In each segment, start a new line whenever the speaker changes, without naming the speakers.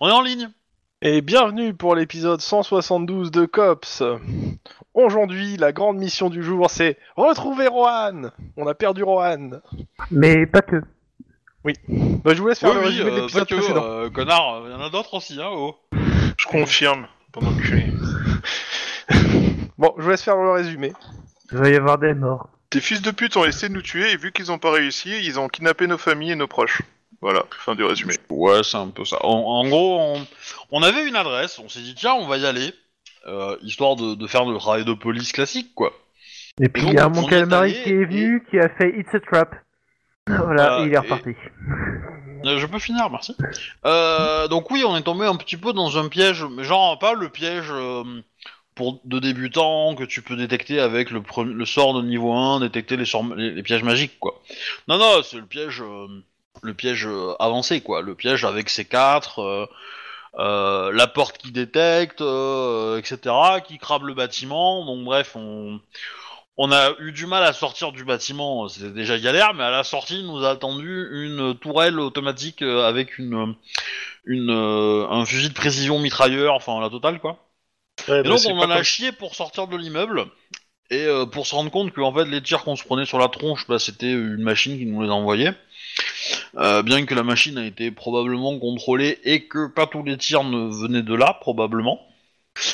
On est en ligne
Et bienvenue pour l'épisode 172 de Cops. Aujourd'hui, la grande mission du jour, c'est retrouver Rohan. On a perdu Rohan.
Mais pas que.
Bah, je vous laisse faire
Oui,
le
oui,
résumé de
euh, pas
l'épisode
que,
précédent.
euh, connard, il y en a d'autres aussi, hein, oh
Je confirme, pendant que
hein.
Bon, je vous laisse faire le résumé.
Il va y avoir des morts.
Tes fils de pute ont essayé de nous tuer et vu qu'ils n'ont pas réussi, ils ont kidnappé nos familles et nos proches. Voilà, fin du résumé.
Ouais, c'est un peu ça. En, en gros, on, on avait une adresse, on s'est dit, tiens, on va y aller, euh, histoire de, de faire le travail de police classique, quoi.
Et puis
Et
il y a
donc, on
mon
est
calamari
allé
qui est venu, qui a fait It's a Trap. Voilà,
Euh,
et il est
et-
reparti.
Euh, Je peux finir, merci. Euh, donc oui, on est tombé un petit peu dans un piège, mais genre pas le piège euh, pour de débutants que tu peux détecter avec le, pre- le sort de niveau 1, détecter les, sorts- les- les pièges magiques, quoi. Non, non, c'est le piège, euh, le piège euh, avancé, quoi. Le piège avec ses 4 euh, euh, la porte qui détecte, euh, etc., qui crabe le bâtiment. Donc bref, on... On a eu du mal à sortir du bâtiment, c'était déjà galère, mais à la sortie, il nous a attendu une tourelle automatique euh, avec une, une, euh, un fusil de précision mitrailleur, enfin la totale quoi.
Eh ben,
Et donc on en a chié pour sortir de l'immeuble et euh, pour se rendre compte que en fait les tirs qu'on se prenait sur la tronche, bah, c'était une machine qui nous les envoyait. Euh, bien que la machine a été probablement contrôlée et que pas tous les tirs ne venaient de là, probablement.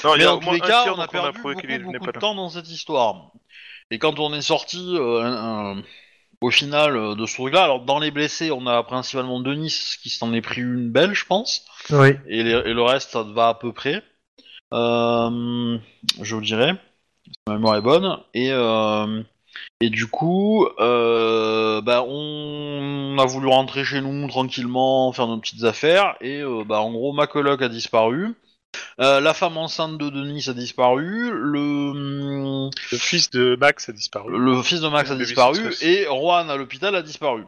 Non,
Mais
il y a
dans
au
tous
moins
les cas,
un tir
on a
donc on a
perdu
prouvé
beaucoup,
qu'il est- n'est
beaucoup
pas
de
là.
temps dans cette histoire. Et quand on est sorti, euh, un- un- au final, euh, de ce truc-là, alors dans les blessés, on a principalement Denis qui s'en est pris une belle, je pense,
Oui.
et, les- et le reste, ça te va à peu près. Euh, je vous dirais, si ma mémoire est bonne. Et, euh, et du coup, euh, bah, on a voulu rentrer chez nous tranquillement, faire nos petites affaires, et euh, bah, en gros, ma coloc a disparu. Euh, la femme enceinte de Denis a disparu, le,
Le fils de Max a disparu.
le fils de Max a
Baby
disparu
Sixpence.
et Juan à l'hôpital a disparu.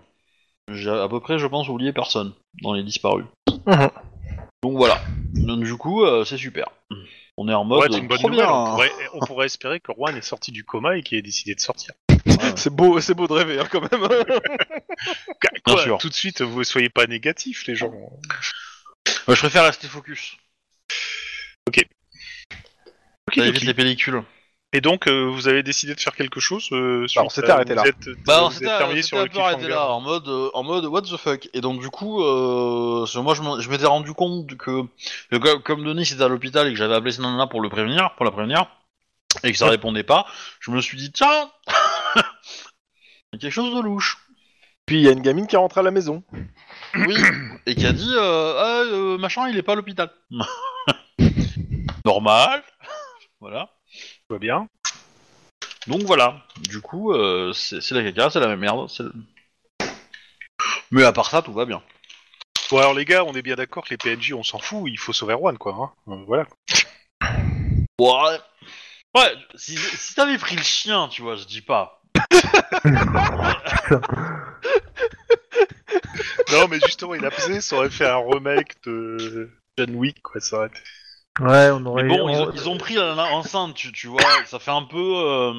J'ai à peu près, je pense, oublié personne dans les disparus.
Mhm.
Donc voilà. Donc du coup, euh, c'est super. On est en mode.
Ouais, c'est une bonne
trop
nouvelle.
bien,
On
hein.
pourrait, on pourrait espérer que Juan est sorti du coma et qu'il ait décidé de sortir.
Ouais.
C'est beau, c'est beau de rêver hein, quand même.
Quoi,
Bien sûr.
Tout de suite, vous soyez pas négatifs, les gens.
Euh, je préfère rester focus.
Ok,
Ça
ok.
évite les pellicules.
Bah, Et donc, euh, vous avez décidé de faire quelque chose euh, suite
on s'était
à-
arrêté
vous
là.
Êtes,
Bah, on
vous
s'était
êtes terminé
on
sur
s'était un
le
peu arrêté
cliffhanger.
là, en mode, euh, en mode what the fuck. Et donc du coup, euh, parce que moi je m'en- je m'étais rendu compte que, que comme- comme Denis était à l'hôpital et que j'avais appelé cette nana pour le prévenir, pour la prévenir, et que ça répondait pas, je me suis dit tiens, il y a quelque chose de louche.
Puis il y a une gamine qui est rentrée à la maison.
Oui. Et qui a dit euh, Ah, euh, machin, il est pas à l'hôpital. Normal. Voilà.
Tout va bien.
Donc voilà, du coup, euh, c'est c'est la caca, c'est la même merde. c'est le- Mais à part ça, tout va bien.
Bon, alors les gars, on est bien d'accord que les PNJ, on s'en fout. Il faut sauver Juan, quoi. hein. Euh, Voilà.
Ouais, ouais si, si t'avais pris le chien, tu vois, je dis pas.
non, mais justement, il a pesé, ça aurait fait un remake de John Wick, quoi. Ça aurait été-
Ouais, on aurait.
Mais bon,
on-
ils ont, ils ont pris la nana enceinte, tu, tu vois, ça fait un peu. euh,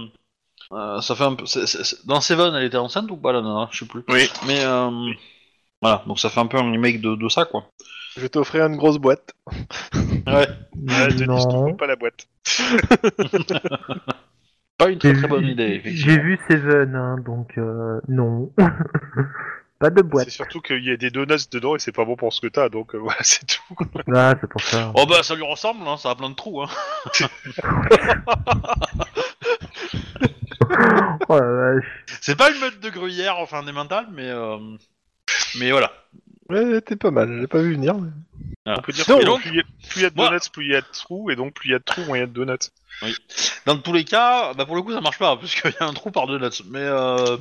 euh, ça fait un peu. c'est- c'est- c'est- Dans Seven, elle était enceinte ou pas la nana Je sais plus.
Oui.
Mais euh, voilà, donc ça fait un peu un remake de, de ça, quoi.
Je vais t'offrir une grosse boîte.
Ah, Denis, je te
Non.
trouve pas la boîte.
Pas une très
J'ai
très
vu-
bonne idée,
J'ai
effectivement.
vu Seven, hein, donc euh, non. pas de boîte.
C'est surtout qu'il y a des donuts dedans et c'est pas bon pour ce que t'as, donc euh, voilà, c'est tout.
Ah, c'est pour ça.
Oh bah ça lui ressemble, hein, ça a plein de trous. Hein.
Oh la vache.
C'est pas une meute de gruyère, enfin des mentales, mais euh, mais voilà.
Ouais, t'es pas mal, j'ai pas vu venir. mais-
On peut dire
Non,
que
donc-
plus il y a- plus il y a de
Moi-
donuts, plus il y a de trous, et donc plus il y a de trous, moins il y a de donuts.
Dans tous les cas, bah pour le coup ça marche pas parce qu'il y a un trou par deux là-dessus. Mais euh,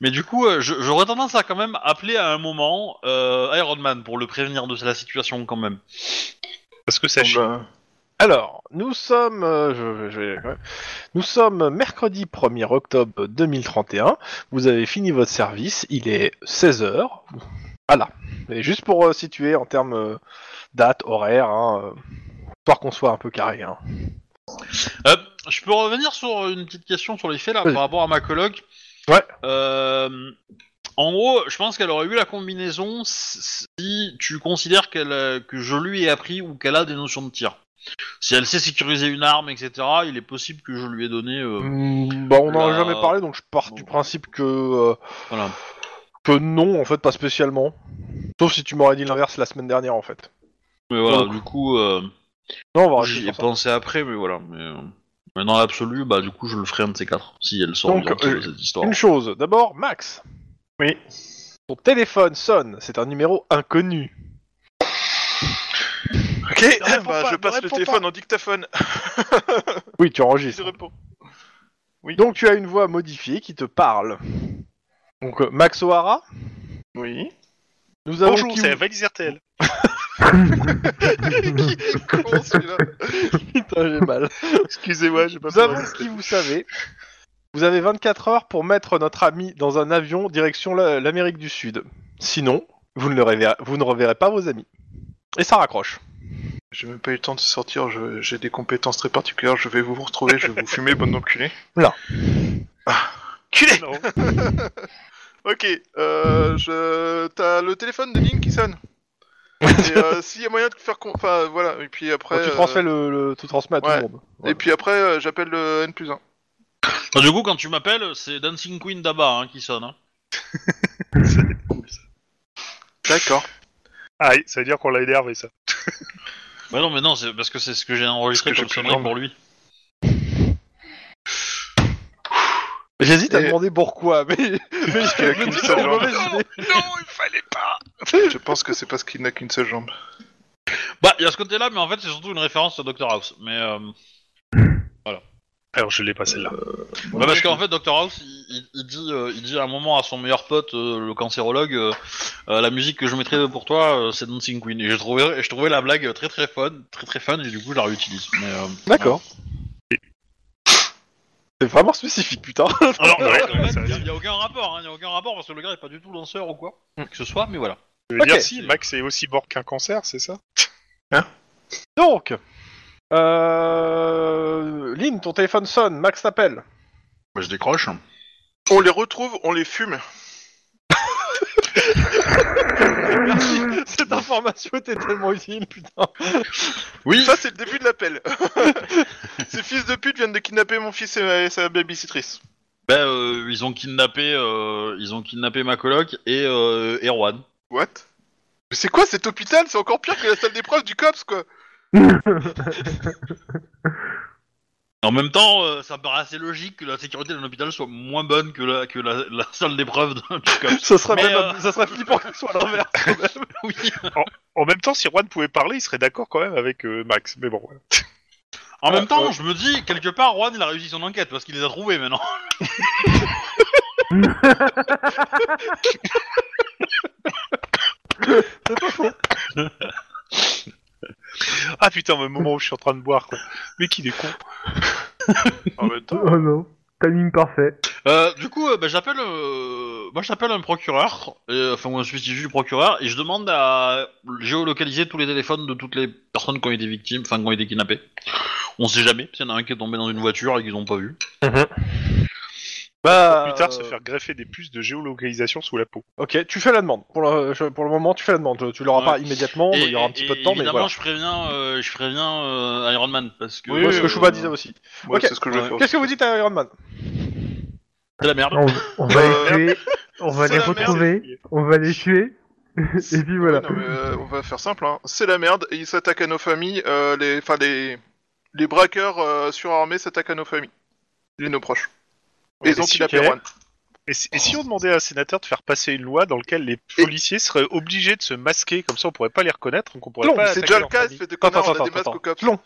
mais du coup, euh, je- j'aurais tendance à quand même appeler à un moment euh, Iron Man pour le prévenir de la situation quand même.
Parce que ça chie.
bah.
Alors, nous sommes, euh, je- je vais- ouais. nous sommes mercredi 1er octobre 2031. Vous avez fini votre service, il est 16h. Voilà. Et juste pour euh, situer en termes euh, date, horaire, hein, euh, histoire qu'on soit un peu carré. hein.
Euh, je peux revenir sur une petite question sur les faits là
Vas-y.
par rapport à ma coloc.
Ouais.
Euh, En gros, je pense qu'elle aurait eu la combinaison s- si tu considères qu'elle a- que je lui ai appris ou qu'elle a des notions de tir. Si elle sait sécuriser une arme, etc., il est possible que je lui ai donné. euh,
Hmm, bah, on n'en a
là-
jamais parlé, donc je pars du
Bon.
principe que, euh,
Voilà.
que non, en fait, pas spécialement. Sauf si tu m'aurais dit l'inverse la semaine dernière, en fait.
Mais voilà,
Donc-
du coup, euh,
Non, on va rester
j'y ai
sur ça.
pensé après, mais voilà. Mais, euh, mais dans l'absolu, bah du coup, je le ferai un de ces quatre si elle sort
Donc,
bien
euh,
de cette histoire.
Une chose, d'abord, Max.
Oui.
Ton téléphone sonne, c'est un numéro inconnu.
Ok,
réponds
bah,
pas,
je
ne
passe le
réponds
téléphone en dictaphone.
Oui, tu
Je
enregistres.
réponds.
Donc tu as une voix modifiée qui te parle. Donc euh, Max O'Hara,
Oui.
nous avons
Bonjour,
qui
c'est la valise RTL.
Qui est con, celui-là
Putain, j'ai mal.
Excusez-moi, j'ai pas
Nous avons qui vous savez. Vous avez 24 heures pour mettre notre ami dans un avion direction la- l'Amérique du Sud. Sinon, vous ne, le reverrez, vous ne reverrez pas vos amis. Et ça raccroche.
J'ai même pas eu le temps de sortir, je- j'ai des compétences très particulières, je vais vous retrouver, je vais vous fumer, bonne enculée.
Là.
Ah, culé
Non.
Ok, euh, je... t'as le téléphone de Lynn qui sonne. Et euh, s'il y a moyen de faire... con- Enfin, voilà, et puis après...
tu
euh,
transmets le, le- tu transmets à
ouais.
tout le monde.
Et puis après, euh, j'appelle le N plus 1.
Bah, du coup, quand tu m'appelles, c'est Dancing Queen d'Abba hein, qui sonne. hein.
D'accord.
Aïe, Ah ça veut dire qu'on l'a énervé, ça.
Bah non, mais non, c'est parce que c'est ce que j'ai enregistré
Parce que
comme
j'ai plus
sonnerie
de jambes.
pour lui.
J'hésite à
Et-
demander pourquoi, mais, mais
qu'il
je
a
me
qu'une
dis que c'est
seule
une
jambe.
mauvaise idée.
il fallait pas
je pense que c'est parce qu'il n'a qu'une seule jambe.
Bah, il y a ce côté-là, mais en fait, c'est surtout une référence à Dr House. Mais euh,
Alors, je l'ai pas, celle-là.
bah, parce qu'en fait, Dr House, il, il- il dit, euh, il dit à un moment à son meilleur pote, euh, le cancérologue, euh, Euh, la musique que je mettrai pour toi, euh, c'est Dancing Queen. Et je trouvais, je trouvais la blague très très fun, très très fun, et du coup, je la réutilise. Mais, euh,
D'accord. C'est vraiment spécifique, putain.
Alors,
Ouais,
ouais,
en fait,
ça veut
y a-
dire-
y a aucun rapport, hein, y a aucun rapport parce que le gars est pas du tout danseur ou quoi que ce soit, mais voilà.
ça veut dire
Ok.
si, Max est aussi mort qu'un cancer, c'est ça
Donc, euh... Lynn, ton téléphone sonne, Max t'appelle.
Bah, je décroche.
On les retrouve, on les fume.
Merci, cette information était tellement utile, putain.
Oui.
Ça, c'est le début de l'appel. Ces fils de pute viennent de kidnapper mon fils et, ma- et sa babysitrice.
Bah, euh, ils ont kidnappé, euh, ils ont kidnappé ma coloc et euh, Erwan.
What Mais c'est quoi cet hôpital C'est encore pire que la salle d'épreuve du COPS, quoi
En même temps, euh, ça me paraît assez logique que la sécurité d'un hôpital soit moins bonne que la que la, la salle d'épreuve d'un pick-up.
Ça serait,
Mais,
même,
euh,
ça serait flippant que ce soit l'inverse.
oui.
En même temps, si Juan pouvait parler, il serait d'accord quand même avec euh, Max. Mais bon, voilà.
En même temps, je me dis quelque part, Erwan il a réussi son enquête parce qu'il les a trouvés maintenant.
Ah putain, au moment où je suis en train de boire, quoi. Mais qui est con.
En même temps,
Oh non, timing parfait.
Euh, du coup, euh, bah, j'appelle, euh, moi j'appelle un procureur, et, euh, enfin ou un substitut du procureur, et je demande à géolocaliser tous les téléphones de toutes les personnes qui ont été victimes, enfin qui ont été kidnappées. On sait jamais, s'il y en a un qui est tombé dans une voiture et qu'ils n'ont pas vu.
Bah,
Plus tard, se
euh,
faire greffer des puces de géolocalisation sous la peau.
Ok, tu fais la demande. Pour le, je- pour le moment, tu fais la demande. Tu l'auras
Ouais.
pas immédiatement,
et,
il y aura un petit
et-
peu de temps, mais
évidemment,
voilà.
je préviens, euh, je préviens euh, Iron Man parce que
Moi, ce que
euh,
Chouba disait aussi.
moi,
Ok. euh,
c'est ce que je
Ouais.
vais faire.
Qu'est-ce que vous dites à Iron Man
c'est la merde.
On, on va
Euh,
les tuer, on va
c'est
les
la merde.
retrouver, on va les tuer, et puis voilà.
Non, mais, euh, on va faire simple, hein. c'est la merde, et ils s'attaquent à nos familles, euh, les, enfin les, les braqueurs euh, surarmés s'attaquent à nos familles, et nos proches.
Ouais,
et donc
si-
il appelle Juan.
Et si, et si on demandait à un sénateur de faire passer une loi dans laquelle les policiers seraient obligés de se masquer, comme ça on pourrait pas les reconnaître, donc on pourrait
Non,
pas. attaquer
C'est déjà le
leur
cas,
famille.
fait de
Attends,
connards, on
attends,
a des masques
attends,
au COPS.
Plomb.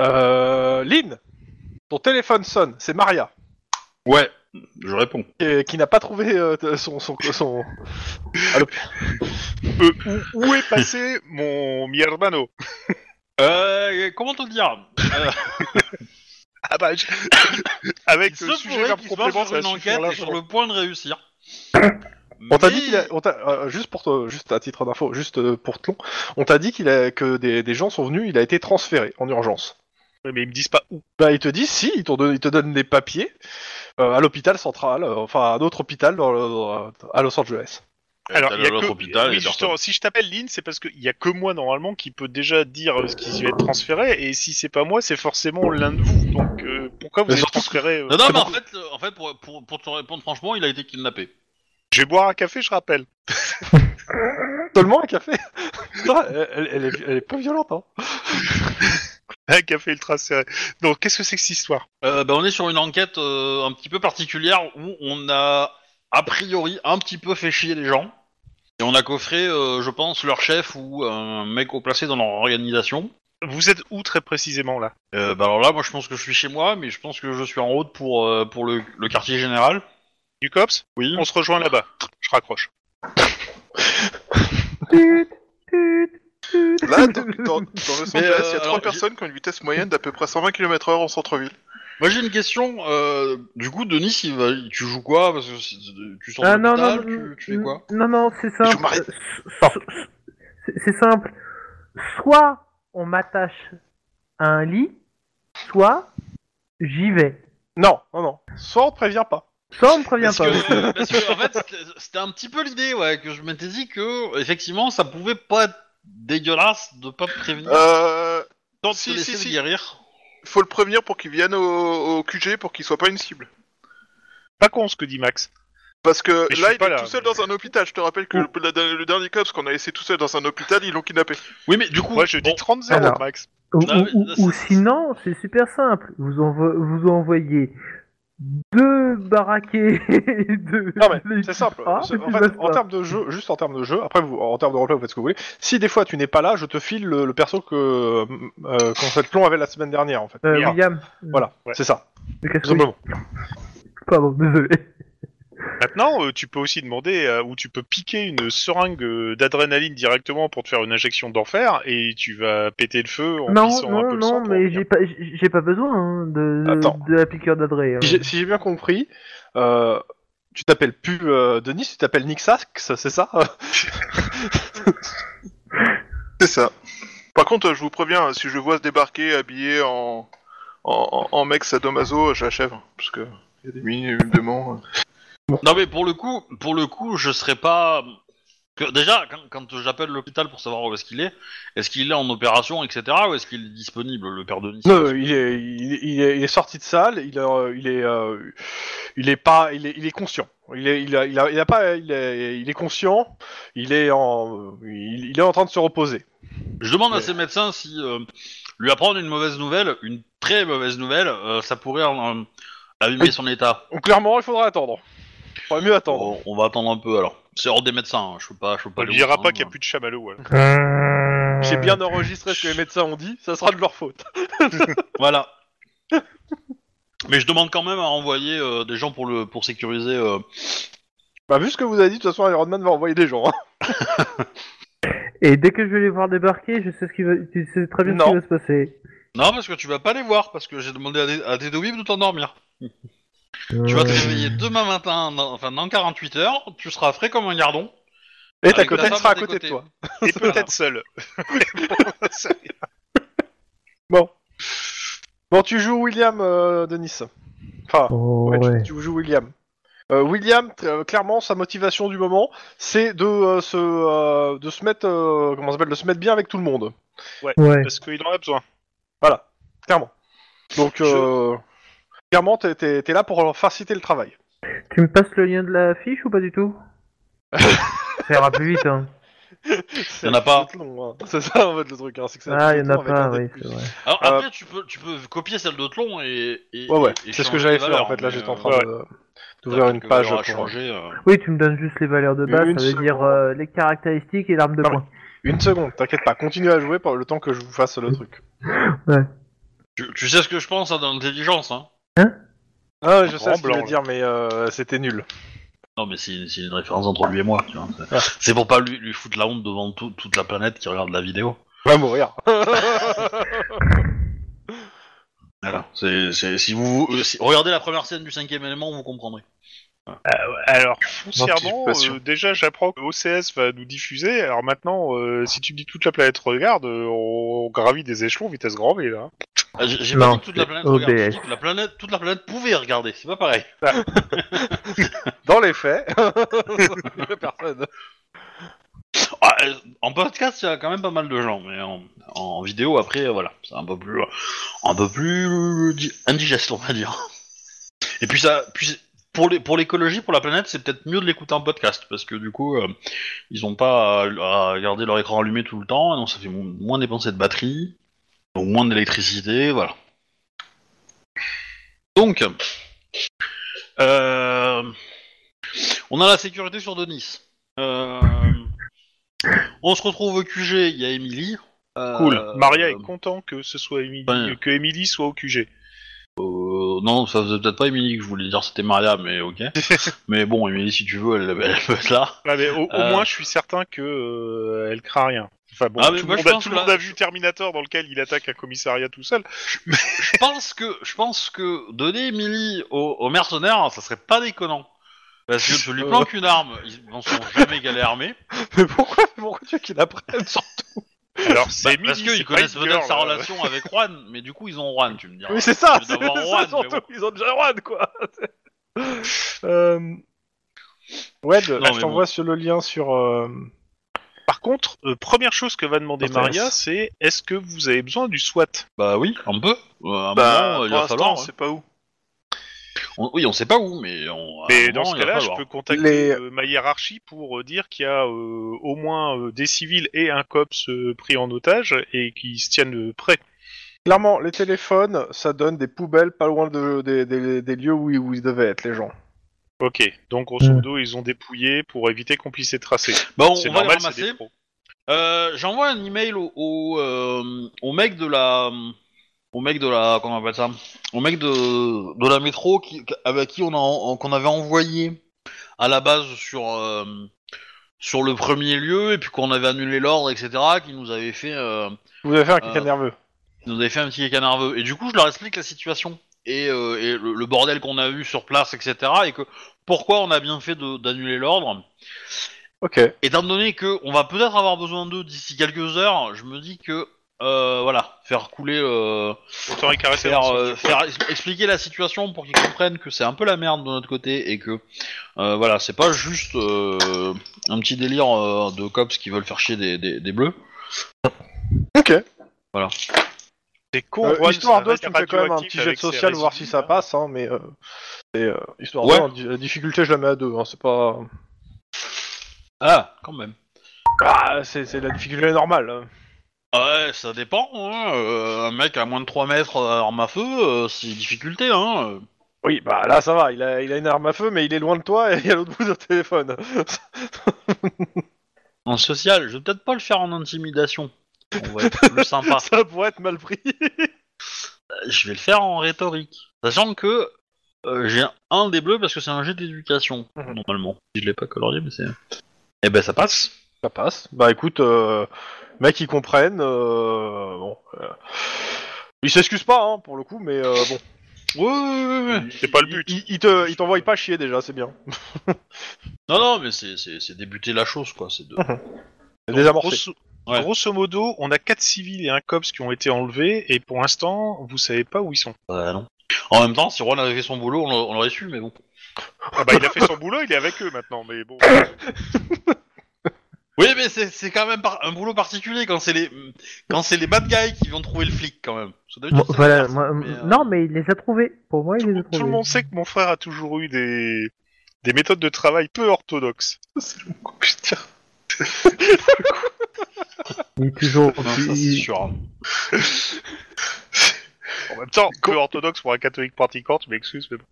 Euh, Lynn, ton téléphone sonne, c'est Maria,
Ouais, je réponds.
qui, est- qui n'a pas trouvé euh, t- son... son, son...
Où est passé mon mi hermano
Euh, comment te dire Euh,
Ah bah, je- avec euh,
Il
le
se
sujet
pourrait
d'un
qu'il se passe
complément,
sur
ça
une enquête est sur le point de réussir.
On t'a
Mais-
dit qu'il a, on t'a- euh, juste pour te- juste à titre d'info, juste euh, pour Tlon, on t'a dit qu'il a que des, des gens sont venus, il a été transféré en urgence.
Oui, mais ils me disent pas où.
Bah, ils te disent si, ils, t'ont donné- ils te donnent des papiers euh, à l'hôpital central, euh, enfin à un autre hôpital dans le- dans- à Los Angeles.
Alors,
T'as
il y a
l'autre
que...
hôpital,
oui,
et personne.
justement, si je t'appelle Lynn, c'est parce qu'il y a que moi normalement qui peut déjà dire euh, ce qui va être transféré, et si c'est pas moi, c'est forcément l'un de vous. Donc euh, pourquoi vous
Mais
êtes
surtout-
transféré euh,
Non, non, mais
comment-
en fait, euh, en fait pour, pour, pour te répondre franchement, il a été kidnappé.
Je vais boire un café, je rappelle.
Seulement un café Putain, elle, elle est, elle est pas violente, hein
Un café ultra serré. Donc qu'est-ce que c'est que cette histoire
Euh, ben, on est sur une enquête euh, un petit peu particulière où on a a priori un petit peu fait chier les gens. Et on a coffré, euh, je pense, leur chef ou un mec au placé dans leur organisation.
Vous êtes où très précisément là
Euh, bah alors là, moi je pense que je suis chez moi, mais je pense que je suis en route pour, euh, pour le, le quartier général.
Du COPS
Oui.
On se rejoint là-bas. Je raccroche.
Tut, tut, tut.
Là, dans, dans- dans Los Angeles, il
Mais, euh,
y a trois
alors,
personnes qui ont une vitesse moyenne d'à peu près 120 km/h en centre-ville.
Moi j'ai une question. euh, du coup, Denis, il va, tu joues quoi Parce que c'est- tu sors de
Ah non, non,
l'hôpital,
non,
tu, tu fais quoi
non, non, c'est
Je
simple.
m'arrête.
Euh, s- s- c'est- C'est simple. Soit on m'attache à un lit, soit j'y vais.
Non, non, non. Soit on te prévient pas.
Soit on me prévient
Parce
pas. aussi.
que, euh, parce que, en fait, c'était- c'était un petit peu l'idée, ouais, que je m'étais dit que, effectivement, ça pouvait pas être dégueulasse de pas te prévenir.
Euh,
Tant de
si,
te laisser
si,
le
si.
guérir.
faut le prévenir pour qu'il vienne au, au QG pour qu'il soit pas une cible.
Pas con ce que dit Max.
Parce que
Mais je
là,
suis
il
pas
est
là,
tout seul
mais-
dans un hôpital. Je te rappelle que le, la- le dernier cops qu'on a laissé tout seul dans un hôpital, ils l'ont kidnappé.
Oui, mais du coup,
Moi je dis
bon,
30-0
Alors.
Max.
Ou,
Ah oui,
ou- ou-
ça, c'est-
ou sinon, c'est super simple. Vous, envo- vous envoyez deux baraquets de.
Non, mais
de-
C'est simple.
Ah,
C'est-
et
en
puis
fait,
basta.
en termes de jeu, juste en termes de jeu, après vous, en termes de roleplay, vous faites ce que vous voulez. Si des fois tu n'es pas là, je te file le, le perso que euh, qu'on fait plomb avait la semaine dernière, en fait.
Euh,
Merde.
William.
Voilà,
Ouais.
c'est ça.
Le casse-
Tout simplement.
Pardon, désolé.
Maintenant, euh, tu peux aussi demander euh, ou tu peux piquer une seringue euh, d'adrénaline directement pour te faire une injection d'enfer et tu vas péter le feu en
Non,
pissant un peu
non,
le
non,
sang pour
mais
revenir.
j'ai pas, j'ai j'ai pas besoin hein, de,
Attends.
de la piqûre d'adré. hein.
Si j'ai- si j'ai bien compris, euh, tu t'appelles plus euh, Denis, tu t'appelles Nick Sax, c'est ça
C'est ça. Par contre, euh, je vous préviens, euh, si je vois se débarquer habillé en, en, en- en mec sadomaso, euh, j'achève. Parce que il y a des mines, des démons. euh.
non, mais pour le coup, pour le coup, je serais pas. que- déjà, quand, quand j'appelle l'hôpital pour savoir où est-ce qu'il est, est-ce qu'il est en opération, etc., ou est-ce qu'il est disponible, le père Denis
Non, il est, il, est- il est, il est sorti de salle, il, euh, il est, euh, il est pas, il est, il est conscient. Il est, il a, il a, il a pas, il est, il est conscient. Il est en, il, il est en train de se reposer.
Je demande à
Mais-
ces médecins si euh, lui apprendre une mauvaise nouvelle, une très mauvaise nouvelle, euh, ça pourrait euh, abîmer son état.
Donc clairement, il faudra attendre. Il faudrait mieux attendre.
On, on va attendre un peu alors. C'est hors des médecins, hein, je peux pas. Je peux pas hein.
On
les
lui dira
contraindre.
pas qu'il n'y a plus de hein. chamallow. alors.
J'ai bien enregistré ce que les médecins ont dit. Ça sera de leur faute.
Voilà. Mais je demande quand même à envoyer euh, des gens pour le pour sécuriser. euh.
Bah vu ce que vous avez dit, de toute façon, Iron Man va envoyer des gens. hein.
Et dès que je vais les voir débarquer, je sais ce qui va, tu sais très bien
Non.
ce qui va se passer.
Non, parce que tu vas pas les voir, parce que j'ai demandé à, des- à des dobibs de t'endormir. Tu vas te réveiller demain matin, dans- enfin dans 48 heures, tu seras frais comme un gardon.
Et
Ah, Avec
ta
la
cotette
femme
sera à
des
côté de
côtés.
toi.
Et peut-être seul.
Bon, tu joues William, euh, Denis. Enfin,
Oh,
Ouais, tu-
ouais.
Tu, joues William. Euh, William, tr- euh, clairement, sa motivation du moment, c'est de euh, se euh, de se mettre euh, comment ça s'appelle, de se mettre bien avec tout le monde.
Ouais.
Parce qu'il en a besoin.
Voilà, clairement. Donc euh, clairement, t'es, t'es- t'es là pour leur faciliter le travail.
Tu me passes le lien de la fiche ou pas du tout Ça ira plus vite. Hein.
Il
en a pas.
C'est ça en fait le truc. hein, c'est que ça-
Ah,
c'est
il y en a
avec un
pas,
dé de
oui,
plus.
c'est vrai.
Alors
Euh,
après, tu peux tu peux copier celle de Tlon et. et-
Ouais ouais,
et- et
c'est ce
changer
que j'allais
les
faire en
valeurs,
fait. Là,
mais,
j'étais en
euh,
train
ouais.
de- d'ouvrir une
que
page.
j'aurai
pour-
changé, euh.
Oui, tu me donnes juste les valeurs de base,
Une
ça veut dire euh, les caractéristiques et l'arme de
Non,
poing.
Une seconde, t'inquiète pas. Continue à jouer pour le temps que je vous fasse le truc.
Tu, tu sais ce que je pense hein, dans l'intelligence, hein
Ah, je sais
Grand
ce que tu
blanc,
veux dire, mais euh, c'était nul.
Non, mais c'est c'est une référence entre lui et moi, tu vois. C'est- C'est pour pas lui, lui foutre la honte devant tout- toute la planète qui regarde la vidéo.
Va mourir.
Voilà. c'est c'est- si vous euh, si- regardez la première scène du cinquième élément, vous comprendrez.
Alors, foncièrement,
Anticipation.
euh, déjà j'apprends que OCS va nous diffuser. Alors maintenant, euh, si tu me dis que toute la planète regarde, euh, on, on gravit des échelons vitesse grand V là.
Ah, J'ai j'ai pas
Non,
dit que toute la
c'est
planète regarde, j'ai
OBS.
dit que la planète, toute la planète pouvait regarder, c'est pas pareil.
Dans les faits, personne.
Ah, euh, en podcast, il y a quand même pas mal de gens, mais en, en vidéo, après, euh, voilà, c'est un peu plus, euh, un peu plus euh, di- indigeste, on va dire. Et puis ça, puis c'est- pour les, pour l'écologie, pour la planète, c'est peut-être mieux de l'écouter en podcast parce que du coup, euh, ils ont pas à, à garder leur écran allumé tout le temps, et donc ça fait mo- moins dépenser de batterie, donc moins d'électricité, voilà. Donc, euh, on a la sécurité sur Denis. Euh, on se retrouve au QG, il y a Émilie. Euh,
Cool. Maria
euh,
est content que ce soit Emily,
Ouais.
que Emily soit au QG.
euh, non, ça faisait peut-être pas Émilie que je voulais dire, c'était Maria, mais ok. mais bon, Émilie, si tu veux, elle, elle peut être là.
Ah, mais au, au
Euh.
moins, je suis certain que euh, elle craint rien. Enfin bon,
Ah, mais
tout, le
moi, je
monde a,
pense
tout
que
le monde
là-
a vu Terminator dans lequel il attaque un commissariat tout seul.
Je pense que, je pense que donner Émilie aux, aux mercenaires, hein, ça serait pas déconnant. Parce que tu lui planques une arme, ils n'en sont jamais galés armés.
Mais pourquoi, pourquoi tu veux qu'il apprenne sur-
Alors c'est
parce
Emily, c'est
qu'ils
pas
connaissent
une
peut-être
girl,
sa
euh.
relation avec Juan, mais du coup ils ont Juan, tu me diras.
Oui, c'est ça,
Ils
c'est
doivent avoir
ça
Juan, mais
surtout,
bon.
ils ont déjà Juan, quoi. euh... Ouais, de-
Non, mais
je t'envoie sur le lien sur... euh,
Par contre, euh, première chose que va demander
Intéresse.
Maria, c'est est-ce que vous avez besoin du SWAT
Bah oui, un peu. Euh, à un
Bah,
moment, il
pour
va falloir.
l'instant, c'est pas où.
hein. On- oui, on sait pas où, mais on. à
Mais
un
dans
moment,
ce
il va
cas-là, je
falloir.
peux contacter
Les-
euh, ma hiérarchie pour euh, dire qu'il y a euh, au moins euh, des civils et un cops euh, pris en otage et qui se tiennent euh, prêts.
Clairement, les téléphones, ça donne des poubelles pas loin de- des- des- des lieux où, ils- où ils devaient être, les gens.
Ok, donc grosso
Hmm.
Mm.
modo, ils ont dépouillé pour éviter qu'on puisse les tracer.
Bah, on,
c'est
on va les
normal, c'est
ramasser.
des pros.
Euh, j'envoie un email au au, euh, au mec de la au mec de la comment on appelle ça au mec de, de la métro qui avec qui on a en- qu'on avait envoyé à la base sur euh, sur le premier lieu et puis qu'on avait annulé l'ordre etc qui nous avait fait euh,
Vous avez fait un kick
Euh,
nerveux.
qui nous avait fait un petit écart nerveux et du coup je leur explique la situation et, euh, et le, le bordel qu'on a eu sur place etc et que pourquoi on a bien fait de- d'annuler l'ordre
Ok.
Étant donné que on va peut-être avoir besoin d'eux d'ici quelques heures, je me dis que euh, voilà, faire couler, euh,
Autant écarter
faire,
l'ensemble.
euh, faire ex- expliquer la situation pour qu'ils comprennent que c'est un peu la merde de notre côté et que euh, voilà, c'est pas juste euh, un petit délire euh, de cops qui veulent faire chier des, des- des bleus.
Ok.
C'est con,
Euh,
Juan,
histoire
ça
de,
reste
tu me fais quand même un
radioactif
petit jet
avec
de
ses
social, voir si
résidus,
ça
hein.
passe, hein, mais... euh, et, euh, histoire
Ouais.
de, en- la difficulté, je la mets à deux, hein, c'est pas...
Ah, quand même.
Ah, c'est c'est la difficulté normale. hein.
Ah Ouais, ça dépend. hein, euh, un mec à moins de 3 mètres euh, arme à feu, euh, c'est difficulté. Hein. euh.
Oui, bah là, ça va, il a, il a une arme à feu, mais il est loin de toi et il est à l'autre bout de ton téléphone.
En social, je vais peut-être pas le faire en intimidation. On va être plus sympa.
ça pourrait être mal pris.
je vais le faire en rhétorique. Sachant que euh, j'ai un des bleus parce que c'est un jet d'éducation,
Mhm.
normalement. Je l'ai pas colorié, mais c'est. Eh ben ça passe.
Ça passe. Bah écoute, euh, mec, ils comprennent. euh, bon, euh, ils s'excusent pas, hein, pour le coup, mais euh, bon.
Ouais, ouais, ouais, ouais.
C'est pas le but.
Ils, ils te- ils t'envoient pas chier déjà, c'est bien.
Non, non, mais c'est- c'est c'est débuter la chose, quoi. C'est de.
Des Désamorcé.
Grosso,
Ouais.
grosso modo, on a quatre civils et un cops qui ont été enlevés, et pour l'instant, vous savez pas où ils sont.
Ouais, non. En même temps, si Ron avait fait son boulot, on l'a- on l'aurait su, mais bon.
Ah bah, il a fait son boulot, il est avec eux maintenant, mais bon.
Oui, mais c'est c'est quand même par- un boulot particulier quand c'est les quand c'est les bad guys qui vont trouver le flic, quand même. Ça doit être
Moi,
une
voilà,
personne,
moi,
euh,
Non, mais il les a trouvés. Pour moi, il les a trouvés.
Tout le monde sait que mon frère a toujours eu des, des méthodes de travail peu orthodoxes.
Putain.
Il est toujours.
non, ça, c'est sûr.
En même temps, peu orthodoxe pour un catholique pratiquant, tu m'excuses, mais bon.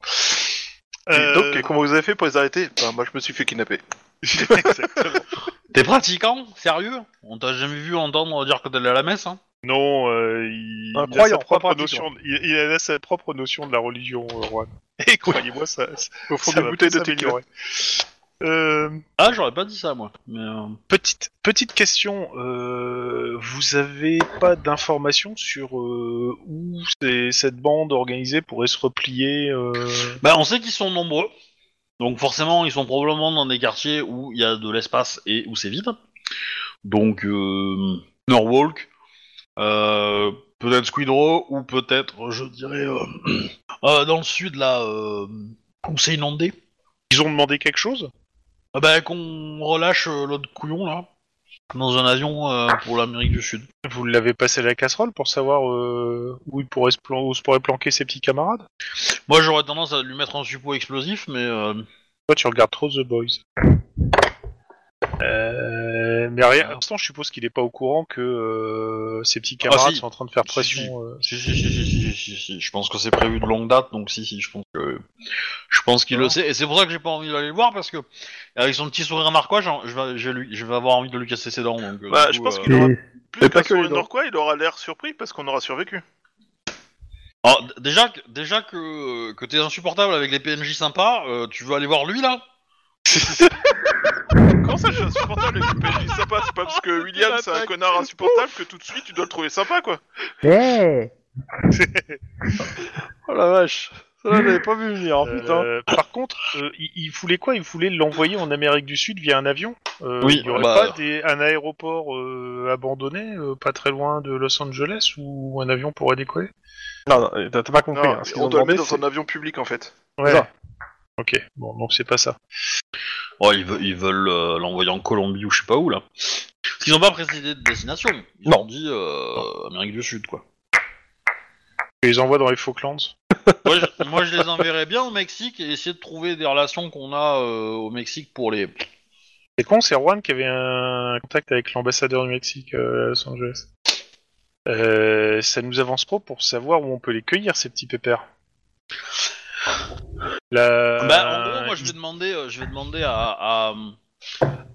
Et
Euh,
Donc, comment vous avez fait pour les arrêter Bah, moi, je me suis fait kidnapper.
exactement.
T'es pratiquant, sérieux On t'a jamais vu entendre dire que t'allais à la messe, hein
non, euh, il,
Un
il
croyant,
a sa propre
pas pratiquant.
notion, de- il, il a sa propre notion de la religion, euh, Juan. Et croyez-moi, ça, ça,
Au fond
ça
d'une
va
bouteille
pas
de tequila.
s'améliorer. Euh,
Ah, j'aurais pas dit ça, moi. Mais, euh,
Petite, petite question, euh, vous avez pas d'informations sur euh, où c'est- cette bande organisée pourrait se replier euh,
Bah, on sait qu'ils sont nombreux. Donc, forcément, ils sont probablement dans des quartiers où il y a de l'espace et où c'est vide. Donc, euh, Norwalk, euh, peut-être Squidrow ou peut-être, je dirais, euh, euh, dans le sud là, euh, où c'est inondé.
Ils ont demandé quelque chose
Ah bah, qu'on relâche euh, l'autre couillon là, dans un avion euh, pour l'Amérique du Sud.
Vous l'avez passé à la casserole pour savoir euh, où, il pourrait se plan- où se pourraient planquer ses petits camarades
Moi j'aurais tendance à lui mettre un suppôt explosif, mais euh,
Toi, tu regardes trop The Boys. Euh, mais rien, pour l'instant, je suppose qu'il n'est pas au courant que euh, ses petits camarades
si.
sont en train de faire
Si,
pression.
si.
euh.
si, si, si, si, si, si, si, si. je pense que c'est prévu de longue date, donc si, si, je pense que je pense qu'il le sait, et c'est pour ça que j'ai pas envie d'aller le voir parce que avec son petit sourire narquois, j'en- je vais, je, vais lui- je vais avoir envie de lui casser ses dents. Donc, euh,
Bah,
du
je
coup,
pense
euh,
qu'il aura
Et-
pas
plus qu'un
que
sourire
les dents.
norquois, il aura l'air surpris parce qu'on aura survécu.
Alors, d- déjà, que- déjà que, que t'es insupportable avec les PNJ sympas, euh, tu veux aller voir lui là
Comment ça, je suis insupportable et tu me dis sympa C'est pas parce que William c'est un connard insupportable que tout de suite tu dois le trouver sympa quoi.
Eh
Oh la vache. Ça, je l'avais pas vu venir, hein, putain.
Euh, par contre, euh, il, il voulait quoi Il voulait l'envoyer en Amérique du Sud via un avion Euh,
Oui,
Il n'y aurait
bah-
pas des- un aéroport euh, abandonné, euh, pas très loin de Los Angeles, où un avion pourrait décoller
Non, non, t'as t'as pas compris.
Non,
hein, ce qu'ils
on
ont
doit le
demandé,
mettre dans
c'est-
un avion public en fait.
Ouais.
Ça.
Ok, bon, donc c'est pas ça.
Oh, ils, veulent- ils veulent euh, l'envoyer en Colombie ou je sais pas où là. Parce qu'ils ont pas précisé de destination, ils
Non.
ont dit euh, Amérique du Sud quoi.
Tu les envoies dans les Falklands
moi, je, moi, je les enverrais bien au Mexique et essayer de trouver des relations qu'on a euh, au Mexique pour les.
C'est con, c'est Juan qui avait un contact avec l'ambassadeur du Mexique euh, à Los Angeles. Euh, ça nous avance trop pour savoir où on peut les cueillir, ces petits pépères. La-
Bah, en gros, moi, je vais demander, euh, je vais demander à, à,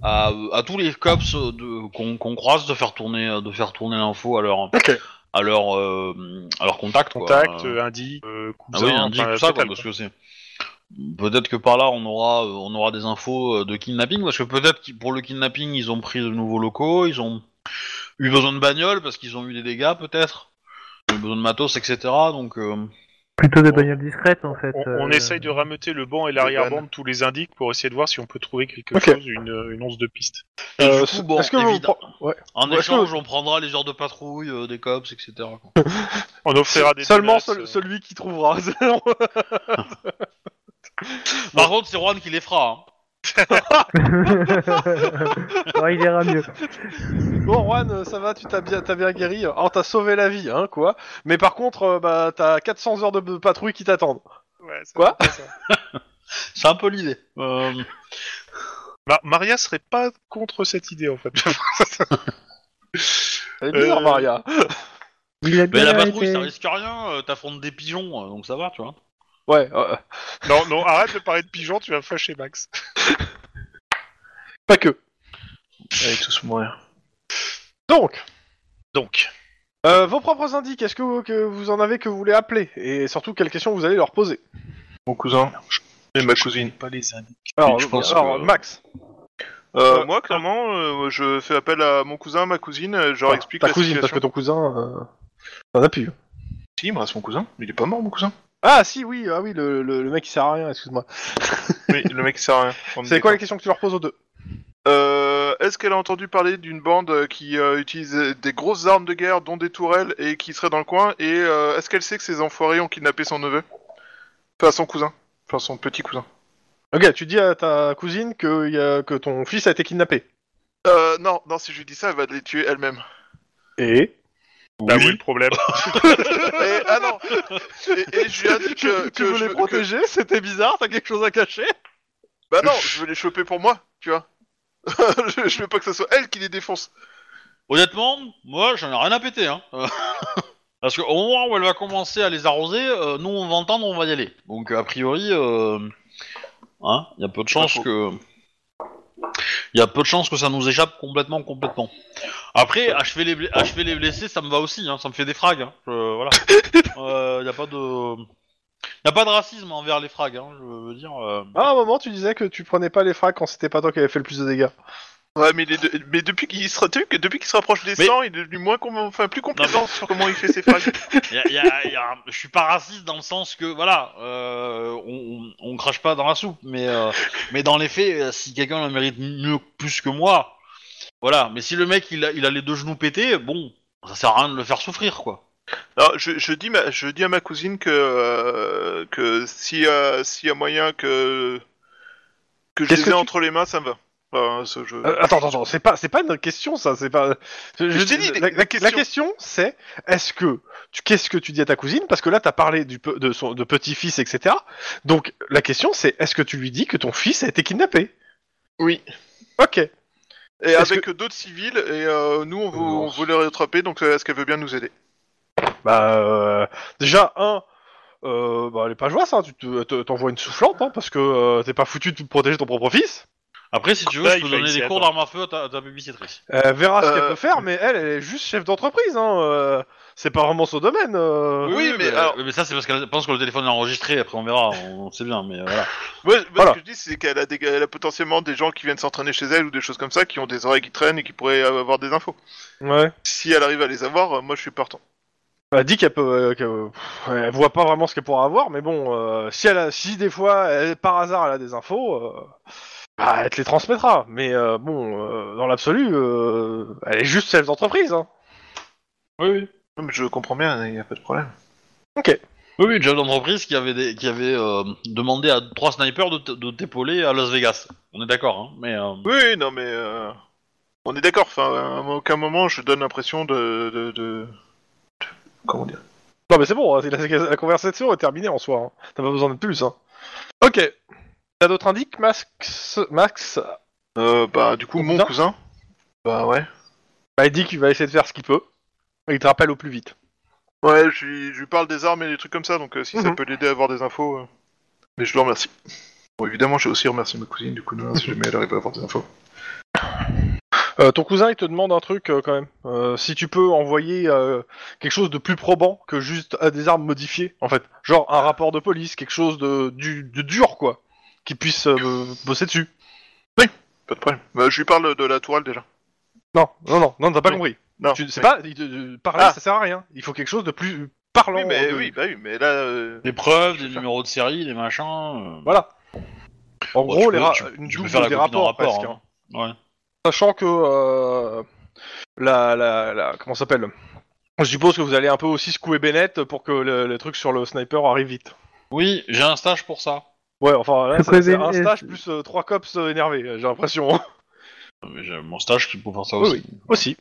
à, à tous les cops euh, de- qu'on qu'on croise de faire tourner, euh, de faire tourner l'info à leur, à leur, euh, à leur contact. quoi.
Contact,
Euh,
euh, indique, euh,
ah
cousin,
oui, indique
enfin,
tout ça, quoi,
total,
parce
quoi.
que c'est. Peut-être que par là, on aura, euh, on aura des infos euh, de kidnapping, parce que peut-être que pour le kidnapping, ils ont pris de nouveaux locaux, ils ont eu besoin de bagnoles parce qu'ils ont eu des dégâts, peut-être, ils ont eu besoin de matos, etc. Donc. euh,
Plutôt des bagnoles discrètes en fait.
On, on
euh,
essaye de rameuter le banc et l'arrière-banc de tous les indices pour essayer de voir si on peut trouver quelque
Ok.
chose, une, euh, une once de piste.
Et
Euh,
du
ce-
coup, bon,
est-ce que vous
évidemment,
pre- ouais.
en
Ouais,
échange, on prendra les heures de patrouille, euh, des cops, etc. quoi.
On offrira des
Seulement
donuts,
seul-
euh,
celui qui trouvera.
Par contre, c'est Juan qui les fera. hein.
ouais, il ira mieux.
Bon, Juan, euh, ça va, tu t'as bien, t'as bien guéri. Alors, t'as sauvé la vie, hein, quoi. Mais par contre, euh, bah, t'as 400 heures de de patrouille qui t'attendent.
ouais, ça
Quoi
fait ça.
C'est un peu l'idée. Euh,
Ma- Bah, Maria serait pas contre cette idée en fait.
Elle est bizarre,
Euh,
Maria.
Il a
mais
bien
la
arrêté.
patrouille, ça risque rien. euh, T'affrontes des pigeons, euh, donc ça va, tu vois.
Ouais, euh,
non, non, arrête de parler de pigeon, tu vas fâcher Max.
pas que.
Allez, tous mourir.
Donc,
Donc,
euh, vos propres indices, est-ce que vous, que vous en avez que vous voulez appeler Et surtout, quelles questions vous allez leur poser
Mon cousin et ma cousine.
pas les indices.
Alors,
je pense
alors,
que-
Max,
Euh,
Euh,
moi, clairement, euh, je fais appel à mon cousin, ma cousine, euh, je leur
Ah,
explique
ta
la
cousine, parce
situation.
que ton cousin. Euh... T'en as plus.
Si, il me reste mon cousin. Il est pas mort, mon cousin.
Ah, si, oui, ah, oui le, le- le mec qui sert à rien, excuse-moi.
Oui, le mec, il sert à rien. On me
C'est quoi les
détend.
questions que tu leur poses aux deux
Euh, Est-ce qu'elle a entendu parler d'une bande euh, qui euh, utilise euh, des grosses armes de guerre, dont des tourelles, et qui serait dans le coin Et euh, est-ce qu'elle sait que ces enfoirés ont kidnappé son neveu Enfin, son cousin. Enfin, son petit cousin.
Ok, tu dis à ta cousine que, y a- que ton fils a été kidnappé.
Euh, non, non, si je lui dis ça, elle va les tuer elle-même.
Et
Bah oui, le problème.
Et- ah non et, et je lui indique
tu,
que,
tu
que
veux
je
les
veux-
protéger, c'était bizarre, t'as quelque chose à cacher
que- Bah non, je veux les choper pour moi, tu vois. je, je veux pas que ce soit elle qui les défonce.
Honnêtement, moi, j'en ai rien à péter. Hein. Euh, Parce qu'au moment où elle va commencer à les arroser, euh, nous, on va entendre, on va y aller. Donc, a priori, euh, hein, il y a peu de chances
Pas faux.
que. Il y a peu de chances que ça nous échappe complètement, complètement. Après, achever les, bla- achever les blessés, ça me va aussi, hein, ça me fait des frags. Hein, je- voilà. Euh, Il n'y a pas de. Il a pas de racisme envers les frags, hein, je veux dire. euh.
À un moment, tu disais que tu prenais pas les fracs quand c'était pas toi qui avait fait le plus de dégâts.
Ouais, mais, les deux- mais depuis qu'il se, t'as vu que depuis qu'il se rapproche des
Mais-
100, il est devenu moins com- enfin, plus complaisant sur comment il fait ses phrases.
Y a- y a- y a- je suis pas raciste dans le sens que voilà, euh, on, on, on crache pas dans la soupe, mais euh, mais dans les faits, euh, si quelqu'un le mérite mieux plus que moi, voilà. Mais si le mec il a, il a les deux genoux pétés, bon, ça sert à rien de le faire souffrir quoi.
Non, je, je dis, ma- je dis à ma cousine que, euh, que si, euh, s'il y a moyen que, que je
Qu'est-ce
les ai
que tu-
entre les mains, ça me va. Enfin, ce jeu.
Euh, attends, attends, attends, c'est pas, c'est pas une question ça, c'est pas. Je,
Je t'ai dit des-
la, la- la
questions.
question, c'est est-ce que tu, qu'est-ce que tu dis à ta cousine Parce que là, t'as parlé du pe- de son de petit-fils, etc. Donc la question, c'est est-ce que tu lui dis que ton fils a été kidnappé
Oui.
Ok.
Et
est-ce
avec d'autres civils, et euh, nous, on, veut-
Non.
on veut les rattraper, donc euh, est-ce qu'elle veut bien nous aider
Bah euh, déjà un, euh, bah elle est pas joie ça. Tu te- te- t'envoies une soufflante hein, parce que euh, t'es pas foutu de protéger ton propre fils.
Après, si tu veux,
Là,
je
il
peux
fallait
donner
s'y
des cours
attendre.
d'armes à feu à ta, à ta babysitrice.
Elle verra ce qu'elle
Euh.
peut faire, mais elle, elle est juste chef d'entreprise. Hein, euh, c'est pas vraiment son domaine. euh.
Oui, mais alors-
mais ça, c'est parce qu'elle pense que le téléphone est enregistré. Après, on verra. On, on sait bien, mais euh, voilà.
Moi, moi,
Voilà.
ce que je dis, c'est qu'elle a, des- elle a potentiellement des gens qui viennent s'entraîner chez elle ou des choses comme ça, qui ont des oreilles qui traînent et qui pourraient avoir des infos.
Ouais.
Si elle arrive à les avoir, euh, moi, je suis partant.
Elle dit qu'elle peut, euh, que- pff, elle voit pas vraiment ce qu'elle pourra avoir, mais bon, euh, si elle, a, si des fois, elle, par hasard, elle a des infos, euh, bah, elle te les transmettra. Mais euh, bon, euh, dans l'absolu, euh, elle est juste chef d'entreprise. Hein.
Oui, oui.
Non, mais Je comprends bien, il n'y a pas de problème.
Oui, oui, job d'entreprise qui avait, des- qui avait euh, demandé à trois snipers de, t- de t'épauler à Las Vegas. On est d'accord, hein, mais... euh,
Oui, oui, non, mais euh, on est d'accord. Enfin, à aucun moment je donne l'impression de, de, de- de- comment dire.
Non, mais c'est bon, hein, c'est- la, la conversation est terminée en soi. hein. T'as pas besoin de plus. Hein. Ok. T'as d'autres indices, Max Max
Euh, bah, du coup, mon
Non.
cousin. Bah ouais.
bah, Il dit qu'il va essayer de faire ce qu'il peut. Il te rappelle au plus vite.
Ouais, je lui, je lui parle des armes et des trucs comme ça, donc euh, si ça
Mhm.
peut l'aider à avoir des infos. euh, Mais je le remercie. Bon, évidemment, je vais aussi remercier ma cousine, du coup, non, si jamais elle arrive à avoir des infos.
Euh, ton cousin, il te demande un truc euh, quand même. Euh, si tu peux envoyer euh, quelque chose de plus probant que juste euh, des armes modifiées, en fait. Genre un rapport de police, quelque chose de, du, de dur, quoi. Qui puisse euh, bosser dessus.
Pas de problème. Bah, je lui parle de la tourelle déjà.
Non, non, non, non, t'as pas
Oui.
compris.
Non.
Tu sais
Oui.
pas, il te- de- parler,
Ah.
ça sert à rien. Il faut quelque chose de plus parlant.
Oui, mais
de-
oui, bah oui, mais là. euh,
Des preuves, des numéros de série, des machins... euh,
Voilà. En
bon,
gros,
tu
les
peux-
ra-
tu-
une
tu peux
double
faire la
des
copie d'un
rapports,
rapport,
presque,
hein.
hein.
Ouais.
Sachant que euh, la, la, la- comment ça s'appelle Je suppose que vous allez un peu aussi secouer Bennett pour que le, le truc sur le sniper arrive vite.
Oui, j'ai un stage pour ça.
Ouais, enfin, là,
C'est
ça-
quoi,
c'est
Ben-
un
euh,
stage
c'est-
plus euh, trois cops euh, énervés, euh, j'ai l'impression.
Mais J'ai mon stage qui peut faire ça
Oui,
aussi.
aussi.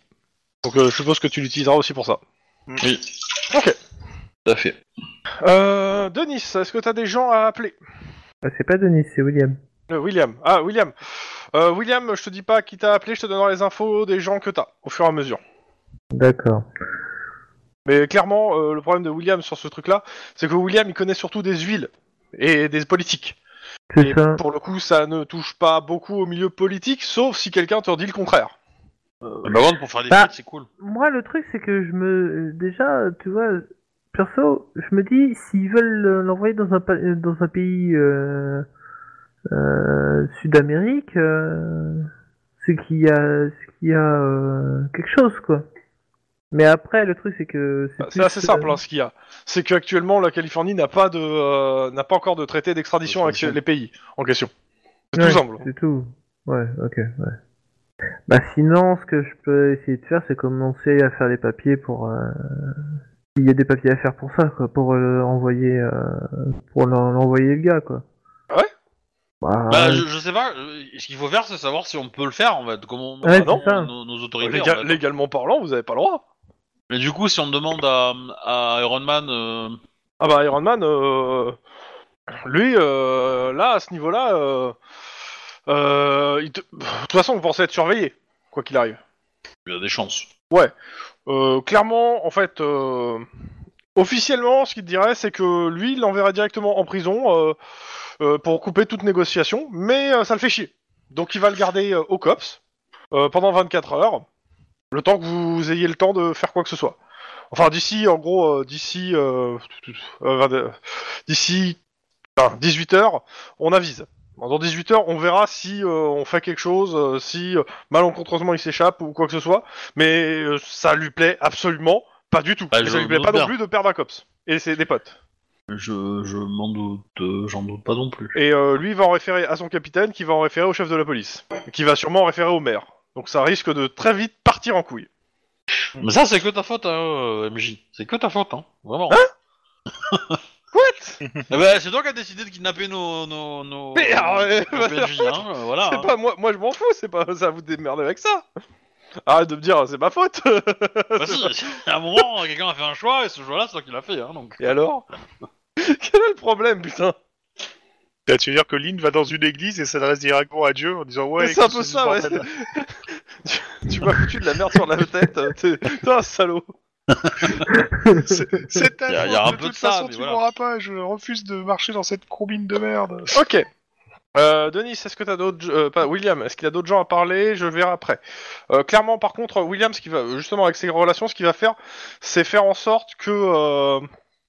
Donc, euh, je suppose que tu l'utiliseras aussi pour ça.
Oui.
Ok.
Tout à fait.
Euh, Denis, est-ce que t'as des gens à appeler
Ah, c'est pas Denis, c'est William.
Euh, William. Ah, William. Euh, William, je te dis pas qui t'a appelé, je te donnerai les infos des gens que t'as, au fur et à mesure.
D'accord.
Mais clairement, euh, le problème de William sur ce truc-là, c'est que William, il connaît surtout des huiles et des politiques.
C'est
Et
ça.
pour le coup, ça ne touche pas beaucoup au milieu politique, sauf si quelqu'un te dit le contraire.
Bah, bon, pour faire des
Bah.
frites, c'est cool.
Moi, le truc, c'est que je me. Déjà, tu vois, perso, je me dis, s'ils veulent euh, l'envoyer dans un, pa- euh, dans un pays euh, euh, Sud-Amérique, euh, c'est qu'il y a, c'est qu'il y a euh, quelque chose, quoi. Mais après, le truc, c'est que.
Bah, C'est
plus,
assez simple
euh,
hein, ce qu'il y a. C'est qu'actuellement la Californie n'a pas de euh, n'a pas encore de traité d'extradition avec
Extradition.
les pays en question. C'est
ouais,
Bah, tout simple.
C'est tout. Ouais, ok, ouais. Bah, sinon, ce que je peux essayer de faire, c'est commencer à faire les papiers pour. euh, Il y a des papiers à faire pour ça, quoi, pour euh, envoyer, euh, pour l'en- l'envoyer le gars, quoi.
Ah ouais
Bah,
Bah, je, je sais pas, euh, ce qu'il faut faire, c'est savoir si on peut le faire, en fait. Comment
Ouais,
comment
c'est ça.
nos, nos autorités,
Léga-
en fait.
Euh, Légalement parlant, vous avez pas le droit.
Mais du coup, si on demande à, à Iron Man... euh,
Ah bah Iron Man, euh, lui euh, là à ce niveau-là, euh, euh, il te- de toute façon vous pensez être surveillé quoi qu'il arrive.
il y a des chances.
Euh, clairement, en fait, euh, officiellement, ce qu'il te dirait, c'est que lui, il l'enverra directement en prison euh, euh, pour couper toute négociation, mais euh, ça le fait chier. Donc il va le garder euh, au COPS euh, pendant 24 heures, le temps que vous ayez le temps de faire quoi que ce soit. Enfin, d'ici, en gros, euh, d'ici euh, euh, 20, euh, d'ici enfin, 18 heures, on avise. Dans 18 heures, on verra si euh, on fait quelque chose, euh, si euh, malencontreusement il s'échappe ou quoi que ce soit mais euh, ça lui plaît absolument pas du tout.
Bah,
et
je
ça lui plaît
doute
pas non
bien.
plus de perdre un cops. Et c'est des potes.
Je, je m'en doute, euh, j'en doute pas non plus.
Et euh, lui il va en référer à son capitaine, qui va en référer au chef de la police, qui va sûrement en référer au maire. Donc ça risque de très vite partir en couille.
Mais ça, c'est que ta faute, hein, euh, MJ. C'est que ta faute, hein. Vraiment.
Hein What
Eh ben, c'est toi qui as décidé de kidnapper nos. nos, nos
Mais, alors, euh,
nos
bah,
PNJ, hein, euh, voilà.
C'est
hein.
pas moi, moi je m'en fous, c'est pas ça vous démerdez avec ça. Arrête de me dire c'est ma faute.
Bah, si, si, à un moment, quelqu'un a fait un choix et ce choix-là, c'est toi qui l'as fait, hein, donc.
Et alors Quel est le problème, putain
Là, Bah, tu veux dire que Lynn va dans une église et s'adresse directement à Dieu en disant
Mais
ouais.
C'est un
écoute,
peu
ce
ça, ouais.
bordel.
tu tu m'as foutu de la merde sur la tête. euh, t'es- Putain, salaud.
euh,
C'est c'est ta
Y a-
faute,
y a un
de
peu de
toute
ça,
façon,
mais
tu
voilà.
m'auras pas. Je refuse de marcher dans cette combine de merde.
Ok. Euh, Denis, est-ce que t'as d'autres, euh, pas William, est-ce qu'il a d'autres gens à parler Je le verrai après. Euh, clairement, par contre, William, ce qu'il va, justement avec ses relations, ce qu'il va faire, c'est faire en sorte que, euh,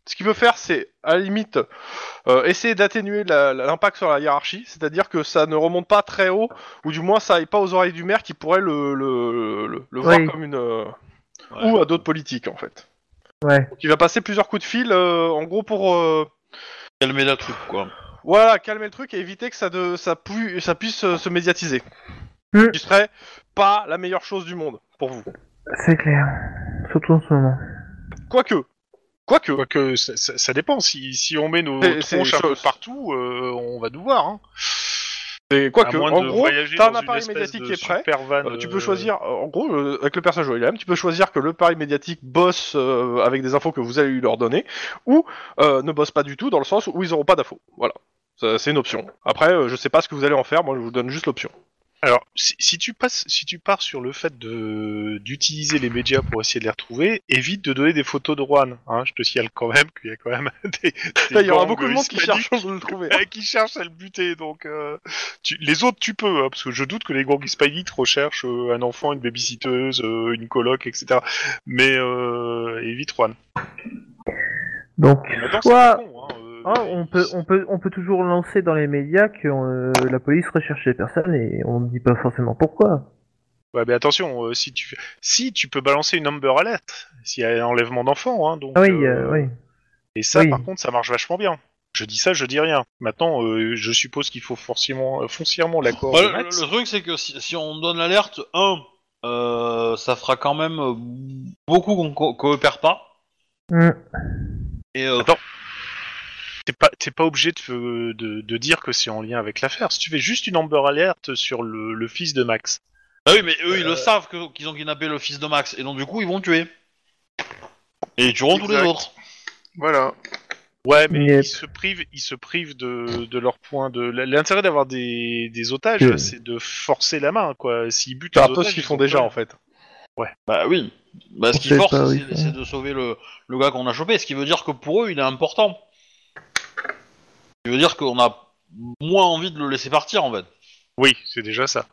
ce qu'il veut faire, c'est à la limite euh, essayer d'atténuer la- la- l'impact sur la hiérarchie, c'est-à-dire que ça ne remonte pas très haut, ou du moins ça aille pas aux oreilles du maire qui pourrait le le, le- le voir
Oui.
comme une euh,
Ouais.
ou à d'autres politiques en fait.
Ouais.
Donc il va passer plusieurs coups de fil, euh, en gros pour euh,
Calmer la truc, quoi.
voilà, calmer le truc et éviter que ça, de, ça, pu- ça puisse euh, se médiatiser.
Mm.
Qui serait pas la meilleure chose du monde pour vous.
C'est clair. Surtout en ce moment.
Quoique. Quoique.
Quoique, ça, ça- ça dépend. Si, si on met nos
C'est-
tronches
c'est-
un peu
c'est-
partout, euh, on va nous voir. Hein.
Et quoique.
À moins
En
de
gros,
voyager
t'as un
dans une
appareil
espèce
médiatique
de
qui est prêt.
super van,
Euh, tu
euh,
peux choisir, euh, en gros, euh, avec le personnage William, tu peux choisir que le pari médiatique bosse euh, avec des infos que vous allez lui leur donner, ou euh, ne bosse pas du tout dans le sens où ils auront pas d'infos. Voilà, Ça, c'est une option. Après, euh, je sais pas ce que vous allez en faire, moi je vous donne juste l'option.
Alors, si, si tu passes, si tu pars sur le fait de d'utiliser les médias pour essayer de les retrouver, évite de donner des photos de Juan. Hein, je te signale quand même qu'il y a quand même des,
Là, Il y aura
gangs
beaucoup de monde qui
hispaniques euh,
cherche à le trouver.
qui cherchent à le buter. Donc, euh, tu- les autres, tu peux, hein, parce que je doute que les gangs hispaniques recherchent euh, un enfant, une babysitteuse, euh, une coloc, etc. Mais euh, évite Juan.
Donc,
Maintenant, c'est
soit
pas con, hein, euh,
Ah, on, peut, on, peut, on peut toujours lancer dans les médias que euh, la police recherche les personnes et on ne dit pas forcément pourquoi.
Ouais, mais attention, euh, si tu si tu peux balancer une Amber Alert, s'il y a un enlèvement d'enfant, hein, donc.
Ah oui,
euh,
euh, oui.
Et ça,
Oui.
par contre, ça marche vachement bien. Je dis ça, je dis rien. Maintenant, euh, je suppose qu'il faut forcément, euh, foncièrement
Oh,
l'accord
Bah,
de
le, le-
Max.
le truc, c'est que si, si on donne l'alerte, un, euh, ça fera quand même euh, beaucoup qu'on co- coopère pas.
Hmm.
Et euh,
T'es pas, t'es pas obligé de, euh, de, de dire que c'est en lien avec l'affaire. Si tu fais juste une Amber Alert sur le, le fils de Max.
Ah oui, mais eux, ils
Euh.
le savent que- qu'ils ont kidnappé le fils de Max, et donc du coup, ils vont le tuer. Et ils tueront tous les
Exact.
autres.
Voilà.
Ouais, mais
Yep.
ils se privent, ils se privent de, de leur point de. L'intérêt d'avoir des, des otages,
Que-
c'est de forcer la main, quoi. S'ils butent
C'est un
les
peu ce
otages,
qu'ils
ils
font
ont
déjà
peur.
en fait.
Bah oui. Bah, ce
On
qui
sait
force,
pas, oui.
c'est c'est de sauver le, le gars qu'on a chopé, ce qui veut dire que pour eux, il est important. Ce qui veut dire qu'on a moins envie de le laisser partir, en fait.
Oui, c'est déjà ça.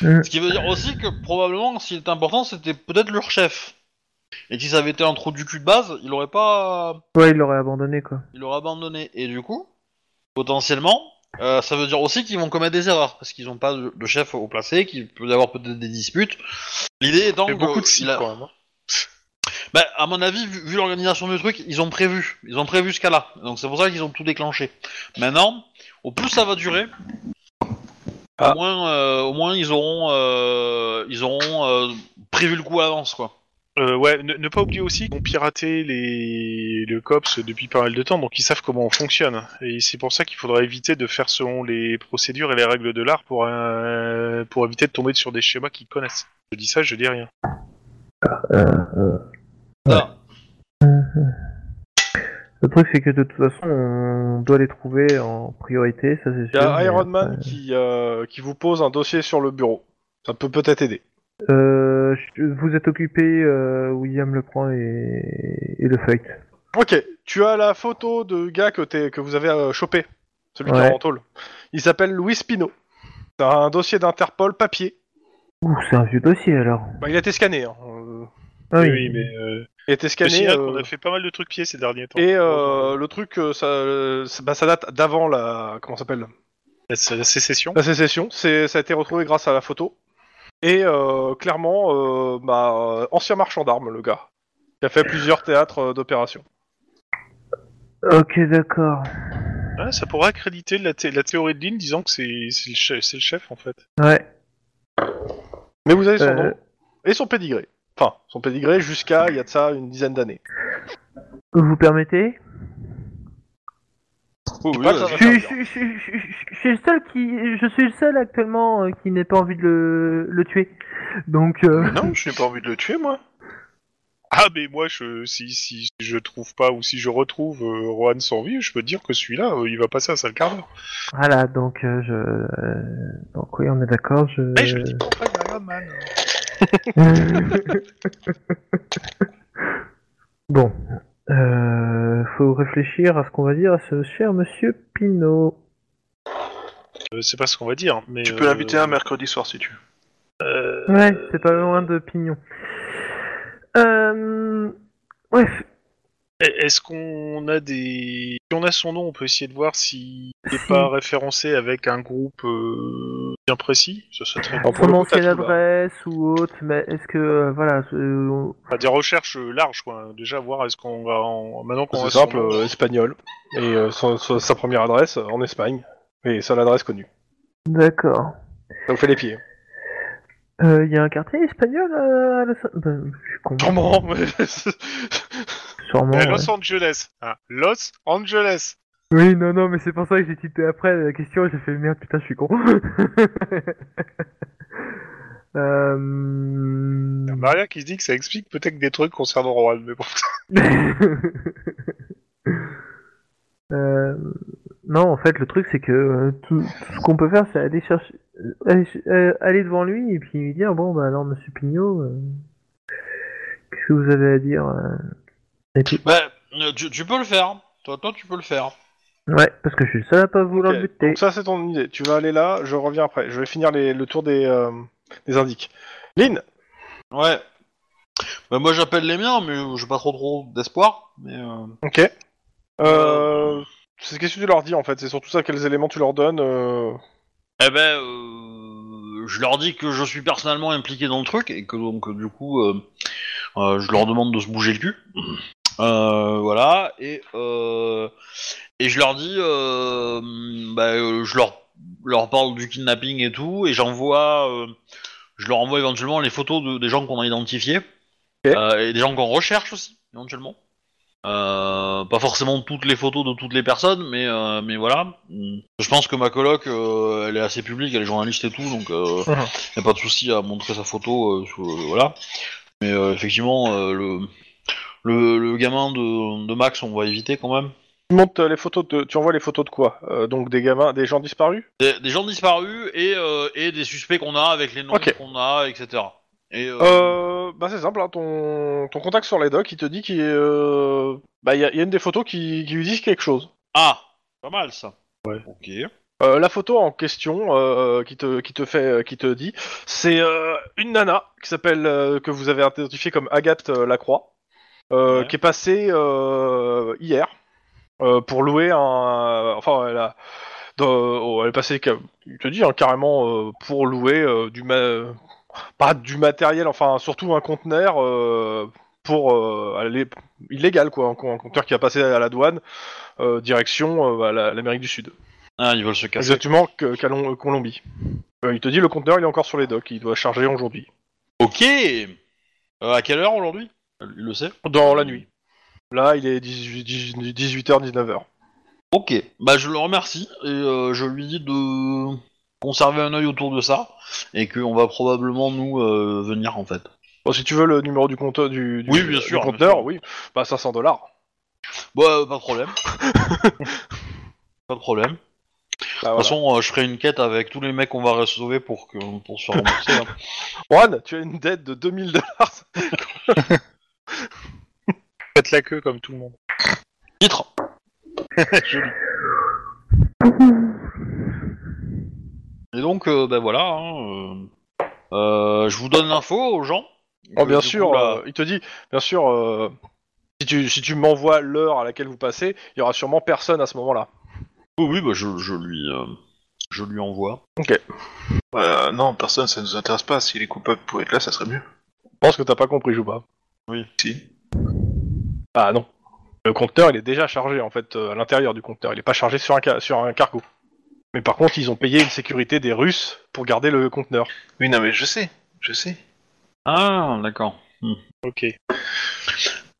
Ce qui veut dire aussi que probablement, s'il était important, c'était peut-être leur chef. Et si ça avait été un trou du cul de base, il aurait pas...
Ouais, il l'aurait abandonné, quoi.
il l'aura abandonné. Et du coup, potentiellement, euh, ça veut dire aussi qu'ils vont commettre des erreurs, parce qu'ils n'ont pas de, de chef au placé, qu'il peut y avoir peut-être des disputes. L'idée étant
Il y
que...
a beaucoup de si,
il a-
quand même. hein.
Bah, à mon avis, vu, vu l'organisation du truc, ils ont prévu. Ils ont prévu ce cas-là. Donc c'est pour ça qu'ils ont tout déclenché. Maintenant, au plus ça va durer,
Ah.
au, moins, euh, au moins ils auront, euh, ils auront euh, prévu le coup à l'avance, quoi.
Euh, ouais, ne, ne pas oublier aussi qu'on piratait les... le COPS depuis pas mal de temps, donc ils savent comment on fonctionne. Et c'est pour ça qu'il faudra éviter de faire selon les procédures et les règles de l'art pour, euh, pour éviter de tomber sur des schémas qu'ils connaissent. Je dis ça, je dis rien.
Ça.
Le truc, c'est que de toute façon, on doit les trouver en priorité, ça c'est
Il y
sûr.
a
mais
Iron Man
après-
qui, euh, qui vous pose un dossier sur le bureau. Ça peut peut-être aider.
Euh, je- vous êtes occupé, euh, William le prend et, et le fight.
Ok, tu as la photo de gars que, t'es- que vous avez euh, chopé, celui qui
Ouais.
est en tôle. Il s'appelle Louis Spino. C'est un dossier d'Interpol papier.
Ouh, c'est un vieux dossier alors.
Bah, il a été scanné. hein. Euh,
Ah oui.
mais euh,
Il a été
je te
scanné.
signale
euh,
qu'on a fait pas mal de trucs pieds ces derniers temps.
Et euh, le truc, euh, ça, euh, ça- bah, ça date d'avant la comment ça s'appelle
la, la sécession.
la sécession. C'est ça a été retrouvé grâce à la photo. Et euh, clairement, euh, bah, euh, ancien marchand d'armes, le gars, qui a fait plusieurs théâtres euh, d'opération.
Ok, d'accord.
Ah, ça pourra accréditer la, thé- la théorie de Lynn disant que c'est c'est le, chef- c'est le chef en fait.
Ouais.
Mais vous avez son
euh,
nom et son pédigré. enfin, son pédigré jusqu'à il y a de ça une dizaine d'années.
Vous permettez
Oh, oui,
Ah,
vas-y.
ça va.
je, suis- je, suis- je, suis- je suis le seul qui, je suis le seul actuellement euh, qui n'ait pas envie de le, le tuer. Donc, euh,
Non, je n'ai pas envie de le tuer, moi.
Ah, mais moi, je, si, si je trouve pas ou si je retrouve euh, Rohan sans vie, je peux te dire que celui-là, euh, il va passer un sale quart d'heure.
voilà. Donc, euh, je, euh, donc oui, on est d'accord. Je.
Eh, je le dis pour pas que Iron Man. hein.
bon, euh, faut réfléchir à ce qu'on va dire à ce cher monsieur Pinot.
Euh, c'est pas ce qu'on va dire, mais.
Tu peux
euh,
l'inviter un mercredi soir si tu veux.
euh,
Ouais, c'est pas loin de Pignon. Euh, bref,
Est-ce qu'on a des. Si on a son nom, on peut essayer de voir s'il n'est pas référencé avec un groupe euh, bien précis. Ça serait très
Alors, pour
son
le coup, t'as
ancienne
tout, là.
adresse ou autre, mais est-ce que euh, voilà, euh, on-
Enfin, des recherches euh, larges, quoi. Déjà, voir est-ce qu'on va en. Maintenant qu'on a
C'est
son
simple,
nom-
euh, espagnol. Et euh, son- son- sa première adresse euh, en Espagne. Et seule adresse connue.
d'accord.
Ça vous fait les pieds.
Il y a un quartier espagnol euh, à Los ben, Je suis con.
Sûrement
Sûrement.
Eh,
ouais.
Los Angeles. Ah, Los Angeles.
Oui, non, non, mais c'est pour ça que j'ai tilté après la question et j'ai fait merde, putain, je suis con. euh...
Il y a Maria qui se dit que ça explique peut-être des trucs concernant Rohan, mais bon.
Euh, Non, en fait, le truc, c'est que euh, tout, tout ce qu'on peut faire, c'est aller chercher, euh, aller, ch- euh, aller devant lui et puis lui dire Bon, bah alors, monsieur Pignot, euh, qu'est-ce que vous avez à dire euh Et puis,
Bah, euh, tu, tu peux le faire. Toi, toi, tu peux le faire.
ouais, parce que je suis le seul à pas vouloir le
Ok,
buter.
Donc ça c'est ton idée. Tu vas aller là, je reviens après. Je vais finir les- le tour des, euh, des indices. Lynn
Ouais. Bah, moi, j'appelle les miens, mais euh, j'ai pas trop trop d'espoir. Mais euh,
Ok. Euh, c'est qu'est-ce que tu leur dis en fait C'est surtout ça quels éléments tu leur donnes euh,
Eh ben, euh, je leur dis que je suis personnellement impliqué dans le truc et que donc euh, du coup, euh, euh, je leur demande de se bouger le cul. Euh, voilà et euh, et je leur dis, euh, bah, euh, je leur leur parle du kidnapping et tout et j'envoie, euh, je leur envoie éventuellement les photos de- des gens qu'on a identifiés euh, et des gens qu'on recherche aussi éventuellement. Euh, pas forcément toutes les photos de toutes les personnes, mais, euh, mais voilà. Je pense que ma coloc, euh, elle est assez publique, elle est journaliste et tout, donc euh,
Mhm.
y a pas de souci à montrer sa photo, euh, sous- euh, voilà. Mais euh, effectivement, euh, le, le, le gamin de, de Max, on va éviter quand même.
Tu montes euh, les photos de... Tu envoies les photos de quoi Euh, Donc des gamins, des gens disparus
Des, des gens disparus et, euh, et des suspects qu'on a avec les noms
Ok.
qu'on a, etc. Et, euh,
Euh, bah c'est simple, hein, ton, ton contact sur les docs, il te dit qu'il euh, bah, il y, a- il y a une des photos qui, qui lui disent quelque chose.
Ah, pas mal ça.
Ouais.
Ok.
Euh, la photo en question euh, qui, te, qui te fait, qui te dit, c'est euh, une nana qui s'appelle euh, que vous avez identifiée comme Agathe euh, Lacroix, euh,
Ouais.
qui est passée euh, hier euh, pour louer un, enfin elle a, dans- oh, elle est passée, ca- il te dit hein, carrément euh, pour louer euh, du ma- pas du matériel, enfin surtout un conteneur euh, pour euh, aller illégal quoi, un con- un conteneur qui a passé à la douane euh, direction euh, à la- l'Amérique du Sud.
Ah, ils veulent se casser.
Exactement, que- Calon- euh, Colombie. Euh, il te dit le conteneur il est encore sur les docks, il doit charger aujourd'hui.
Ok. Euh, à quelle heure aujourd'hui Il le sait.
Dans la nuit. Là il est 18h, 19h.
Ok, bah je le remercie et euh, je lui dis de conserver un œil autour de ça et qu'on va probablement nous euh, venir en fait.
Bon, si tu veux le numéro du, compteur, du, du-
Oui, bien
du
sûr, bien
conteneur,
sûr.
oui, bah 500 dollars.
Bon, euh, pas de problème. pas de problème.
Bah,
De toute façon, euh, je ferai une quête avec tous les mecs qu'on va sauver pour, que, pour se faire rembourser. hein.
Juan, tu as une dette de 2000 dollars.
Faites la queue comme tout le monde.
Titre Et donc, euh, bah voilà, hein, euh, euh, je vous donne l'info aux gens.
Oh,
Que,
bien
du
sûr,
coup, là-
euh, il te dit, bien sûr, euh, si tu, si tu m'envoies l'heure à laquelle vous passez, il y aura sûrement personne à ce moment-là.
Oui, oui, bah, je, je lui, euh, je lui envoie.
Bah, non, personne, ça nous intéresse pas. Si les coupables pouvaient être là, ça serait mieux.
Je pense que t'as pas compris, Jouba.
Si.
Ah non. Le compteur, il est déjà chargé en fait euh, à l'intérieur du compteur. Il n'est pas chargé sur un, ca- sur un cargo. Mais par contre, ils ont payé une sécurité des Russes pour garder le conteneur.
Oui, non, mais je sais, je sais.
Ah, d'accord.
Ok.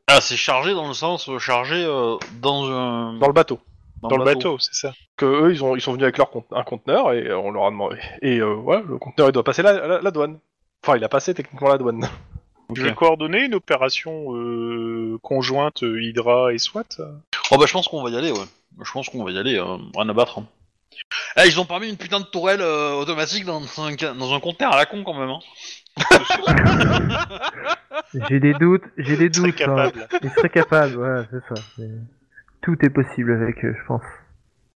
Ah, c'est chargé dans le sens euh, chargé euh, dans un.
Dans le bateau.
Dans le bateau, c'est ça.
Que eux, ils, ont, ils sont venus avec leur con- un conteneur et euh, on leur a demandé. Et euh, voilà, le conteneur, il doit passer la, la- la douane. Enfin, il a passé techniquement la douane.
Je vais coordonner une opération euh, conjointe euh, Hydra et SWAT.
Oh bah je pense qu'on va y aller, ouais. Je pense qu'on va y aller, euh, rien à battre. hein. Eh, ils ont pas mis une putain de tourelle euh, automatique dans, dans un, ca- dans un conteneur à la con quand même. Hein.
J'ai des doutes, j'ai des
Très
doutes. hein.
capable.
Il serait capable, voilà, c'est ça. c'est- Tout est possible avec eux, je pense.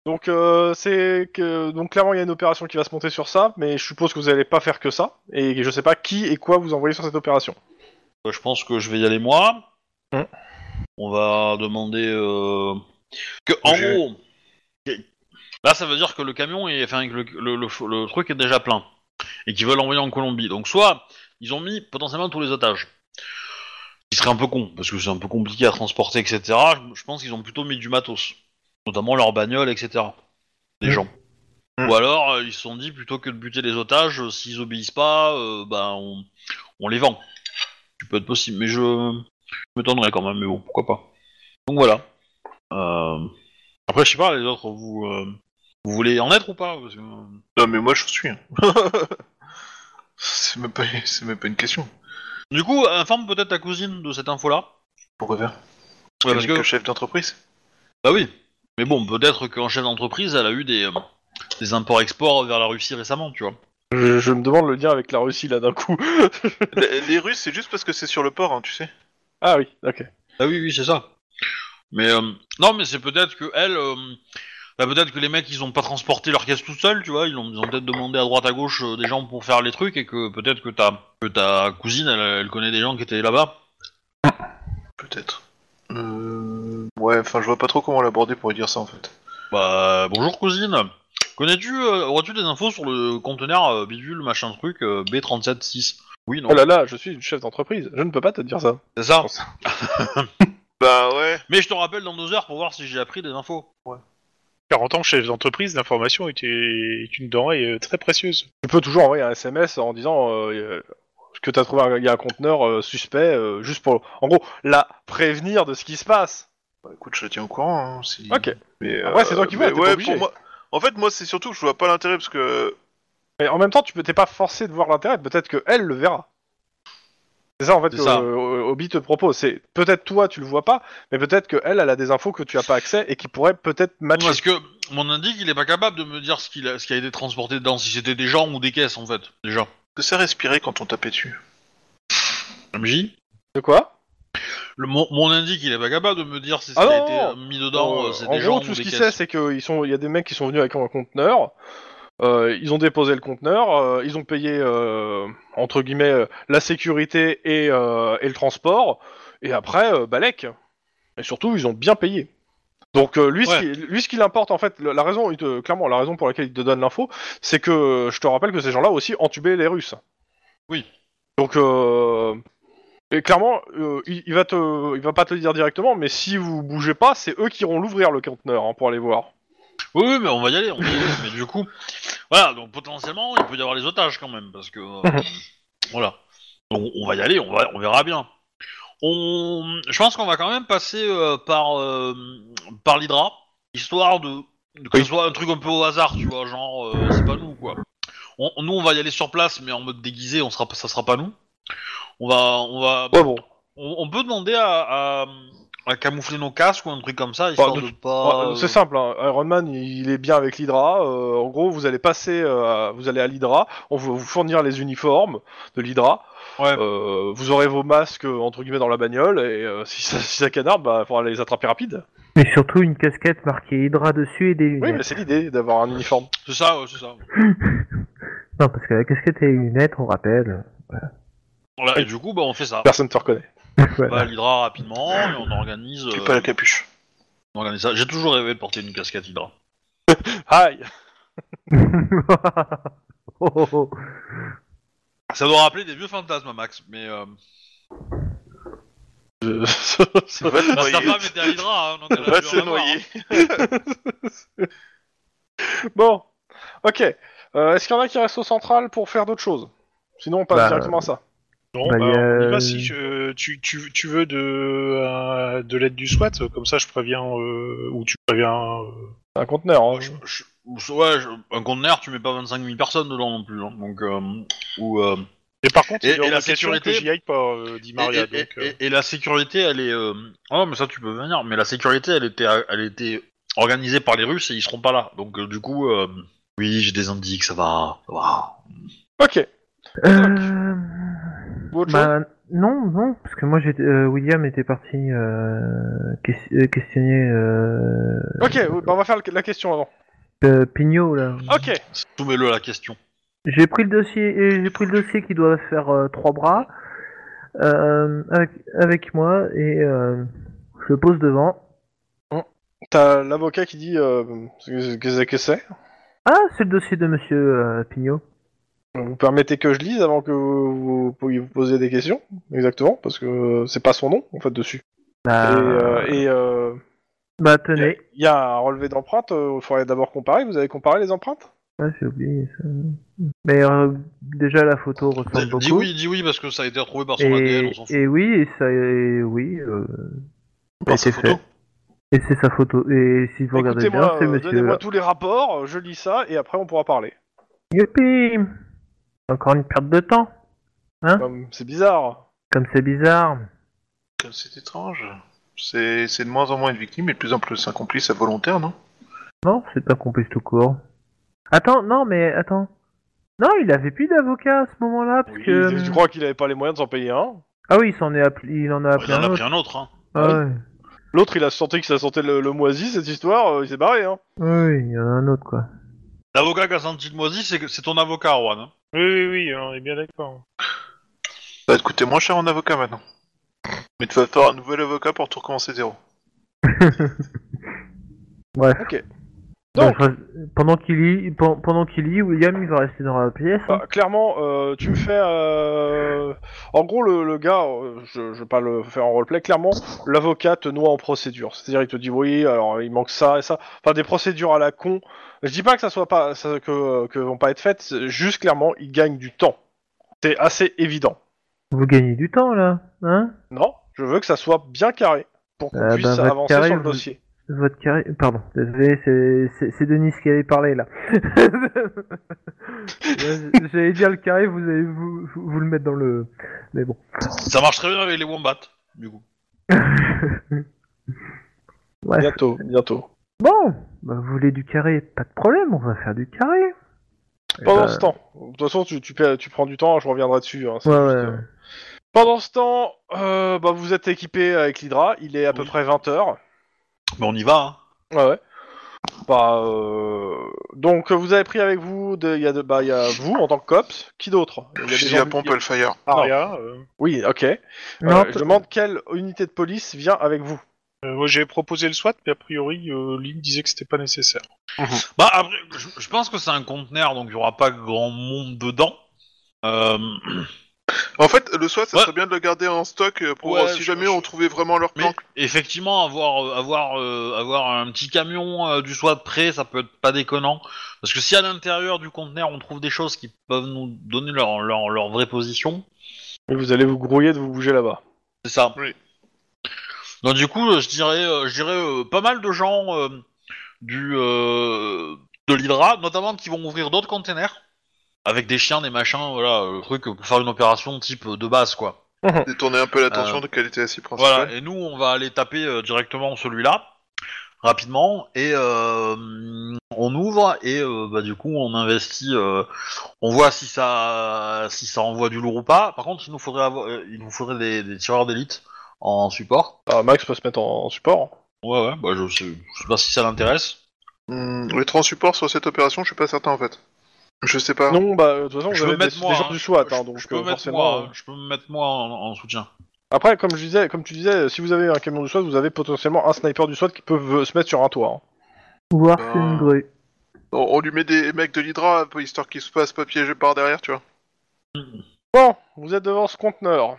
Donc, euh, c'est que. Donc, clairement, il y a une opération qui va se monter sur ça, mais je suppose que vous allez pas faire que ça. Et je sais pas qui et quoi vous envoyez sur cette opération.
Bah, je pense que je vais y aller moi.
Hmm.
On va demander euh, que en
Je-
gros. Là, ça veut dire que le camion est, enfin, que le, le- le- le truc est déjà plein et qu'ils veulent l'envoyer en Colombie. Donc soit ils ont mis potentiellement tous les otages. Ce qui serait un peu con parce que c'est un peu compliqué à transporter, etc. Je- Je pense qu'ils ont plutôt mis du matos, notamment leur bagnole, etc. Des gens.
Hmm.
Ou alors euh, ils se sont dit plutôt que de buter les otages, euh, s'ils obéissent pas, euh, ben on- on les vend. Tu peux être possible, mais je, je m'étonnerais quand même, mais bon, pourquoi pas. Donc voilà. Euh, Après, je sais pas, les autres, vous, euh, vous voulez en être ou pas Parce que, euh,
Non, mais moi, je suis. hein. c'est même, pas... c'est même pas une question.
Du coup, informe peut-être ta cousine de cette info-là.
Pourquoi faire
Ouais,
Elle
parce
n'est
que-
chef d'entreprise
Bah oui. Mais bon, peut-être qu'en chef d'entreprise, elle a eu des, euh, des imports-exports vers la Russie récemment, tu vois.
Je, je me demande le lien avec la Russie, là, d'un coup.
les, les Russes, c'est juste parce que c'est sur le port, hein, tu sais.
ah oui, ok.
Ah oui, oui, c'est ça. Mais euh, non, mais c'est peut-être que elle, euh, bah, peut-être que les mecs ils ont pas transporté leur caisse tout seuls, tu vois, ils ont, ils ont peut-être demandé à droite à gauche euh, des gens pour faire les trucs et que peut-être que ta que ta cousine elle, elle connaît des gens qui étaient là-bas.
Peut-être. Euh... Ouais, enfin, je vois pas trop comment l'aborder pour lui dire ça, en fait.
Bah bonjour cousine, connais-tu, euh, aurais-tu des infos sur le conteneur euh, bidule machin truc euh, B376 Oui non.
Oh là là, je suis une chef d'entreprise. Je ne peux pas te dire ça.
C'est ça.
Bah ouais.
Mais je te rappelle dans deux heures pour voir si j'ai appris des infos.
40 ans, chef d'entreprise, l'information est, est une denrée euh, très précieuse.
Tu peux toujours envoyer un SMS en disant euh, euh, que t'as trouvé un, il y a un conteneur euh, suspect, euh, juste pour, en gros, la prévenir de ce qui se passe. euh,
Bah écoute, je la tiens au courant. hein, si...
Ok.
Mais,
Après, c'est toi qui vois,
mais
t'es pas
ouais,
obligé.
pour moi... En fait, moi, c'est surtout que je vois pas l'intérêt parce que.
Mais en même temps, tu peux, t'es pas forcé de voir l'intérêt. Peut-être que elle le verra. C'est ça en fait
C'est
que
ça.
euh, Obi te propose. C'est peut-être toi tu le vois pas, mais peut-être que elle, elle a des infos que tu as pas accès et qui pourraient peut-être matcher.
Ah, Parce que mon indique il est pas capable de me dire ce qu'il a, ce qui a été transporté dedans, si c'était des gens ou des caisses en fait déjà.
Que ça respirait quand on tapait dessus.
MJ
De quoi
Le, mon, mon indique, il est pas capable de me dire si
Ah
ça a
non,
été
non.
euh, mis dedans,
Euh,
euh, c'est
en
des
gros,
gens
tout
ou
ce
des
qu'il
caisses.
sait, c'est qu'il y a des mecs qui sont venus avec un conteneur. euh, ils ont déposé le conteneur, euh, ils ont payé euh, entre guillemets euh, la sécurité et, euh, et le transport, et après euh, Balek. Et surtout, ils ont bien payé. Donc euh, lui,
Ouais.
ce qui, lui, ce qui l'importe en fait, le- la raison, il te- clairement, la raison pour laquelle il te donne l'info, c'est que euh, je te rappelle que ces gens-là aussi entubaient les Russes.
Oui.
Donc euh, et clairement, euh, il, il va te, il va pas te le dire directement, mais si vous bougez pas, c'est eux qui iront l'ouvrir le conteneur hein, pour aller voir.
Oui, oui, mais on va y aller, on va y aller. mais du coup, voilà, donc potentiellement, il peut y avoir les otages quand même, parce que. euh, voilà. Donc on va y aller, on, va, on verra bien. On... Je pense qu'on va quand même passer euh, par, euh, par l'Hydra, histoire de, de que
Oui.
ce soit un truc un peu au hasard, tu vois, genre, euh, c'est pas nous, quoi. On, nous, on va y aller sur place, mais en mode déguisé, on sera, ça sera pas nous. On va, on va
Ouais bon.
On, on peut demander à, à- à camoufler nos casques ou un truc comme ça, histoire
Bah, de-
de, pas. euh,
Ouais, C'est simple, hein, Iron Man il est bien avec l'Hydra. euh, en gros, vous allez passer, euh, vous allez à l'Hydra, on va vous fournir les uniformes de l'Hydra.
Ouais.
euh, vous aurez vos masques euh, entre guillemets dans la bagnole et euh, si, ça, si ça canarde, bah faudra les attraper rapide.
Mais surtout une casquette marquée Hydra dessus et des lunettes.
Oui, mais c'est l'idée d'avoir un uniforme.
C'est ça, ouais, c'est ça.
Non, parce que la casquette et les lunettes, on rappelle.
Voilà, et du coup, bah, on fait ça.
Personne te reconnaît.
On va à
Voilà.
l'Hydra rapidement et on organise,
Et
euh,
pas la capuche.
on organise ça. J'ai toujours rêvé de porter une casquette Hydra.
Aïe.
Oh, oh, oh.
Ça doit rappeler des vieux fantasmes, à Max, mais. Euh...
Ça va te
bah,
noyer.
sa femme était à l'Hydra, hein, donc elle a
Va
dû
se
en avoir, hein.
noyer.
Bon, ok. Euh, Est-ce qu'il y en a qui restent au central pour faire d'autres choses Sinon, on passe
Bah,
directement à ça.
Non,
Bah,
bah,
y a- euh,
on y va, si je- tu, tu, tu veux de, euh, de l'aide du SWAT, comme ça je préviens, euh, ou tu préviens... euh,
Un conteneur. hein.
Je- je- ouais, je- un conteneur, tu mets pas 25 000 personnes dedans non plus. hein, donc, euh, ou, euh,
Et par contre,
Et-
il est
et
hors
la
de question
sécurité-
que j'y aille pas, euh, dit
et,
Maria.
et-
donc, euh,
et- et la sécurité, elle est. euh, ah non, mais ça, tu peux venir. Mais la sécurité, elle était, elle était organisée par les Russes et ils seront pas là. Donc, euh, du coup, euh, oui, j'ai des indices, ça va. ça va.
Ok.
Euh,
Ou autre chose
bah, non, non, parce que moi, j'étais, euh, William était parti euh, ques- euh, questionner euh,
Ok, oui, bah, on va faire le- la question avant.
euh, Pignot là.
Ok.
Soumets-le à la question.
J'ai pris le dossier, et j'ai pris le dossier qui doit faire euh, trois bras euh, avec, avec moi et euh, je le pose devant.
T'as l'avocat qui dit euh, qu'est-ce que- qu'est-ce que c'est
Ah, c'est le dossier de Monsieur euh, Pignot.
Vous permettez que je lise avant que vous, vous, vous posiez des questions Exactement, parce que euh, c'est pas son nom en fait dessus.
Bah,
Et, euh, et, euh, il y
bah
a-
tenez.
il y, a un relevé d'empreintes. euh, Il faudrait d'abord comparer. Vous avez comparé les empreintes
Ah, j'ai oublié ça. Mais euh, déjà la photo ressemble
Bah, Dis
beaucoup.
oui, dis oui, parce que ça a été retrouvé par son ADN,
Et,
on s'en fout.
et oui, et ça, et oui. euh,
Par
et
sa
c'est
photo.
fait. Et c'est sa photo. Et si vous regardez bien,
Écoutez-moi,
c'est
euh,
Monsieur.
donnez-moi tous les rapports. euh, Je lis ça et après on pourra parler.
Youpi Encore une perte de temps.
Comme C'est bizarre.
Comme c'est bizarre.
Comme C'est étrange. C'est c'est de moins en moins une victime et de plus en plus un complice à volontaire, non
Non, c'est un complice tout court. Attends, non, mais attends. Non, il avait plus d'avocat à ce moment-là, parce
Oui,
que... euh,
Je crois qu'il avait pas les moyens de s'en payer un.
Ah oui, il s'en est appelé, il en a
Il
appelé
en
un
a
autre.
pris un autre. hein.
Ah ouais.
L'autre, il a senti que ça sentait le, le moisi cette histoire. euh, il s'est barré. Hein.
Oui, il y en a un autre, quoi.
L'avocat qui a senti le moisi, c'est que- c'est ton avocat, Juan. hein.
Oui, oui, oui, on est bien d'accord.
Ça va te coûter moins cher en avocat maintenant. Mais tu vas faire un nouvel avocat pour tout recommencer zéro.
Bref.
Ok.
Donc,
Donc-
je- pendant qu'il lit, pen- pendant qu'il lit, William, il va rester dans la pièce. hein.
Bah, clairement, euh, tu me fais. euh, En gros, le, le gars, euh, je, je vais pas le faire en roleplay, clairement, l'avocat te noie en procédure. C'est-à-dire, il te dit oui, alors il manque ça et ça. Enfin, des procédures à la con. Je dis pas que ça soit pas. ça- que, que vont pas être faites, c'est juste clairement, il gagne du temps. C'est assez évident.
Vous gagnez du temps, là, hein
Non, je veux que ça soit bien carré pour qu'on
Euh, ben,
puisse
votre
avancer
carré,
sur le
vous-
dossier.
Votre carré... Pardon, désolé, c'est- c'est c'est Denis qui avait parlé, là. Ouais, J'allais dire le carré, vous allez vous, vous, vous le mettre dans le... Mais bon.
Ça marche très bien avec les wombats, du coup.
Ouais.
Bientôt, bientôt.
Bon, bah, vous voulez du carré, pas de problème, on va faire du carré. Et
Pendant
bah,
ce temps, de toute façon, tu, tu, pa- tu prends du temps, je reviendrai dessus. hein, c'est
Ouais,
juste,
ouais,
euh,
ouais.
Pendant ce temps, euh, bah, vous êtes équipé avec l'Hydra, il est à peu
Oui.
près 20h.
Mais on y va. hein.
Ah
Ouais, ouais. Bah, euh, Donc, euh, vous avez pris avec vous, de- il y, a de- bah, il y a vous en tant que cops, qui d'autre Il y a des
Fusil
gens
à
du-
pompe, le fire.
Ah,
Maria, euh,
Oui, ok. Euh,
Non,
je demande quelle unité de police vient avec vous.
euh, moi j'ai proposé le SWAT, mais a priori, euh, Lynn disait que c'était pas nécessaire.
Bah après, je, je pense que c'est un conteneur, donc il y aura pas grand monde dedans. Euh,
En fait, le SWAT, ça
Ouais.
serait bien de le garder en stock euh, pour
Ouais,
si
je-
jamais
je-
on trouvait vraiment leur
mais
plan.
effectivement, avoir euh, avoir euh, avoir un petit camion euh, du SWAT prêt, ça peut être pas déconnant, parce que si à l'intérieur du conteneur on trouve des choses qui peuvent nous donner leur leur, leur vraie position,
Et vous allez vous grouiller de vous bouger là-bas.
c'est ça.
Oui.
Donc du coup, euh, je dirais euh, je dirais euh, pas mal de gens euh, du euh, de l'Hydra, notamment qui vont ouvrir d'autres conteneurs avec des chiens, des machins, voilà, le truc pour faire une opération type euh, de base quoi.
Détourner un peu l'attention
Euh,
de qualité assis principale.
Voilà, et nous, on va aller taper euh, directement celui-là, rapidement, et euh, on ouvre, et euh, bah, du coup, on investit, euh, on voit si ça, si ça envoie du lourd ou pas. Par contre, il nous faudrait, avoir, euh, il nous faudrait des, des tireurs d'élite en support.
Ah, Max peut se mettre en, en support.
Ouais, ouais, bah, je, sais, je sais pas si ça l'intéresse.
Hmm, les transports sur cette opération, je suis pas certain en fait. Je sais
Ah.
pas.
Non, bah, de toute façon,
Je
vous
peux
avez
me
des,
mettre moi.
des gens
hein,
du
je-
SWAT,
je-
hein, donc
je peux
euh,
me mettre
forcément.
moi,
euh,
hein, je peux me mettre moi en, en soutien.
Après, comme je disais, comme tu disais, si vous avez un camion du SWAT, vous avez potentiellement un sniper du SWAT qui peut v- se mettre sur un toit. hein.
voir c'est une grue.
On, on lui met des mecs de l'Hydra, histoire qu'ils se fassent pas piéger par derrière, tu vois.
Bon, vous êtes devant ce conteneur.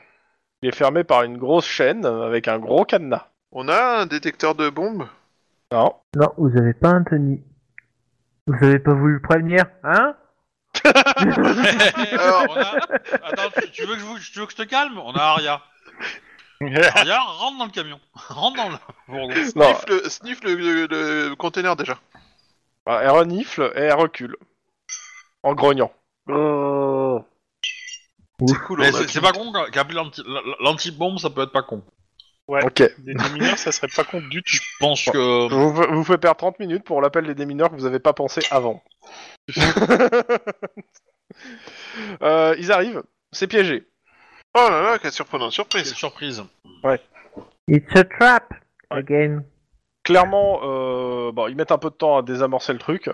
Il est fermé par une grosse chaîne euh, avec un gros cadenas.
On a un détecteur de bombes
Non.
Non, vous avez pas un Tony. Vous avez pas voulu le prévenir, hein
Alors, on a- Attends, tu- tu veux, que je, vous- tu veux que je te calme On a Aria. Aria, rentre dans le camion. rentre dans le fourgon.
Non,
Sniff le, sniff le, le- le container déjà.
Ah, Elle renifle et elle recule. En grognant.
Oh.
C'est cool.
Mais
on a
c'est- C'est pas con qu'a- qu'appeler l'anti- l- l'anti-bombe, ça peut être pas con.
Ok.
Des démineurs, ça serait pas con du tout.
Je pense que.
Je vous, vous fais perdre 30 minutes pour l'appel des démineurs que vous avez pas pensé avant. Euh, ils arrivent, c'est piégé.
Oh là là, quelle surprenante
Quelle
surprise.
surprise.
It's a trap
Ouais.
again.
Clairement, euh, bon, ils mettent un peu de temps à désamorcer le truc.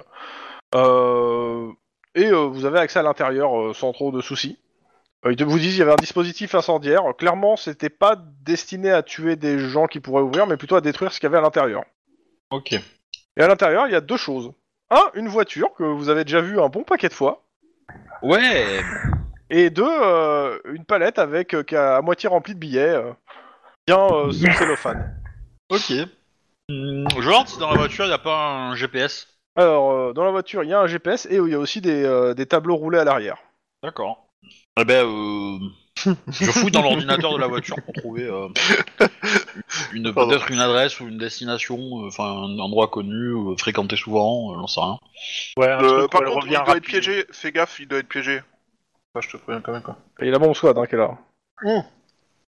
Euh, et euh, vous avez accès à l'intérieur euh, sans trop de soucis. Euh, ils te- vous disent qu'il y avait un dispositif incendiaire. Clairement, c'était pas destiné à tuer des gens qui pourraient ouvrir, mais plutôt à détruire ce qu'il y avait à l'intérieur.
Ok.
Et à l'intérieur, il y a deux choses. Un, une voiture que vous avez déjà vue un bon paquet de fois.
Ouais.
Et deux, euh, une palette avec euh, qui a- à moitié remplie de billets. euh, bien euh, sous
Yes.
cellophane.
Ok. Hmm, Je me demande si dans la voiture, il a pas un GPS.
Alors, euh, dans la voiture, il y a un GPS et il y a aussi des, euh, des tableaux roulés à l'arrière.
D'accord. Eh ben, euh, je fouille dans l'ordinateur de la voiture pour trouver euh, une
Pardon.
peut-être une adresse ou une destination, euh, enfin un endroit connu, euh, fréquenté souvent, euh, j'en sais rien.
Ouais, un
Euh,
truc
par
où elle
contre, il
revient
doit
rapide.
être piégé. Fais gaffe, il doit être piégé. Enfin, Ah, je te préviens quand même quoi.
Et la bombe squad, hein, qui est là.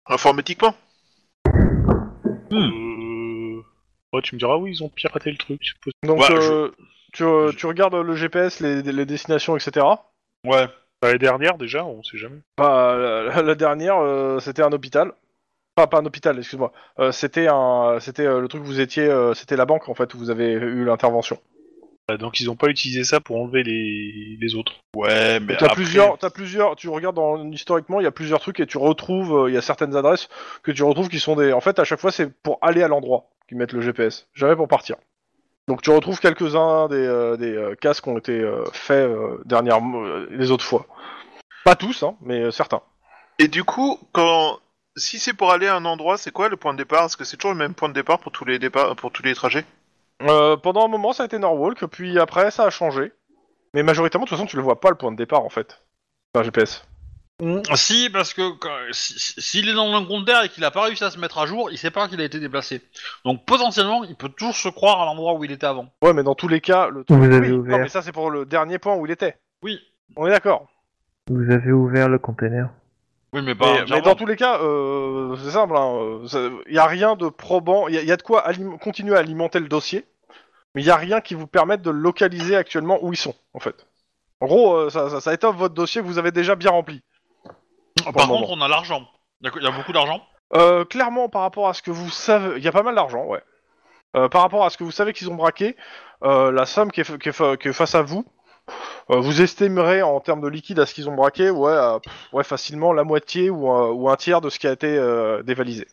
Informatiquement
Hmm.
Euh, ouais, tu me diras, oui, ils ont piraté le truc. c'est possible.
Donc,
Ouais,
euh, tu, euh, tu regardes le GPS, les, les destinations, etc.
Ouais.
Bah, les dernières, déjà, on sait jamais.
Bah, la, la dernière, euh, c'était un hôpital. Pas, pas un hôpital, excuse-moi. Euh, c'était un, c'était euh, le truc où vous étiez, euh, c'était la banque en fait où vous avez eu l'intervention.
Bah, donc, ils ont pas utilisé ça pour enlever les, les autres.
Ouais, mais
T'as
après-
plusieurs, t'as plusieurs. Tu regardes dans, historiquement, il y a plusieurs trucs et tu retrouves, euh, il y a certaines adresses que tu retrouves qui sont des. En fait, à chaque fois, c'est pour aller à l'endroit qu'ils mettent le GPS, jamais pour partir. Donc tu retrouves quelques-uns des, euh, des euh, casques qui ont été euh, faits euh, dernièrement, euh, les autres fois. Pas tous, hein, mais euh, certains.
Et du coup, quand si c'est pour aller à un endroit, c'est quoi le point de départ Est-ce que c'est toujours le même point de départ pour tous les départs, pour tous les trajets
Euh, pendant un moment, ça a été Norwalk, puis après, ça a changé. Mais majoritairement, de toute façon, tu le vois pas le point de départ en fait. Un GPS.
Mm. Si, parce que quand- si- si- s'il est dans l'inventaire et qu'il a pas réussi à se mettre à jour, il sait pas qu'il a été déplacé. Donc potentiellement, il peut toujours se croire à l'endroit où il était avant.
Ouais, mais dans tous les cas, le.
Vous avez
Oui, non,
ouvert,
mais ça c'est pour le dernier point où il était.
Oui.
On est d'accord.
vous avez ouvert le container.
Oui, mais pas.
Mais, mais dans tous les cas, euh, c'est simple. Il n'y a rien de probant. Il y, a- y a de quoi alim- continuer à alimenter le dossier, mais il n'y a rien qui vous permette de localiser actuellement où ils sont, en fait. En gros, euh, ça, ça, ça étoffe votre dossier que vous avez déjà bien rempli.
Par
Bon,
contre, on a l'argent. D'accord, Il y a beaucoup d'argent.
Euh, clairement, par rapport à ce que vous savez, il y a pas mal d'argent, ouais. Euh, par rapport à ce que vous savez qu'ils ont braqué, euh, la somme qui est, fa- qui est fa- qui est face à vous, euh, vous estimerez en termes de liquide à ce qu'ils ont braqué, ouais, à- pff, ouais facilement la moitié ou, un- ou un tiers de ce qui a été euh, dévalisé.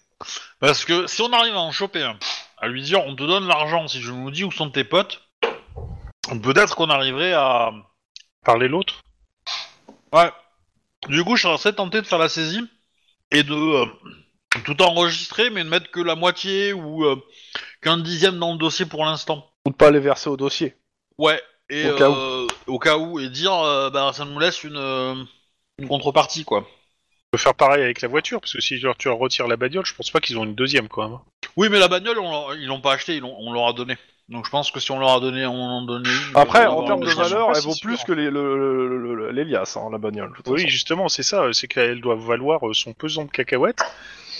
Parce que si on arrive à en choper un, à lui dire on te donne l'argent si tu nous dis où sont tes potes, peut-être qu'on arriverait à.
Parler l'autre
Ouais. Du coup, je serais tenté de faire la saisie et de euh, tout enregistrer, mais de mettre que la moitié ou euh, qu'un dixième dans le dossier pour l'instant.
Ou de pas les verser au dossier.
Ouais. Et
Au cas
euh, au cas où et dire euh, bah ça nous laisse une, euh, une contrepartie quoi.
On peut faire pareil avec la voiture, parce que si genre, tu leur retires la bagnole, je pense pas qu'ils ont une deuxième, hein. quand même.
Oui, mais la bagnole on l'a- ils l'ont pas achetée, ils l'ont- on leur a donné. Donc je pense que si on leur a donné, on en donnait. une,
Après,
on
en
leur
termes de
donnait une.
valeur,
pas
elle
si
vaut
sûr.
plus que les, le, le- le- le- les liasses, hein, la bagnole. de toute
Oui,
façon.
justement, c'est ça, c'est qu'elle doit valoir euh, son pesant de cacahuètes,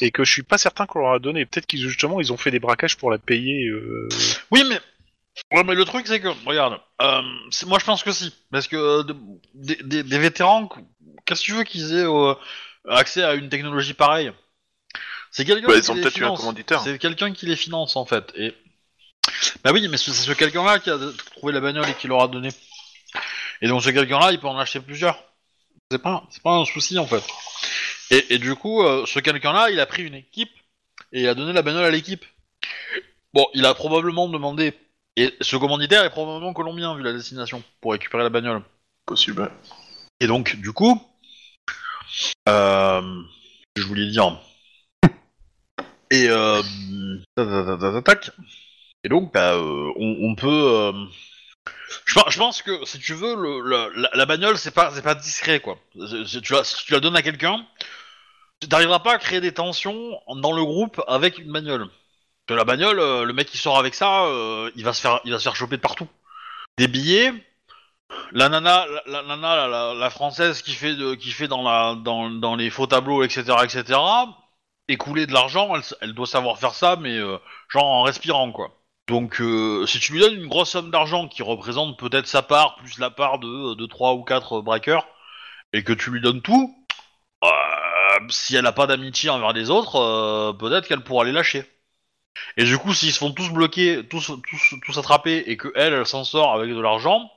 et que je suis pas certain qu'on leur a donné. Peut-être qu'ils, justement, ils ont fait des braquages pour la payer. euh,
Oui, mais. Ouais, mais le truc, c'est que, regarde, euh, c'est- moi je pense que si. Parce que euh, de- des, des- des vétérans, qu'est-ce que tu veux qu'ils aient euh, accès à une technologie pareille C'est quelqu'un
Bah,
qui
ils ont
les
peut-être eu un
finance.
commanditaire.
C'est quelqu'un qui les finance en fait. Et... Bah oui, mais c'est c'est ce quelqu'un-là qui a trouvé la bagnole et qui leur a donné. Et donc ce quelqu'un-là, il peut en acheter plusieurs. C'est pas, c'est pas un souci en fait. Et, et du coup, euh, ce quelqu'un-là, il a pris une équipe et il a donné la bagnole à l'équipe. Bon, il a probablement demandé. Et ce commanditaire est probablement colombien vu la destination pour récupérer la bagnole.
Possible.
Et donc, du coup, euh, je voulais dire. hein. Et euh, tac, tac, tac, tac, tac. Et donc, bah, euh, on, on peut, euh, Je, pe- je pense que si tu veux, le, le- la, la bagnole, c'est pas, c'est pas discret, quoi. C'est- c'est- tu la- si tu la donnes à quelqu'un, tu n'arriveras pas à créer des tensions dans le groupe avec une bagnole. Parce que la bagnole, euh, le mec qui sort avec ça, euh, il, va se faire, il va se faire choper de partout. Des billets, la nana, la, la nana, la, la- la française qui fait, de, qui fait dans, la, dans, dans les faux tableaux, etc., etc., écouler de l'argent, elle, s- elle doit savoir faire ça, mais euh, genre en respirant, quoi. Donc, euh, si tu lui donnes une grosse somme d'argent qui représente peut-être sa part, plus la part de, de 3 ou 4 braqueurs, et que tu lui donnes tout, euh, si elle n'a pas d'amitié envers les autres, euh, peut-être qu'elle pourra les lâcher. Et du coup, s'ils se font tous bloquer, tous, tous, tous attraper, et que elle, elle s'en sort avec de l'argent,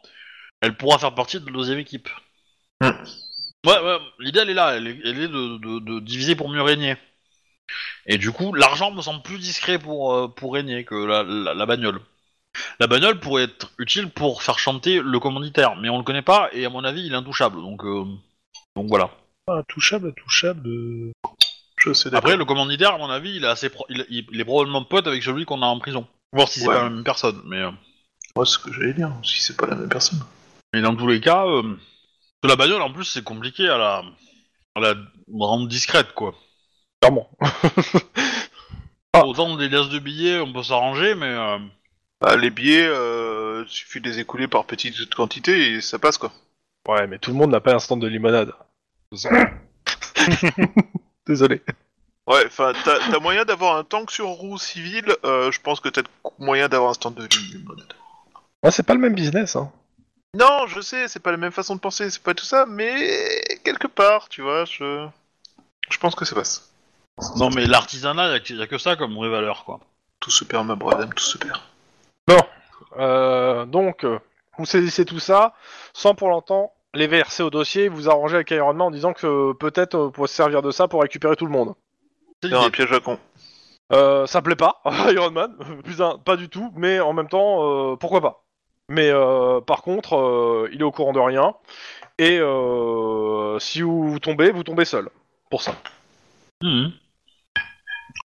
elle pourra faire partie de la deuxième équipe.
Hmm.
Ouais, ouais, l'idée elle est là, elle est, elle est de, de- de diviser pour mieux régner. Et du coup, l'argent me semble plus discret pour, euh, pour régner que la, la- la bagnole. La bagnole pourrait être utile pour faire chanter le commanditaire, mais on le connaît pas et à mon avis il est intouchable, donc, euh, donc voilà.
Ah, touchable, touchable. euh, Je sais
Après, le commanditaire, à mon avis, il est, assez pro- il, il- il est probablement pote avec celui qu'on a en prison. Voir si c'est
Ouais.
pas la même personne, mais, euh,
Moi, ce que j'allais dire, si c'est pas la même personne.
mais dans tous les cas, euh, parce que la bagnole en plus c'est compliqué à la, à la rendre discrète quoi.
Clairement.
Autant des liasses de billets, on peut s'arranger, mais euh,
Bah, les billets, euh, suffit de les écouler par petite quantité et ça passe quoi.
Ouais, mais tout le monde n'a pas un stand de limonade. Désolé.
Ouais, enfin, t'as t'as moyen d'avoir un tank sur roue civile, euh, je pense que t'as moyen d'avoir un stand de limonade.
Ouais, c'est pas le même business, hein.
Non, je sais, c'est pas la même façon de penser, c'est pas tout ça, mais quelque part, tu vois, je. Je pense que ça passe.
non mais l'artisanat, il n'y a, que ça comme vraie valeur quoi.
Tout se perd, ma brave, tout se perd.
Euh, donc, euh, vous saisissez tout ça, sans pour l'entendre les verser au dossier et vous arrangez avec Iron Man en disant que euh, peut-être euh, on pourrait se servir de ça pour récupérer tout le monde.
C'est
Non, un
l'idée.
piège à con.
Euh, ça plaît pas, Iron Man, putain, pas du tout, mais en même temps, euh, pourquoi pas. Mais euh, par contre, euh, il est au courant de rien, et euh, si vous tombez, vous tombez seul, pour ça.
Mhm.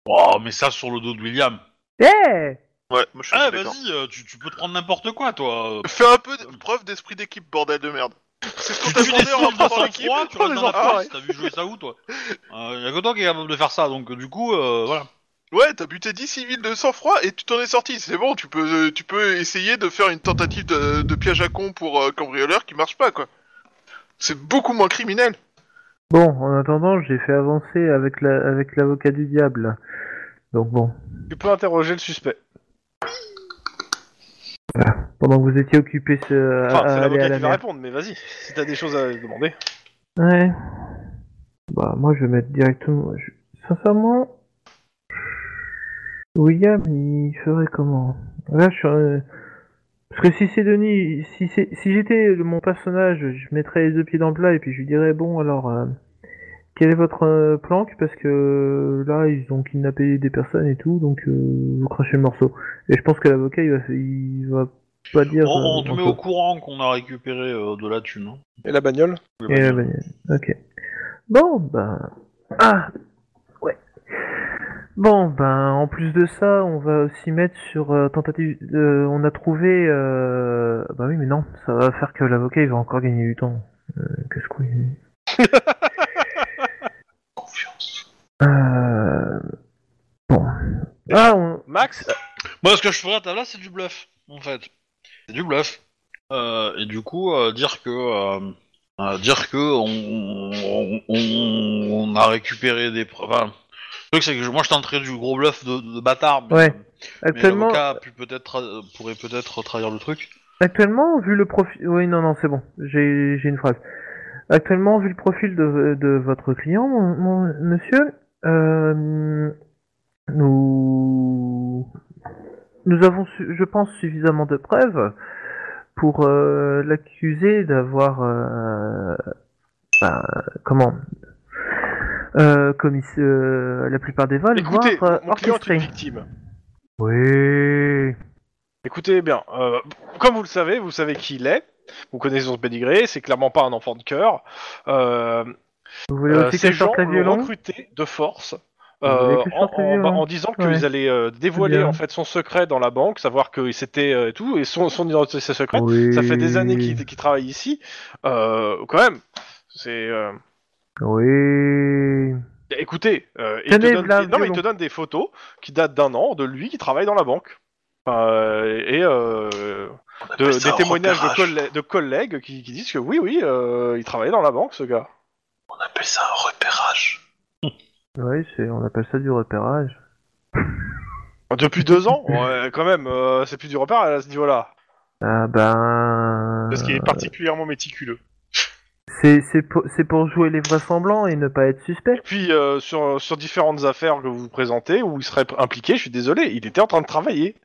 Oh, mais ça sur le dos de William.
Eh
Ouais, moi je suis
Ah,
assez d'accord.
vas-y, euh, tu, tu peux te prendre n'importe quoi, toi. euh.
Fais un peu de- preuve d'esprit d'équipe, bordel de merde. C'est ce qu'on
Tu tues
t'attendait
des
en
sauves de
rentrant dans
sang
l'équipe. Ah
froid, tu
Oh,
restes
les
dans la
enfoirés.
place, t'as vu jouer ça où, toi euh, y a que toi qui est capable de faire ça, donc euh, du coup, euh, voilà.
Ouais, t'as buté 10 civils de sang-froid et tu t'en es sorti. C'est bon, tu peux, euh, tu peux essayer de faire une tentative de, de piège à con pour euh, cambrioleur qui marche pas, quoi. C'est beaucoup moins criminel.
Bon, en attendant, j'ai fait avancer avec la, avec l'avocat du diable. là. Donc bon,
Tu peux interroger le suspect.
pendant que vous étiez occupé ce, à,
Enfin,
à
c'est
aller à
l'avocat
la
qui va
mer.
répondre, mais vas-y, si t'as des choses à demander.
Ouais. Bah moi je vais mettre directement. je- Sincèrement, William il ferait comment Là je suis. euh, Parce que si c'est Denis, si c'est si j'étais le- mon personnage, je mettrais les deux pieds dans le plat et puis je lui dirais bon alors euh, quel est votre euh, planque parce que euh, là ils ont kidnappé des personnes et tout donc euh, vous crachez le morceau. Et je pense que l'avocat il va il va pas dire.
On, on
euh,
te
grand
met
chose.
au courant qu'on a récupéré euh, de la thune. hein.
Et la bagnole
Les
Et euh, la
bagnoles.
bagnole. Ok. Bon, ben. Ah Ouais. Bon, ben, en plus de ça, on va aussi mettre sur euh, tentative. euh, on a trouvé. Euh... Bah oui, mais non, ça va faire que l'avocat, il va encore gagner du temps. Euh, Qu'est-ce qu'on. Euh... Bon. Ah, on...
Max
Moi, bah, ce que je ferais à ta place, c'est du bluff, en fait. C'est du bluff. Euh, et du coup, euh, dire que. euh, euh, dire que. On, on- on- on a récupéré des. preuves- Enfin, le truc, c'est que je- moi, je tenterais du gros bluff de, de bâtard. Mais,
Ouais.
mais
actuellement,
l'avocat a pu peut-être tra- pourrait peut-être trahir le truc.
Actuellement, vu le profil... Oui, non, non, c'est bon. J'ai j'ai une phrase. Actuellement, vu le profil de, de votre client, mon, mon- monsieur, euh, nous... Nous avons, su- je pense, suffisamment de preuves pour euh, l'accuser d'avoir... euh, ben, comment euh, commis euh, la plupart des vols,
Écoutez,
voire euh,
mon client est
orchestrés.
une victime.
Oui.
Écoutez bien, euh, comme vous le savez, vous savez qui il est, vous connaissez son pédigré, c'est clairement pas un enfant de cœur. Euh,
Vous voulez
euh,
aussi que
ces
je
gens
sorte la
l'ont
violon
recruté de force euh,
avez plus
en,
sorti
en-
vivant.
bah, en disant
Ouais.
qu'ils allaient euh, dévoiler
bien.
en fait son secret dans la banque, savoir que c'était euh, et tout, et son, son identité c'est secrète.
Oui.
Ça fait des années qu'il qu'il travaille ici. Euh, quand même, c'est. euh,
Oui.
Écoutez, euh, il, te
Tenez,
donne...
v'là un
il- non, mais il
violon.
te donne des photos qui datent d'un an de lui qui travaille dans la banque. Enfin, euh, et euh, de-
appelle ça
des
un
témoignages de,
repérage.
collè- de collègues qui, qui disent que oui, oui, euh, il travaillait dans la banque, ce gars.
On appelle ça un repérage.
Oui, c'est- on appelle ça du repérage.
Ah, Depuis deux ans Ouais, quand même, euh, c'est plus du repère à ce niveau-là.
Ah ben.
Parce qu'il est particulièrement méticuleux.
C'est c'est pour, c'est pour jouer les vraisemblants et ne pas être suspect.
Puis, euh, sur, sur différentes affaires que vous présentez, où il serait impliqué, je suis désolé, il était en train de travailler.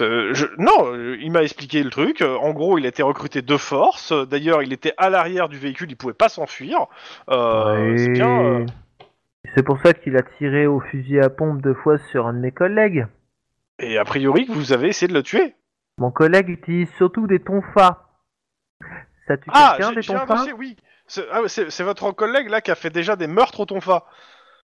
Euh, je- Non, euh, il m'a expliqué le truc. Euh, En gros, il a été recruté de force. Euh, D'ailleurs, il était à l'arrière du véhicule, il pouvait pas s'enfuir. Euh,
Oui.
C'est bien. euh,
C'est pour ça qu'il a tiré au fusil à pompe deux fois sur un de mes collègues.
Et a priori, que vous avez essayé de le tuer.
Mon collègue utilise surtout des tonfas. Ça tue
Ah,
quelqu'un
j'ai
des
j'ai un
tonfas
dossier, oui. C'est ah, c'est- c'est votre collègue là qui a fait déjà des meurtres au tonfa.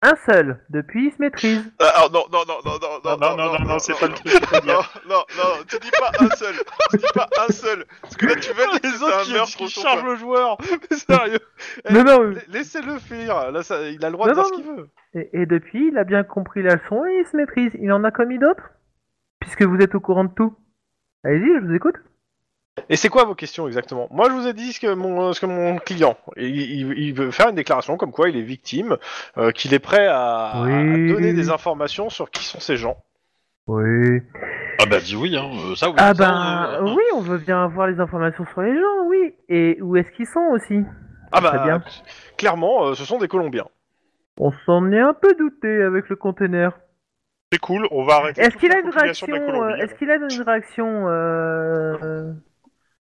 Un seul. Depuis, il se maîtrise.
Ah, ah, non, non, non, non, non,
Non, non, non, non, non, c'est pas le truc.
Non, non, non, tu dis pas un seul. Tu dis pas un seul. Parce que là, tu vas dire que
les
c'est un
autres qui,
meurtre
qui
au
chargent le joueur. Mais sérieux, Eh,
Mais ben non,
la- laissez-le faire. Là, ça- il a le droit
Non,
de dire
non,
ce qu'il veut.
Et, et depuis, il a bien compris la leçon et il se maîtrise. Il en a commis d'autres Puisque vous êtes au courant de tout. Allez-y, je vous écoute.
Et c'est quoi vos questions exactement Moi, je vous ai dit ce que mon, ce que mon client, il, il- il veut faire une déclaration comme quoi il est victime, euh, qu'il est prêt à, à
Oui.
donner des informations sur qui sont ces gens.
Oui.
Ah bah dis oui, hein, euh, ça oui. ça,
Ah ben,
euh,
oui, on veut bien avoir les informations sur les gens, oui. Et où est-ce qu'ils sont aussi
Ah
Très
bah,
bien.
clairement, euh, ce sont des Colombiens.
On s'en est un peu douté avec le conteneur.
C'est cool, on va arrêter.
Est-ce
toute
qu'il
la
a une
population
réaction
de la
euh,
Colombie.
Est-ce qu'il a une réaction euh, euh,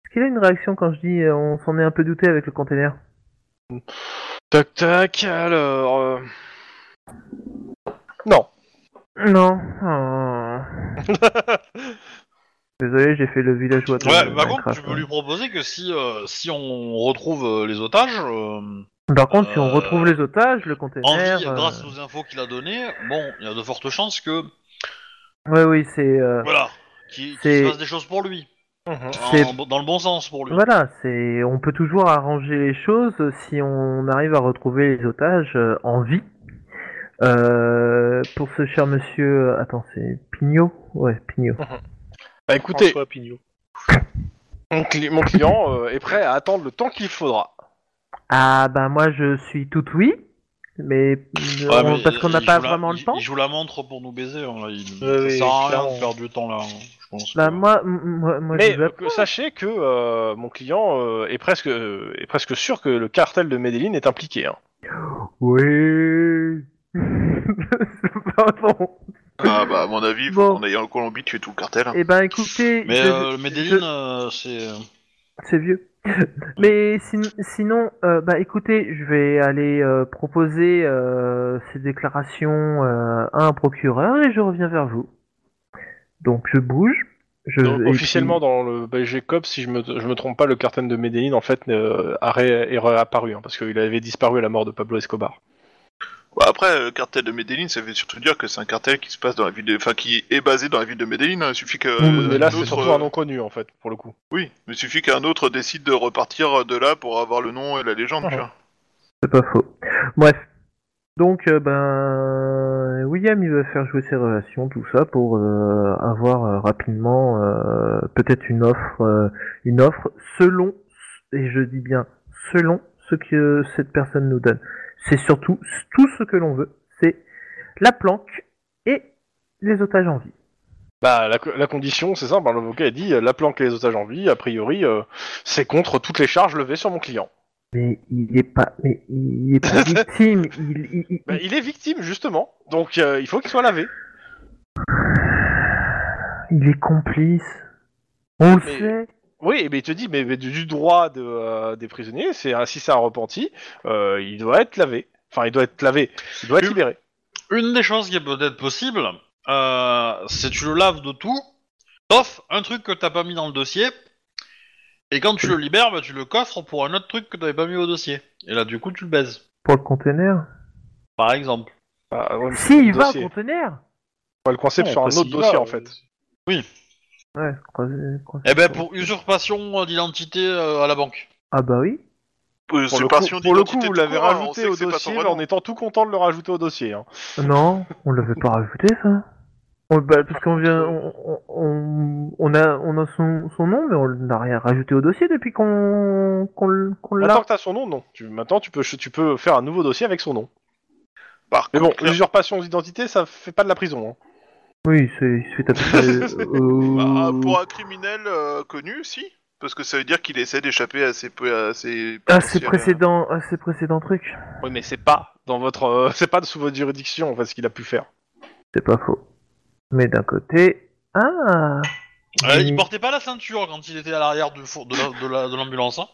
Est-ce qu'il a une réaction quand je dis euh, on s'en est un peu douté avec le conteneur
Tac tac. Alors. euh, Non.
Non. Oh.
Ah.
Désolé, j'ai fait le village de
Ouais, par contre,
Minecraft,
tu peux
hein.
lui proposer que si, euh, si on retrouve euh, les otages, euh,
Par contre, si on
Euh,
retrouve les otages, le container.
en vie,
euh,
grâce aux infos qu'il a données, bon, il y a de fortes chances que,
Ouais, oui, c'est. euh,
voilà, qu'il qu'il
C'est-
se passe des choses pour lui.
C'est-
En- dans le bon sens pour lui.
Voilà, c'est. On peut toujours arranger les choses si on arrive à retrouver les otages euh, en vie. Euh, pour ce cher monsieur, attends, c'est Pignot, ouais, Pignot.
Bah écoutez,
François Pignot.
mon, cli- mon client euh, est prêt à attendre le temps qu'il faudra.
Ah bah moi je suis tout oui, mais euh,
Ouais,
on-
mais,
parce qu'on
euh,
n'a
il
pas
joue la-
vraiment
il-
le temps.
Il joue la montre pour nous baiser. hein, là, il
Ouais,
ça
oui,
sert à rien
clairement.
de perdre du temps là. hein, Je pense.
Bah
que-
moi, m- moi, moi
Mais
je veux-
euh, que- sachez que euh, mon client euh, est presque euh, est presque sûr que le cartel de Medellin est impliqué. hein.
Oui. Pardon.
Ah, bah, à mon avis,
Bon.
en ayant en Colombie, tu es tout le cartel. hein.
Eh ben écoutez,
Mais
je-
euh, Medellin,
je-
euh, c'est.
c'est vieux. Mais sin- sinon, euh, bah écoutez, je vais aller euh, proposer euh, ces déclarations euh, à un procureur et je reviens vers vous. Donc je bouge. Je,
Donc,
Euh, et puis-
officiellement dans le BG Cop, si je me, je me trompe pas, le cartel de Medellin en fait euh, a ré- est réapparu hein, parce qu'il avait disparu à la mort de Pablo Escobar.
Bah, après, le cartel de Medellin, ça veut surtout dire que c'est un cartel qui se passe dans la ville de... Enfin, qui est basé dans la ville de Medellin. hein. Il suffit que.
Oui,
Mais là c'est
autre-
surtout un non connu en fait pour le coup.
Oui, mais il suffit qu'un autre décide de repartir de là pour avoir le nom et la légende,
Ah.
tu vois.
C'est pas faux. Bref. Donc, euh, ben, William, il va faire jouer ses relations, tout ça, pour euh, avoir euh, rapidement euh, peut-être une offre, euh, une offre selon, et je dis bien selon ce que cette personne nous donne. C'est surtout tout ce que l'on veut, c'est la planque et les otages en vie.
Bah la, co- la condition c'est simple, hein, l'avocat a dit euh, la planque et les otages en vie, a priori euh, c'est contre toutes les charges levées sur mon client.
Mais il est pas, mais il est pas victime. Il, il- il-
Bah, il est victime justement, donc euh, il faut qu'il soit lavé.
il est complice. On le
Mais-
sait.
Oui, mais il te dit, mais, mais du du droit de, euh, des prisonniers, c'est un- si c'est un repenti, euh, il doit être lavé. Enfin, il doit être lavé, il doit être
Tu-
libéré.
Une des choses qui est peut-être possible, euh, c'est tu le laves de tout, sauf un truc que t'as pas mis dans le dossier. Et quand tu le libères, bah, tu le coffres pour un autre truc que t'avais pas mis au dossier. Et là, du coup, tu le baises,
Pour le container.
par exemple.
Bah, ouais, mais
Si, il
le
va au
dossier.
conteneur
On va le coincer
Non,
sur un
après,
autre
s'il va,
dossier
euh,
en fait.
Ouais, croisé- croisé-
Eh ben, pour usurpation euh, d'identité euh, à la banque.
Ah bah oui.
Euh,
Pour le,
usurpation
coup, pour le coup,
d'identité
vous
tout
l'avez
court, hein, on
rajouté
sait
au
que c'est pas ton
dossier
vrai nom.
en étant tout content de le rajouter au dossier. hein.
Non, on l'avait pas rajouté ça. On, bah, parce qu'on vient, on, on, on a, on a son, son nom, mais on n'a rien rajouté au dossier depuis qu'on, qu'on, l- qu'on
Maintenant
l'a.
que t'as son nom, non. Tu, maintenant, tu peux, tu peux faire un nouveau dossier avec son nom.
Par
Mais
contre,
bon,
clair-
l'usurpation d'identité, ça fait pas de la prison. hein.
Oui, c'est, il se fait taper.
Bah,
euh,
pour un criminel euh, connu, si. Parce que ça veut dire qu'il essaie d'échapper à ses. peu- À ses
à ses
potentiels,
précédents, à ses précédents trucs.
Oui, mais c'est pas dans votre, euh, c'est pas sous votre juridiction en fait, ce qu'il a pu faire.
C'est pas faux. Mais d'un côté, ah.
Euh,
Mmh.
oui.
il portait pas la ceinture quand il était à l'arrière du four- de la- de la- de l'ambulance. hein.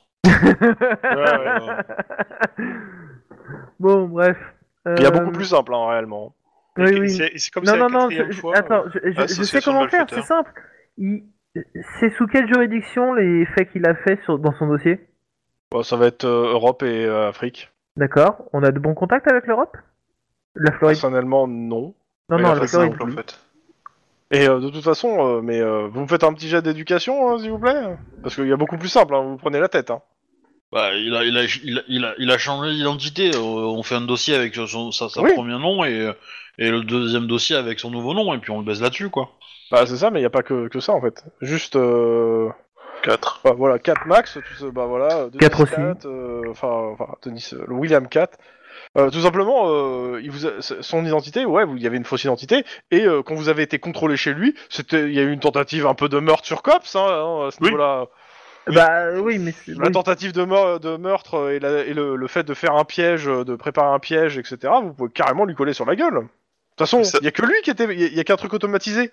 Bon, bref.
Il y a
Euh,
beaucoup plus simple hein, réellement.
Oui,
Et
oui.
c'est- et C'est comme
Non,
ça
non,
la
non,
quatrième
je- ah je-
fois. euh. Ah,
attends, je, je- je sais
association
comment faire, c'est
malfaiteur.
simple. Il- C'est sous quelle juridiction les faits qu'il a fait sur, dans son dossier
Bon, ça va être euh, Europe et euh, Afrique.
D'accord On a de bons contacts avec l'Europe La Floride
Personnellement, non.
Ah,
Non,
oui, enfin,
non, la
Par
c'est
Floride.
exemple, en fait.
Et euh, de toute façon, euh, mais euh, vous me faites un petit jet d'éducation, hein, s'il vous plaît, parce qu'il y a beaucoup plus simple. hein, vous prenez la tête. hein.
Bah, il a, il a, il a, il a, il a changé d'identité. euh, on fait un dossier avec son, sa, sa
Oui.
premier nom et, euh, et le deuxième dossier avec son nouveau nom et puis on le baise là-dessus quoi.
Bah c'est ça, mais il n'y a pas que, que ça en fait. Juste. Euh...
4.
Bah, voilà, 4 max, tout ce- bah voilà, Denis
Quatre aussi.
Kat, euh, enfin, enfin, Denis, euh, le William 4. tout simplement, euh, il vous a- son identité, ouais, vous- il y avait une fausse identité, et euh, quand vous avez été contrôlé chez lui, c'était, il y a eu une tentative un peu de meurtre sur cops, hein, hein, à ce
Oui.
niveau-là.
Bah oui, mais c'est-
La
oui.
tentative de, meur- de meurtre euh, et, la- et le, le fait de faire un piège, euh, de préparer un piège, etc. Vous pouvez carrément lui coller sur la gueule. De toute façon,
Mais ça-
il y a que lui qui était, il y a- il y a qu'un truc automatisé.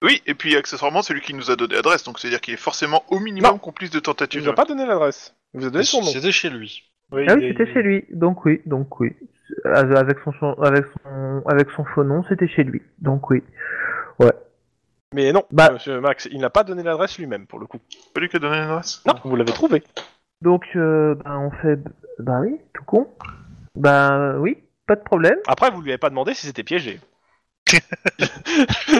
Oui, et puis accessoirement, c'est lui qui nous a donné l'adresse, donc c'est-à-dire qu'il est forcément au minimum
Non.
complice de
Tu
tentative.
nous as pas donné l'adresse. Il Vous a donné son nom.
C'était chez lui.
Ah
il
oui,
est-
c'était chez lui. Donc oui, donc oui. Avec son, son- avec son, avec son faux nom, c'était chez lui. Donc oui.
Mais non,
Bah-
Monsieur Max, il n'a pas donné l'adresse lui-même pour le coup.
C'est pas lui qui a donné l'adresse
Non, vous l'avez trouvé.
Donc euh, bah, on fait... Bah oui, tout con. Bah oui, pas de problème.
Après, vous lui avez pas demandé si c'était piégé.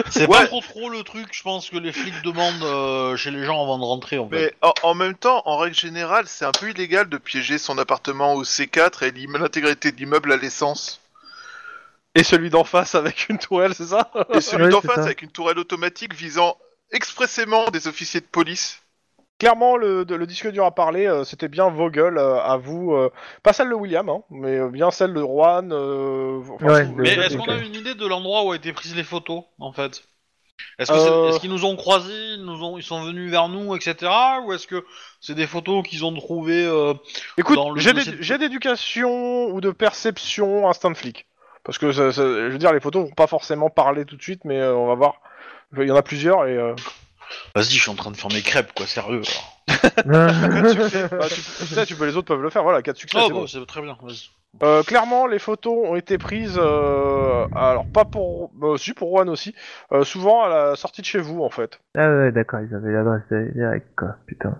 C'est
Ouais.
pas trop trop le truc, je pense que les flics demandent euh, chez les gens avant de rentrer en fait.
Mais en, en même temps, en règle générale, c'est un peu illégal de piéger son appartement au C4 et l'imm- l'intégrité de l'immeuble à l'essence.
Et celui d'en face avec une tourelle, c'est ça
Et celui
Ouais,
d'en
c'est
face
ça.
avec une tourelle automatique visant expressément des officiers de police.
Clairement, le, de- le disque dur à parler, euh, c'était bien vos gueules euh, à vous. euh, pas celle de William, hein, mais euh, bien celle de Juan. euh, enfin,
Ouais,
vous-
Mais
euh,
est-ce
ok.
qu'on a une idée de l'endroit où a été prises les photos en fait Est-ce que c'est-
Euh.
est-ce qu'ils nous ont croisés, ils, nous ont, ils sont venus vers nous, etc. Ou est-ce que c'est des photos qu'ils ont trouvées euh,
Écoute,
dans le
j'ai
dossier de-
d'é- j'ai d'éducation ou de perception instinct de flic. Parce que, ça- ça- je veux dire, les photos vont pas forcément parler tout de suite, mais euh, on va voir. Il y en a plusieurs et... euh,
Vas-y, je suis en train de faire mes crêpes quoi, sérieux. alors.
Ah,
bah, tu, ça, tu peux, les autres peuvent le faire, voilà, 4 succès,
Ah,
c'est
bah,
bon.
c'est très bien, vas-y.
Euh, clairement, les photos ont été prises, euh, alors pas pour, bah, si pour Juan aussi, euh, souvent à la sortie de chez vous en fait.
Ah ouais, d'accord, ils avaient l'adresse directe, quoi, putain.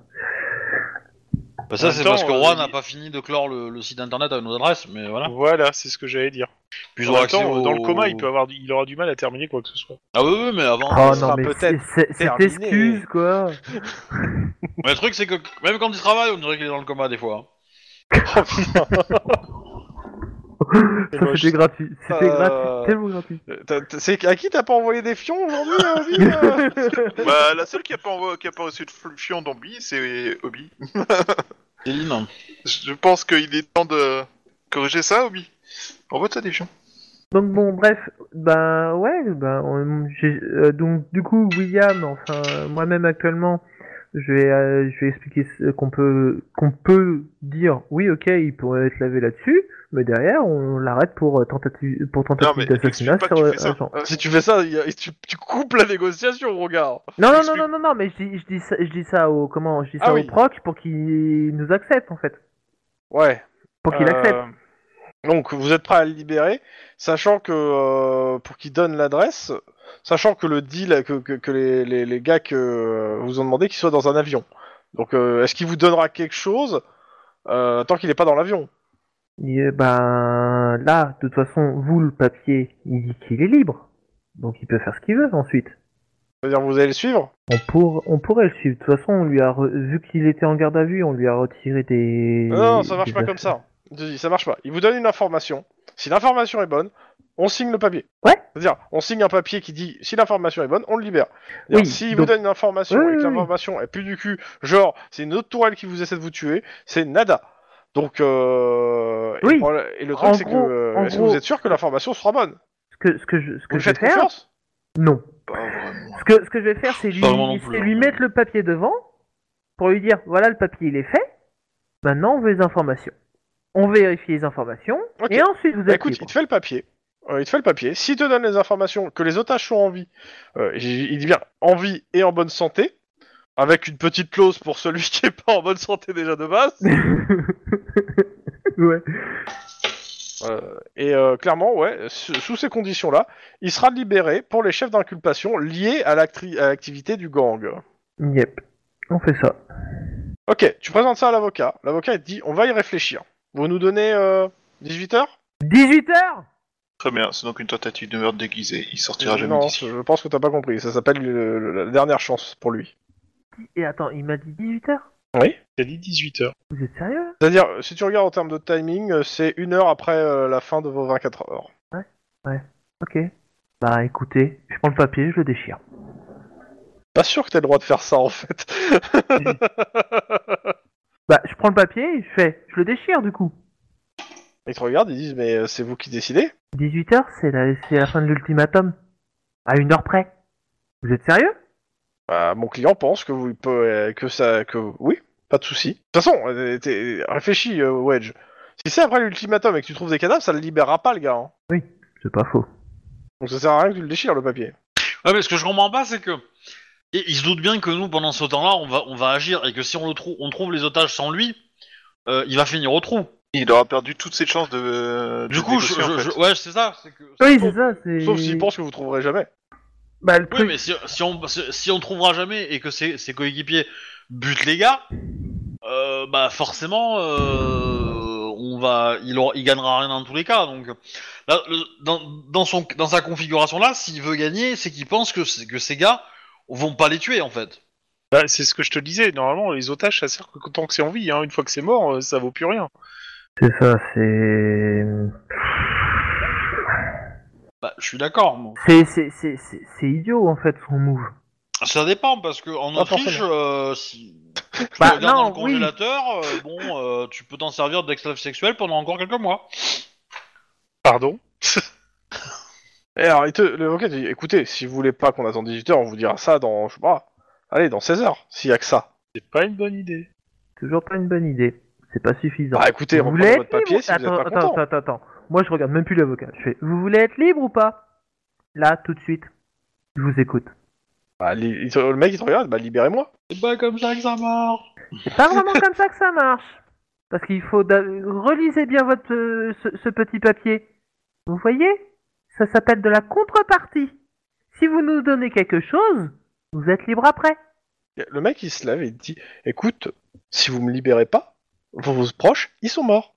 Bah,
En
ça
même
c'est
temps,
parce que
euh,
Juan
il-
n'a pas fini de clore le, le site internet avec nos adresses, mais voilà.
Voilà, c'est ce que j'allais dire.
Puis ils
En
auront
même temps, euh,
accès au-
dans le coma, il, peut avoir, il aura du mal à terminer quoi que ce soit.
Ah oui, oui, mais avant.
sera
Oh non, mais
peut-être
c'est- c'est- cette
terminé.
excuse, quoi.
Mais le truc, c'est que même quand il travaille, on dirait qu'il est dans le coma des fois.
Ça,
moche.
c'était gratuit. C'était
Euh,
gratuit. Tellement gratuit.
Euh, t'as- t'as- C'est à qui t'as pas envoyé des fions aujourd'hui euh, dis, euh
bah, la seule qui a pas, envo- qui a pas reçu de f- fion d'Ambi, c'est Obi.
Céline.
Je pense qu'il est temps de corriger ça, Obi. Envoie ça des fions.
Donc bon, bref, bah ouais, bah on- j'ai- euh, donc du coup William, enfin euh, moi-même actuellement, je vais euh, je vais expliquer ce qu'on peut qu'on peut dire oui, ok, il pourrait être lavé là-dessus, mais derrière on l'arrête pour euh, tentative pour tentative
mais
d'assassinat
explique pas
sur
que tu
euh,
fais ça.
agent.
Si tu fais ça, y a- tu, tu coupes la négociation, regarde.
Non non non
explique-
non non non, mais je dis je dis ça, je dis ça au comment, je dis ça
Ah
au
oui.
proc pour qu'il nous accepte en fait,
Ouais.
pour qu'il
euh,
accepte.
Donc vous êtes prêt à le libérer, sachant que euh, pour qu'il donne l'adresse, sachant que le deal que, que, que les, les, les gars que euh, vous ont demandé qu'ils soient dans un avion. Donc euh, est-ce qu'il vous donnera quelque chose euh, tant qu'il n'est pas dans l'avion
Et eh ben là, de toute façon, vous le papier, il dit qu'il est libre, donc il peut faire ce qu'il veut ensuite.
C'est-à-dire, vous allez le suivre
On, pour- on pourrait le suivre. De toute façon, on lui a re- vu qu'il était en garde à vue, on lui a retiré des.
Non, non, ça marche
des
pas comme ça. Je dis, ça marche pas. Il vous donne une information. Si l'information est bonne, on signe le papier.
Ouais.
C'est-à-dire, on signe un papier qui dit si l'information est bonne, on le libère. C'est-à-dire,
Oui,
S'il vous
donc-
donne une information
Oui,
et que
oui, oui.
l'information est plus du cul, genre c'est une autre tourelle qui vous essaie de vous tuer, c'est nada. Donc, euh, et
Oui.
le problème- Et le truc,
En
c'est que.
gros-
euh,
en
Est-ce que
gros-
vous êtes sûr que l'information sera bonne
Ce que, ce que je, ce que
Vous lui
je vais
faites
faire.
confiance
Non.
Ah,
Pas vraiment.
Ce que, ce que je vais faire, c'est lui,
Pas vraiment non plus,
c'est
hein.
lui mettre le papier devant pour lui dire voilà, le papier, il est fait. Maintenant, on veut les informations. On vérifie les informations.
Ok.
Et ensuite, vous
Bah,
êtes
écoute, il
libre.
te fait le papier. Euh, il te fait le papier. S'il te donne les informations que les otages sont en vie, euh, il il dit bien en vie et en bonne santé, avec une petite clause pour celui qui est pas en bonne santé déjà de base.
ouais.
Euh, et euh, clairement, ouais, sous sous ces conditions-là, il sera libéré pour les chefs d'inculpation liés à l'actri- à l'activité du gang.
Yep. On fait ça.
Ok, tu présentes ça à l'avocat. L'avocat il te dit on va y réfléchir. Vous nous donnez 18 heures
18h
Très bien, c'est donc une tentative de meurtre déguisée. Il sortira jamais
Non,
d'ici.
je pense que t'as pas compris. Ça s'appelle le- le- la dernière chance pour lui.
Et attends, il m'a dit 18h
T'as dit 18h.
Vous êtes sérieux
C'est-à-dire, si tu regardes en termes de timing, euh, c'est une heure après euh, la fin de vos 24 heures.
Ok. Bah écoutez, je prends le papier, je le déchire.
Pas sûr que t'aies le droit de faire ça en fait.
Bah je prends le papier et je fais, je le déchire du coup.
Ils te regardent, ils disent mais euh, c'est vous qui décidez
18h, c'est la, c'est la fin de l'ultimatum. À une heure près. Vous êtes sérieux
Bah, Mon client pense que vous peut, euh, que ça que oui, pas de souci. De toute façon, euh, t'es- réfléchis euh, Wedge. Si c'est après l'ultimatum et que tu trouves des cadavres, ça le libérera pas le gars. hein.
C'est pas faux.
Donc ça sert à rien que tu le déchires le papier.
Ouais, Ah, mais ce que je comprends pas, c'est que. Et il se doute bien que nous, pendant ce temps-là, on va, on va agir et que si on, le trouve, on trouve les otages sans lui, euh, il va finir au trou.
Il aura perdu toutes ses chances de.
Du
de
coup, je,
négocier, en
je-
fait.
je- ouais, c'est ça. c'est que-
Oui,
Sauf-
c'est ça, c'est...
Sauf s'il pense que vous trouverez jamais.
Bah le
Oui,
truc...
mais si, si on si, si on trouvera jamais et que ses, ses coéquipiers butent les gars, euh, bah forcément, euh, on va, il, aura- il gagnera rien dans tous les cas. Donc, là, le- dans, dans son, dans sa configuration là, s'il veut gagner, c'est qu'il pense que c'est- que ces gars vont pas les tuer en fait.
Bah, c'est ce que je te disais, normalement, les otages, ça sert que tant que c'est en vie, hein. une fois que c'est mort, euh, ça vaut plus rien.
C'est ça, c'est...
Bah, je suis d'accord. moi.
C'est, c'est, c'est, c'est, c'est idiot en fait son move.
Ça dépend parce que en
Pas
Autriche,
forcément.
euh, si tu
Bah,
le gardes dans
non,
le
oui.
congélateur, euh, bon, euh, tu peux t'en servir d'esclave sexuel pendant encore quelques mois.
Pardon
Et alors, il te- l'avocat dit écoutez, si vous voulez pas qu'on attende 18 heures, on vous dira ça dans je sais pas. Allez, dans 16 heures, s'il y a que ça.
C'est pas une bonne idée.
Toujours pas une bonne idée. C'est pas suffisant.
Bah écoutez,
vous
on
voulez
prend
être
votre papier
libre
si vous
attends,
êtes pas
attends,
content.
attends, attends, attends. Moi, je regarde même plus l'avocat. Je fais, vous voulez être libre ou pas Là, tout de suite. Je vous écoute.
Bah, li- il te- le mec il te regarde, bah libérez-moi.
C'est pas comme ça que ça marche.
C'est pas vraiment comme ça que ça marche. Parce qu'il faut... da- Relisez bien votre euh, ce, ce petit papier. Vous voyez Ça s'appelle de la contrepartie. Si vous nous donnez quelque chose, vous êtes libre après.
Le mec il se lève et il dit écoute, si vous me libérez pas, vos, vos proches ils sont morts.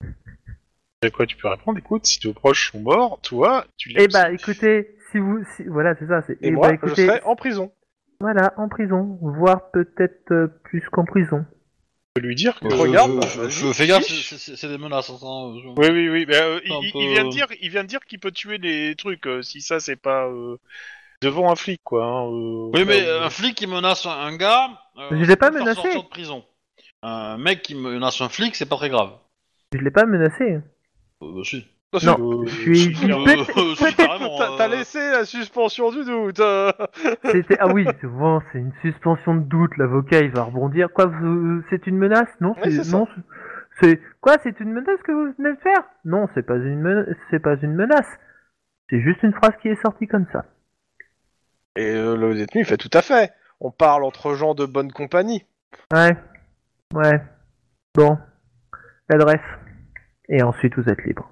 À quoi tu peux répondre Écoute, si tes proches sont morts, toi, tu les.
Eh bah, écoutez, si vous... si- Voilà, c'est ça. c'est-
Et
eh
moi
bah,
je
écoutez,
serai en prison.
Voilà, en prison, voire peut-être euh, plus qu'en prison.
Tu peux lui dire que.
Je regarde,
Euh, je-
bah,
vas-y,
je- fais gaffe,
fiche.
c'est- c'est c'est des menaces. hein, euh,
Oui, oui, oui. bah, euh,
Un
il,
peu-
il vient de dire, il vient de dire qu'il peut tuer des trucs. euh, si ça, c'est pas euh, devant un flic, quoi. hein, euh,
Oui, mais
euh,
un flic qui menace un- un gars. euh,
Je l'ai
ça
pas
peut faire
menacé.
sortir de prison. Un mec qui menace un flic, c'est pas très grave.
Je l'ai pas menacé.
Euh, si.
Non,
euh,
je suis-
c'est-
Euh,
Peut-être-
euh, si, carrément,
T'as t'as
euh,
laissé la suspension du doute. euh.
C'était ah oui, c'est bon, c'est une suspension de doute. L'avocat il va rebondir. Quoi, vous- c'est une menace Non,
Oui, c'est ça.
non, c'est quoi C'est une menace que vous venez de faire Non, c'est pas une menace. C'est pas une menace. C'est juste une phrase qui est sortie comme ça.
Et euh, le détenu il fait tout à fait. On parle entre gens de bonne compagnie.
Ouais, ouais. Bon, l'adresse. Et ensuite vous êtes libre.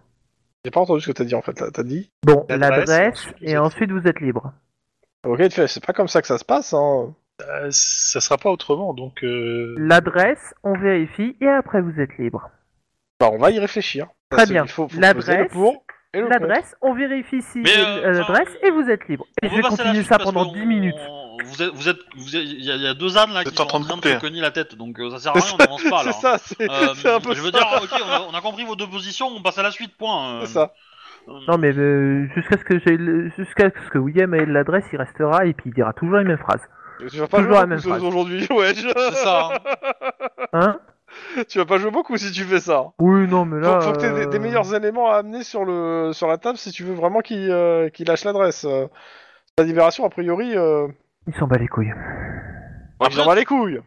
J'ai pas entendu ce que t'as dit en fait. là. T'as dit
Bon,
L'adresse,
l'adresse
ensuite, vous
et
êtes
ensuite vous êtes libre.
Ok, il fait c'est pas comme ça que ça se passe. Hein.
euh, ça sera pas autrement, donc. euh,
L'adresse, on vérifie et après vous êtes libre.
Bah on va y réfléchir.
Très bien.
Il faut- faut
L'adresse,
poser le pour et le contre.
L'adresse, on vérifie si
Mais,
euh,
euh,
l'adresse
enfin,
et vous êtes libre. Et
On
je
peut
vais
passer à la
continuer
suite
ça
parce
pendant
qu'on-
10 minutes.
Vous êtes, vous êtes, vous êtes- il y, a- il y a deux ânes là
Vous
qui
êtes
sont
en train de
se
couper.
cogner la tête, donc euh, ça sert à rien, on avance pas là.
C'est ça, c'est
Euh,
c'est un peu
je veux
ça.
dire, ok, on a, on a compris vos deux positions, on passe à la suite, point. euh.
C'est ça.
Euh,
Non mais euh, jusqu'à ce que j'ai le- jusqu'à ce que William ait l'adresse, il restera et puis il dira toujours les mêmes phrases.
Tu vas pas jouer
Toujours la
beaucoup
même phrase.
aujourd'hui, ouais. je-
C'est ça. hein.
Hein
Tu vas pas jouer beaucoup si tu fais ça.
Oui, non mais là.
Faut, faut que t'aies des, des
euh,
meilleurs éléments à amener sur, le, sur la table si tu veux vraiment qu'il euh, qu'il lâche l'adresse. Euh, La libération, a priori, euh,
Il s'en bat les couilles.
ils en bat les couilles.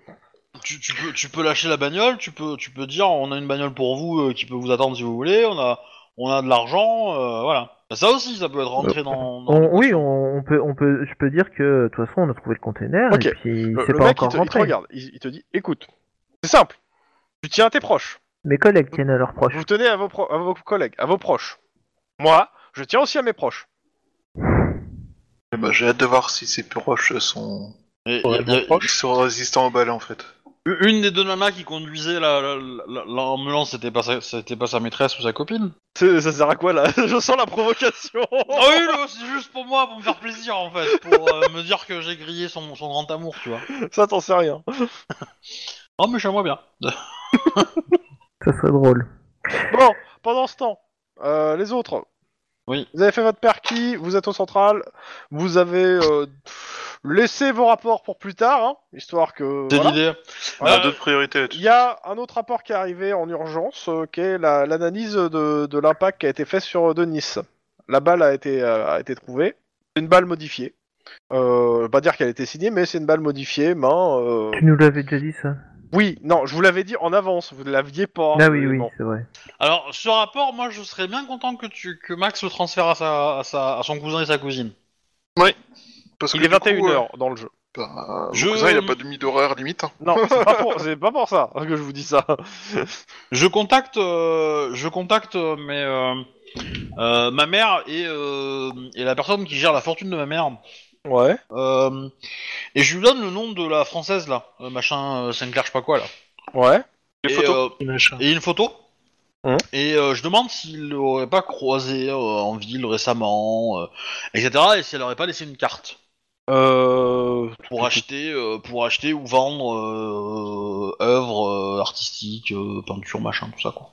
Tu, tu peux, tu peux lâcher la bagnole, tu peux, tu peux dire, on a une bagnole pour vous euh, qui peut vous attendre si vous voulez, on a, on a de l'argent, euh, voilà. Ça aussi, ça peut être rentré dans. dans-
On- oui, on, on peut, on peut, je peux dire que de toute façon on a trouvé le container
Ok.
et puis
Le,
c'est
le
pas
mec, il
encore
te, il te
rentré.
regarde, il, il te dit écoute, c'est simple, tu tiens à tes proches,
Mes collègues tiennent à leurs proches.
vous tenez à vos, pro- à vos collègues, à vos proches. Moi, je tiens aussi à mes proches.
Eh ben, J'ai hâte de voir si ses proches sont...
Et y a- y a-
sont résistants au balai en fait.
une des deux nanas qui conduisait la- la- la- l'ambulance, c'était pas, sa- c'était pas sa maîtresse ou sa copine
C'est- Ça sert à quoi là Je sens la provocation
Oh oui, non, c'est juste pour moi, pour me faire plaisir en fait, pour euh, me dire que j'ai grillé son, son grand amour, tu vois.
Ça, t'en sais rien.
Oh, mais moi bien.
Ça serait drôle.
Bon, pendant ce temps, euh, les autres.
Oui.
Vous avez fait votre perquis, vous êtes au central, vous avez euh, laissé vos rapports pour plus tard, hein, histoire que.
C'est
voilà.
l'idée.
On a
Euh,
d'autres priorités
Il
là-dessus.
y a un autre rapport qui est arrivé en urgence, euh, qui est la- l'analyse de, de l'impact qui a été fait sur euh, de Nice. La balle a été, euh, a été trouvée, c'est une balle modifiée. Euh, pas dire qu'elle a été signée, mais c'est une balle modifiée, main. euh,
Tu nous l'avais déjà dit ça.
Oui, non, je vous l'avais dit en avance, vous ne l'aviez pas.
ah oui, oui,
évidemment.
c'est vrai.
Alors, ce rapport, moi, je serais bien content que, tu, que Max le transfère à, sa, à, sa- à son cousin et sa cousine.
Parce que
Il est
du coup,
21h dans le jeu.
euh, bah, mon
Je-
cousin, il a pas de demi d'horaire limite. hein.
Non, c'est pas, pour, c'est pas pour ça que je vous dis ça.
Je contacte, euh, je contacte euh, mes, euh, euh, ma mère et, euh, et la personne qui gère la fortune de ma mère.
Ouais.
Euh, et je lui donne le nom de la française là, euh, machin euh, Sinclair, je sais pas quoi là.
Ouais.
et,
Les photos.
euh, et une photo.
Hein
Et euh, je demande s'il aurait pas croisé euh, en ville récemment, euh, etc. Et si elle aurait pas laissé une carte
Euh...
pour acheter, euh, pour acheter ou vendre euh, œuvres euh, artistiques, euh, peinture, machin, tout ça quoi.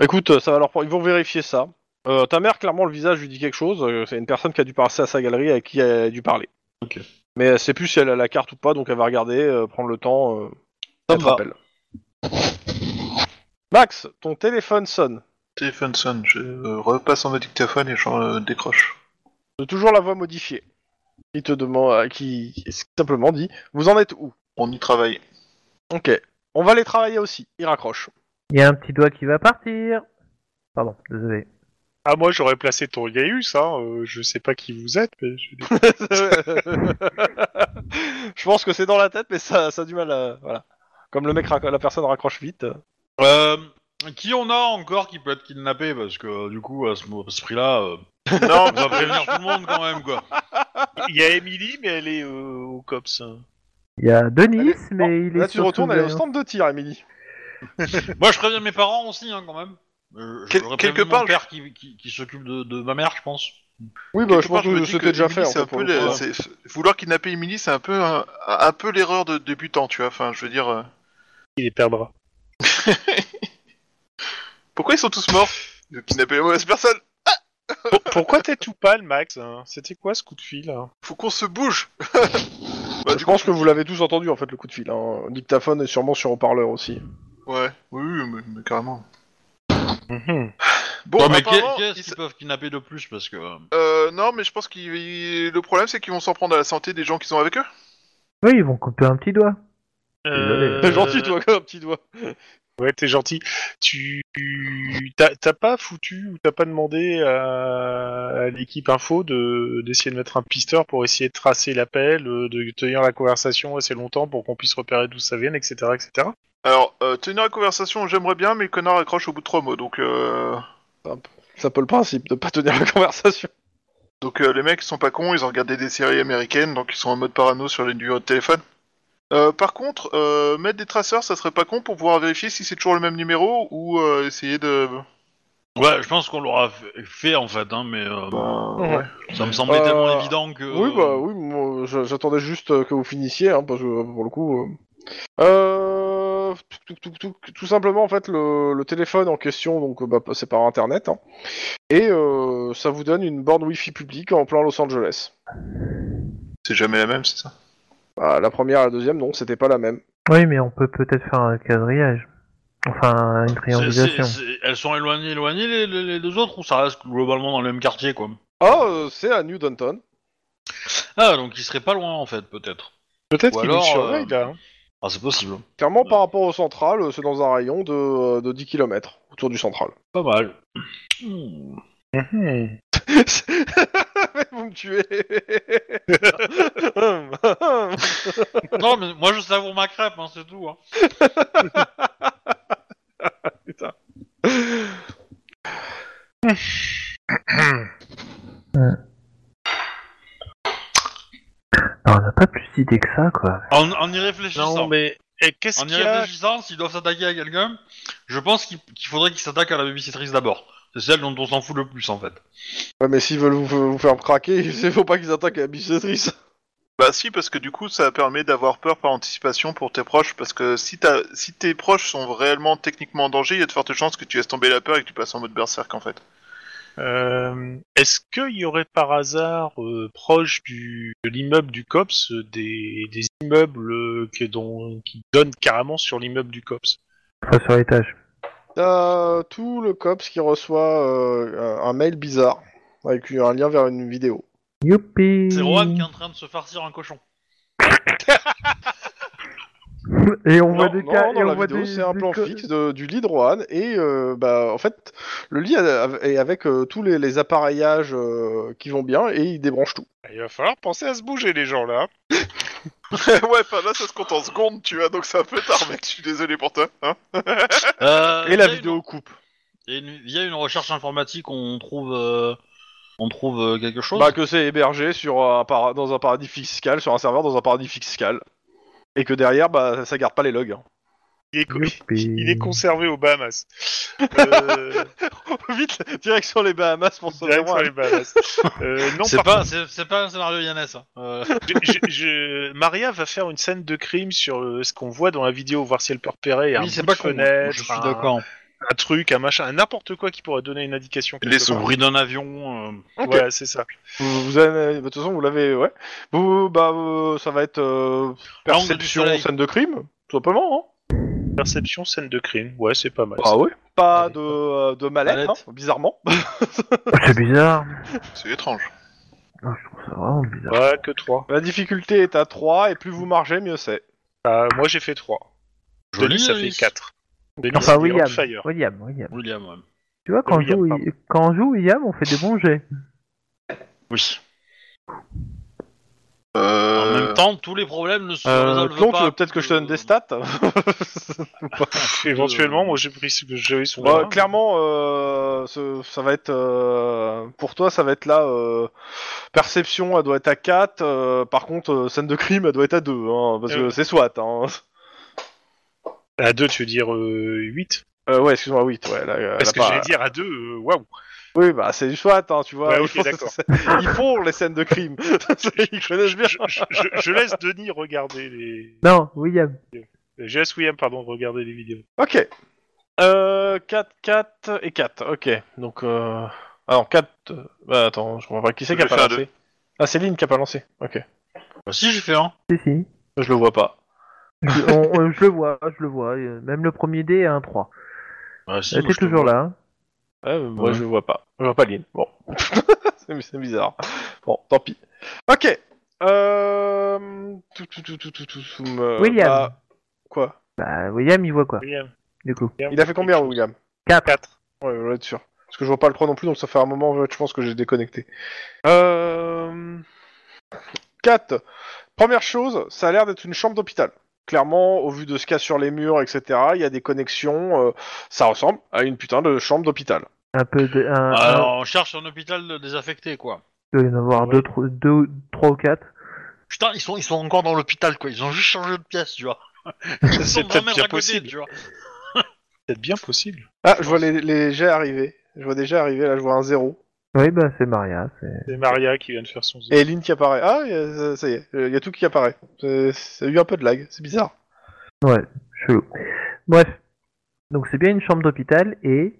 Écoute, ça va leur... ils vont vérifier ça. Euh, ta mère, clairement, le visage lui dit quelque chose. euh, C'est une personne qui a dû passer à sa galerie à qui elle a dû parler.
Ok.
Mais elle sait plus si elle a la carte ou pas, donc elle va regarder, euh, prendre le temps. Euh...
Ça
elle
me
te
va.
rappelle. Max, ton téléphone sonne.
Téléphone sonne, je euh, repasse en mode dictaphone et j'en euh, décroche.
De toujours la voix modifiée. Il te demande, euh, qui simplement dit, vous en êtes où
On y travaille.
Ok. On va les travailler aussi. Il raccroche.
Il y a un petit doigt qui va partir. Pardon, désolé.
Ah, moi j'aurais placé ton Yaius, hein. euh, je sais pas qui vous êtes, mais je...
je pense que c'est dans la tête, mais ça, ça a du mal à. Voilà. Comme le mec, rac- la personne raccroche vite.
Euh, qui on a encore qui peut être kidnappé Parce que euh, du coup, à ce, mo- à ce prix-là, euh,
Non,
on va prévenir tout le monde quand même, quoi.
Il y a Emily, mais elle est euh, au COPS.
Il y a Denis,
Allez,
mais
bon,
il est
Là, tu
sur
retournes, elle est au
surveillance.
stand de tir, Emily.
Moi, je préviens mes parents aussi, hein, quand même. Euh, je-
Quel-
j'aurais
quelque
prévenu
part,
mon père qui, qui, qui s'occupe de, de ma mère, je pense.
Oui,
quelque
bah, je
part,
pense que
me dis
c'était déjà
Emily,
fait. en
c'est
fait,
un
pour
peu
le coup. hein.
les- c'est- Vouloir kidnapper Emily, c'est un peu, un, un peu l'erreur de débutant, tu vois. Enfin, je veux dire. euh,
Il les perdra.
Pourquoi ils sont tous morts Ils ont kidnappé la mauvaise personne
Pourquoi t'es tout pâle, Max hein C'était quoi ce coup de fil là
Faut qu'on se bouge hein Bah,
Bah,
du
je
coup,
pense que vous l'avez tous entendu, en fait, le coup de fil. Hein. Dictaphone est sûrement sur haut-parleur aussi.
Ouais, oui, oui, mais, mais carrément. Bon,
Mhm. Non, mais
Oh, apparemment,
qu'est- qu'est-ce
ils-
qu'ils peuvent kidnapper de plus Parce que. euh,
euh, non, mais je pense que le problème, c'est qu'ils vont s'en prendre à la santé des gens qui sont avec eux.
Oui, ils vont couper un petit doigt. Désolé.
Euh,
T'es gentil, toi, comme un petit doigt.
Ouais, t'es gentil. Tu tu- t'as t'as pas foutu ou t'as pas demandé à, à l'équipe info de d'essayer de mettre un pisteur pour essayer de tracer l'appel, euh, de tenir la conversation assez longtemps pour qu'on puisse repérer d'où ça vient, etc., etc.
Alors, euh, tenir la conversation, j'aimerais bien, mais le connard accroche au bout de trois mots. Donc, euh...
C'est un peu le principe de pas tenir la conversation.
donc euh, les mecs, ils sont pas cons, ils ont regardé des séries américaines, donc ils sont en mode parano sur les numéros de téléphone. Euh, par contre, euh, mettre des traceurs, ça serait pas con pour pouvoir vérifier si c'est toujours le même numéro ou euh, essayer de
Ouais, je pense qu'on l'aura f- fait en fait, hein, mais euh,
ouais.
Bah,
ça me semblait
Euh,
tellement évident que.
Oui, bah oui, moi, j'a- j'attendais juste euh, que vous finissiez, hein, parce que euh, pour le coup. euh, euh, tout, tout- tout- tout- tout simplement, en fait, le, le téléphone en question, donc euh, bah, c'est par internet, hein. et euh, ça vous donne une borne Wi-Fi publique en plein Los Angeles.
C'est jamais la même, c'est ça
Bah, la première et la deuxième, non, c'était pas la même.
Oui, mais on peut peut-être faire un quadrillage. Enfin, une
C'est- c'est-
triangulation.
c'est- Elles sont éloignées, éloignées les, les- les deux autres ou ça reste globalement dans le même quartier quoi
Ah, euh, c'est à New Downton.
Ah, donc ils seraient pas loin en fait, peut-être.
Peut-être
Ou
qu'il
alors,
nous surveille
euh,
là. hein.
Ah, c'est possible.
Clairement, par rapport au central, euh, c'est dans un rayon de, euh, de 10 km autour du central.
Pas mal. Hmm.
Eh,
Mhm.
vous me tuez
non, mais moi je savoure ma crêpe, hein, c'est tout. Hein.
Non, on n'a pas plus d'idées que ça, quoi.
En, en y réfléchissant.
Non, mais eh, qu'est-ce
En y
qu'il y a
réfléchissant, s'ils doivent s'attaquer à quelqu'un, je pense qu'il qu'il faudrait qu'ils s'attaquent à la babysitrice d'abord. C'est celle dont on s'en fout le plus en fait.
Ouais, mais s'ils veulent vous, vous faire craquer, il faut pas qu'ils attaquent la bicyclette.
Bah si, parce que du coup, ça permet d'avoir peur par anticipation pour tes proches, parce que si, t'as- si tes proches sont réellement techniquement en danger, il y a de fortes chances que tu laisses tomber la peur et que tu passes en mode berserk, en fait.
Euh, Est-ce qu'il y aurait par hasard euh, proche du, de l'immeuble du COPS euh, des, des immeubles euh, que- dont- qui donnent carrément sur l'immeuble du COPS
Enfin, sur l'étage.
T'as tout le cops qui reçoit euh, un un mail bizarre avec un lien vers une vidéo.
Youpi
C'est Rohan qui est en train de se farcir un cochon.
Et on
Non,
voit des
non,
cas...
dans
et on
la
voit
vidéo,
des-
c'est un
des
plan
co-
fixe de- du lit de Rohan et euh, bah en fait le lit a- est avec euh, tous les, les appareillages euh, qui vont bien et il débranche tout.
Bah, Il va falloir penser à se bouger les gens là.
ouais, enfin là, ça se compte en secondes, tu vois, donc c'est un peu tard, mec, je suis désolé pour toi. Hein
Euh,
et la
via une-
vidéo coupe.
et une- via une recherche informatique, on trouve, euh, on trouve euh, quelque chose.
Bah que c'est hébergé sur un para- dans un paradis fiscal, sur un serveur dans un paradis fiscal. Et que derrière, bah, ça garde pas les logs. hein.
Il est, co-
Youpi.
il est conservé aux Bahamas. Euh,
Vite, direction les Bahamas pour se
direction les Bahamas. Euh, non,
c'est
par
pas, c'est- c'est pas un scénario Yannis. hein. Euh,
Je- je- je- Maria va faire une scène de crime sur euh, ce qu'on voit dans la vidéo, voir si elle peut repérer un
oui,
bout
c'est
de
pas con.
fenêtre,
Je suis
un,
d'accord.
un truc, un machin, un n'importe quoi qui pourrait donner une indication. quelque
Les
part.
bruit d'un avion. euh,
Voilà, c'est ça.
Vous, vous avez- de toute façon, vous l'avez, ouais. Vous, bah, euh, ça va être euh,
L'angle du
perception,
soleil.
scène de crime, tout simplement.
Perception, scène de crime. Ouais, c'est pas mal.
Hein. oui. Pas
Ouais.
de, euh, de mallette,
Mallette.
hein, bizarrement.
Oh, C'est bizarre.
C'est étrange.
Non, je trouve ça vraiment bizarre.
Ouais, que 3.
La difficulté est à 3, et plus vous margez, mieux c'est.
Ah, moi, j'ai fait 3.
joli,
Denis, ça fait
Alice.
4. Denis,
Enfin,
c'est
William.
Fire.
William, William.
William. ouais.
Tu vois, quand, on
William,
joue,
pardon.
quand on joue William, on fait des bons jets.
Oui.
Euh...
En même temps, tous les problèmes ne se
Euh,
résolvent
Clon,
pas.
tu veux peut-être que je te donne des stats
Éventuellement, moi, j'ai pris ce que j'avais sous
Bah,
la main.
clairement, euh, ce- ça va être euh, pour toi, ça va être là. euh, perception, elle doit être à 4. euh, par contre, euh, scène de crime, elle doit être à 2. Hein, parce
Euh.
que c'est SWAT. Hein.
À 2, tu veux dire 8
Euh, ouais, excuse-moi, oui. Ouais, là, elle a
Parce que
pas-
j'allais dire à 2, waouh.
Oui, bah c'est du SWAT, hein, tu vois.
Ouais,
ils,
ok,
font,
d'accord.
ils font les scènes de crime. ils connaissent bien.
Je, je- je laisse Denis regarder les.
Non, William.
Je laisse William, pardon, regarder les vidéos.
Ok. Euh, 4, 4 et 4. Ok. Donc, euh... ah non, 4. euh, Bah attends, je comprends pas. Qui c'est
Je
qui a
vais
pas
faire
lancé Ah, c'est Lynn qui a pas lancé. Ok.
Bah, si, j'ai fait un.
Si, si.
Je le vois pas.
Je, on- euh, je le vois, je le vois. euh, Même le premier dé a un 3.
Bah, si,
Euh,
moi,
T'es
je te
toujours
vois.
là. hein.
Ouais, mais moi
Ouais.
je le vois pas. Je vois pas Lynn. Bon. c'est c'est bizarre. Bon, tant pis. Ok. Euh... Tout, tout, tout, tout, tout, tout, tout, me-
William.
bah, Quoi
Bah, William, il voit quoi,
William.
du coup
Il a fait combien, William
4.
4.
Ouais, je vais être sûr. Parce que je vois pas le 3 non plus, donc ça fait un moment, je pense que j'ai déconnecté. Euh... 4. Première chose, ça a l'air d'être une chambre d'hôpital. Clairement, au vu de ce qu'il y a sur les murs, etc., il y a des connexions, euh, ça ressemble à une putain de chambre d'hôpital.
Un peu de. Un,
Bah, Alors, on cherche un hôpital de- désaffecté, quoi.
un- il doit y en avoir
Ouais.
2, 3 ou 4.
Putain, ils sont, ils sont encore dans l'hôpital, quoi. Ils ont juste changé de pièce, tu vois. Ils sont
C'est
20
peut-être
mètres
bien
à côté,
possible.
tu vois.
C'est peut-être bien possible.
Ah, je vois les, les jets arriver. Je vois déjà arriver, là, je vois un zéro.
Oui, bah c'est Maria. c'est-
C'est Maria qui vient de faire son zéro.
Et Lynn qui apparaît. Ah, y a- ça y est, il y a tout qui apparaît. Euh, Ça a eu un peu de lag, c'est bizarre.
Ouais, chelou. Bref. Donc c'est bien une chambre d'hôpital et...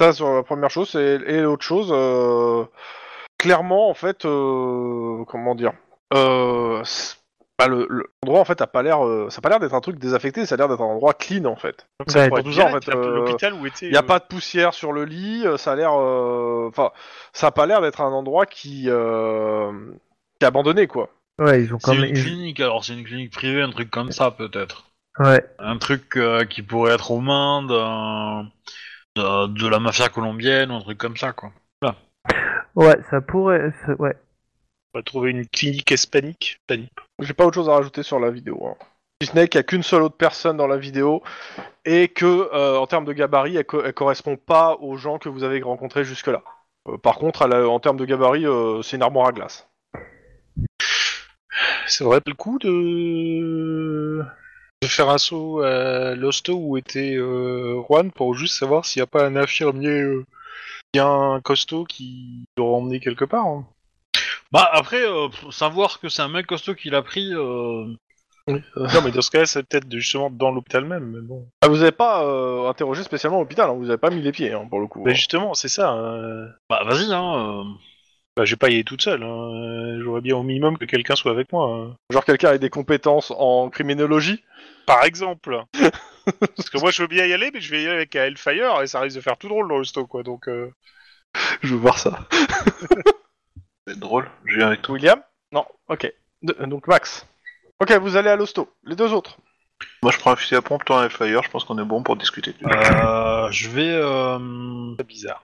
Ça, sur la première chose, et, et l'autre chose, euh, clairement, en fait, euh, comment dire, euh, c'est- bah, le- le- l'endroit en fait a pas l'air, euh, ça a pas l'air d'être un truc désaffecté, ça a l'air d'être un endroit clean en fait.
Donc ça
Ouais,
pourrait
pour
être
nous, en
bien
fait,
être
euh,
l'hôpital où était.
Il n'y a
euh,
pas de poussière sur le lit, euh, ça a l'air, euh, enfin, ça a pas l'air d'être un endroit qui, euh, qui est abandonné quoi.
Ouais, ils ont quand
C'est une
même... ils-
clinique, alors c'est une clinique privée, un truc comme ça peut-être.
Ouais.
Un truc euh, qui pourrait être aux mains d'un- de, de la mafia colombienne ou un truc comme ça, quoi.
ouais, ça pourrait... ça- Ouais.
On va trouver une clinique hispanique. Hispanique.
J'ai pas autre chose à rajouter sur la vidéo. Hein. Si ce n'est qu'il n'y a qu'une seule autre personne dans la vidéo et que, euh, en termes de gabarit, elle, co- elle correspond pas aux gens que vous avez rencontrés jusque-là. Euh, par contre, elle a- en termes de gabarit, euh, c'est une armoire à glace.
Ça vaudrait pas le coup de de faire un saut à l'hosto où était euh, Juan pour juste savoir s'il n'y a pas un infirmier euh, bien costaud qui l'aurait emmené quelque part. hein.
Bah après, euh, pff, savoir que c'est un mec costaud qui l'a pris, euh,
Non, mais dans ce cas-là, c'est peut-être de- justement dans l'hôpital même. Mais bon.
Ah, vous n'avez pas euh, interrogé spécialement l'hôpital, hein, vous n'avez pas mis les pieds hein, pour le coup.
Bah, justement, c'est ça. euh,
bah vas-y, hein. euh.
Bah, je vais pas y aller toute seule. hein, euh, J'aurais bien au minimum que quelqu'un soit avec moi. hein.
Genre quelqu'un avec des compétences en criminologie.
Par exemple. Parce que moi, je veux bien y aller, mais je vais y aller avec un Hellfire et ça risque de faire tout drôle dans le sto, quoi. Donc, euh,
Je veux voir ça.
C'est drôle, je viens avec toi.
William Non, ok. De- euh, donc Max. Ok, vous allez à l'hosto, les deux autres.
Moi je prends un fusil à pompe, toi un fire, je pense qu'on est bon pour discuter.
Euh, je vais. euh,
c'est bizarre.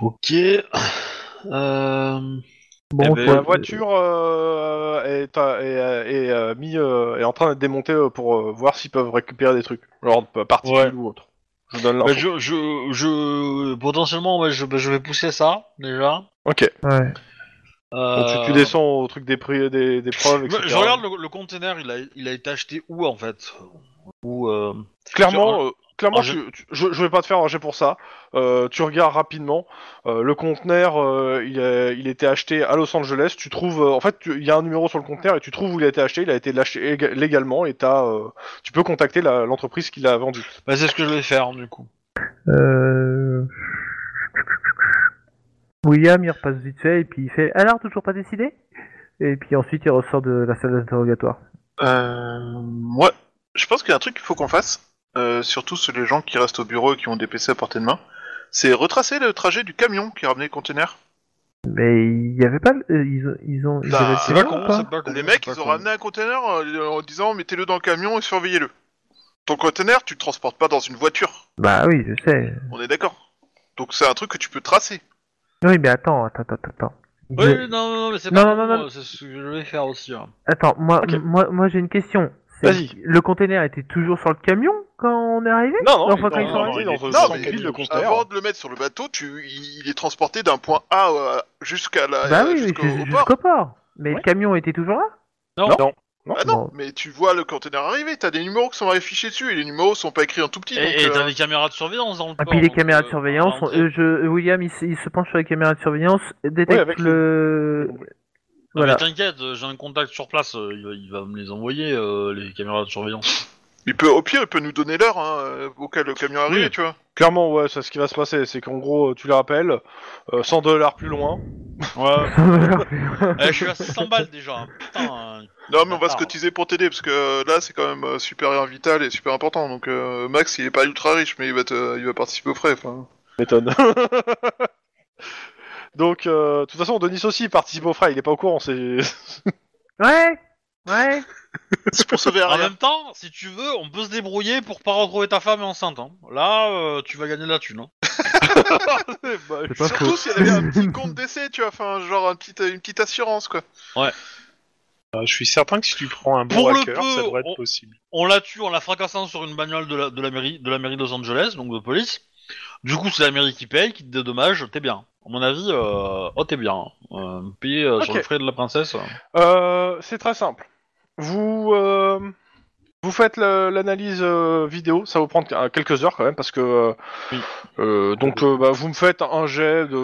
Ok. Euh,
Bon,
Eh ben,
toi,
la voiture euh, est, euh, est, euh, est, euh, mis, euh, est en train d'être démontée euh, pour euh, voir s'ils peuvent récupérer des trucs, genre de particules
Ouais.
ou autre. Je vous donne
bah, je,
l'info.
je, je- potentiellement, ouais, je, bah, je vais pousser ça déjà.
Ok,
Ouais.
donc
Euh,
tu, tu descends au truc des, prix, des, des preuves,
bah,
etc.
Je regarde le, le container, il a, il a été acheté où en fait Ou euh,
Clairement, euh, clairement
en jeu-
tu- tu- je, je vais pas te faire un jet pour ça. Euh, tu regardes rapidement. euh, le conteneur, euh, il, a- il était acheté à Los Angeles. Tu trouves, euh, en fait, tu- il y a un numéro sur le conteneur et tu trouves où il a été acheté. Il a été lâché ég- légalement et t'as, euh, tu peux contacter la- l'entreprise qui l'a vendu.
bah, c'est ce que je vais faire du coup.
Euh... William, il repasse vite fait et puis il fait Alors, toujours pas décidé Et puis ensuite, il ressort de la salle d'interrogatoire.
Euh, ouais, je pense qu'il y a un truc qu'il faut qu'on fasse, euh, surtout sur les gens qui restent au bureau et qui ont des PC à portée de main, c'est retracer le trajet du camion qui a ramené le conteneur.
Mais il y avait pas. le- euh, Ils ont. Ils ont ils
Bah,
avaient le
c'est
pas
prénom
con,
ou pas
c'est pas con,
Les mecs,
c'est Ah, pas
ils ont
con.
ramené un conteneur euh, en disant mettez-le dans le camion et surveillez-le. Ton conteneur, tu le transportes pas dans une voiture,
Bah oui, je sais.
on est d'accord. Donc c'est un truc que tu peux tracer.
Oui, mais attends, attends, attends, attends.
Oui,
Je-
oui, non, non, non, mais c'est
Non,
pas
non,
pour
non,
moi, c'est ce que je vais faire aussi. hein.
Attends, moi,
Ok.
m- moi, moi j'ai une question. C'est-
Vas-y.
Le container était toujours sur le camion quand on est arrivé
Non, non,
Enfin,
il
quand
est
ils
dans-
sont
il est
arrivés.
dans-
Non,
dans
mais
une pile de conteneur.
Avant de le mettre sur le bateau, tu, il est transporté d'un point A euh, jusqu'à la
Bah
euh,
oui,
jusqu'au
jus-
au port.
jusqu'au port. Mais le
Ouais.
camion était toujours là
Ah non,
Bon.
mais tu vois le conteneur arriver, t'as des numéros qui sont affichés dessus et les numéros sont pas écrits en tout petit. donc,
Et et
euh,
t'as des caméras de surveillance dans le
Et
port,
Ah, puis les
donc,
caméras de
euh,
surveillance,
à
on-
l'entrée.
euh, je, euh, William il, se- il se penche sur les caméras de surveillance,
Ouais,
détecte
avec
le...
Non, mais
Voilà.
T'inquiète, euh, j'ai un contact sur place, euh, il va, il va me les envoyer, euh, les caméras de surveillance.
Il peut, au pire, il peut nous donner l'heure hein, euh, auquel le camion arrive,
Oui.
tu vois.
Clairement, ouais, c'est ce qui va se passer, c'est qu'en gros, tu le rappelles, euh, 100 dollars plus loin.
Ouais. Eh, je suis à 600 balles déjà, hein. putain. euh.
Non, mais on va
Ah.
se cotiser pour t'aider parce que euh, là, c'est quand même euh, super vital et super important. Donc euh, Max, il est pas ultra riche, mais il va, te- il va participer aux frais. enfin.
M'étonne. Donc, euh, de toute façon, Denis aussi participe au frais, il est pas au courant, c'est...
ouais Ouais
C'est pour
Ah,
sauver
En
Ariane.
même temps, si tu veux, on peut se débrouiller pour pas retrouver ta femme enceinte. Hein. Là, euh, tu vas gagner de la thune. Hein.
C'est pas
Surtout s'il y avait un petit compte d'essai, tu vois, enfin, genre un petit, une petite assurance, quoi.
Euh, je suis certain que si tu prends un bon
Pour le
hacker,
peu,
ça devrait être
on-
possible.
On la tue en la fracassant sur une bagnole de la, de la mairie de la mairie de Los Angeles, donc de police. Du coup, c'est la mairie qui paye, qui te dédommage, t'es bien. À mon avis, euh, oh, t'es bien. hein. Euh, payé euh, sur
Ok.
le frais de la princesse. euh.
Euh, c'est très simple. Vous, euh, Vous faites le- l'analyse euh, vidéo, ça va vous prendre euh, quelques heures quand même parce que euh, euh, donc euh, bah, vous me faites un jet de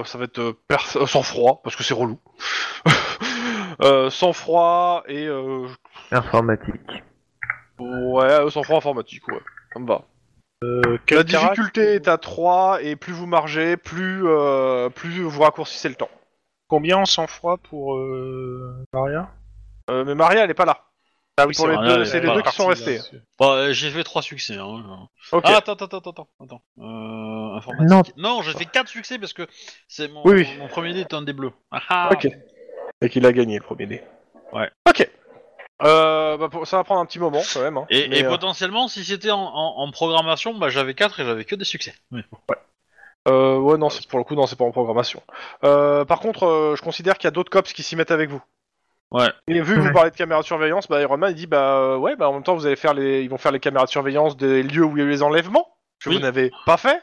euh, ça va être euh, pers- euh, sans froid parce que c'est relou. euh, sans froid et euh,
Informatique.
ouais sans froid informatique ouais. Ça me va. Euh, La difficulté est à 3 et plus vous margez, plus euh, plus vous raccourcissez le temps.
Combien en sang-froid pour euh, Maria
Euh, mais Maria elle est pas là.
Ah oui,
Pour les
vrai,
deux,
elle
c'est
est
les
pas
deux qui sont
partie,
restés.
là, c'est-
Bah, euh, j'ai fait trois succès. Hein.
Ok.
Ah, attends, attends, attends, attends. attends. Euh, informatique.
Non.
non j'ai fait quatre succès parce que c'est mon,
Oui, oui.
mon premier dé est un des bleus. Ah, ah.
Ok. Et qu'il a gagné le premier dé.
Ouais.
Ok. Euh, bah, pour- ça va prendre un petit moment quand même. hein.
Et,
Mais,
et
euh,
potentiellement, si c'était en, en- en programmation, bah, j'avais 4 et j'avais que des succès. Mais bon.
euh, ouais, non, c'est- pour le coup, non, c'est pas en programmation. Euh, par contre, euh, je considère qu'il y a d'autres cops qui s'y mettent avec vous.
Ouais.
Et vu que vous
Ouais.
parlez de caméras de surveillance, bah, Iron Man il dit bah euh, ouais, bah en même temps, vous allez faire les, ils vont faire les caméras de surveillance des lieux où il y a eu les enlèvements que
Oui.
vous n'avez pas fait.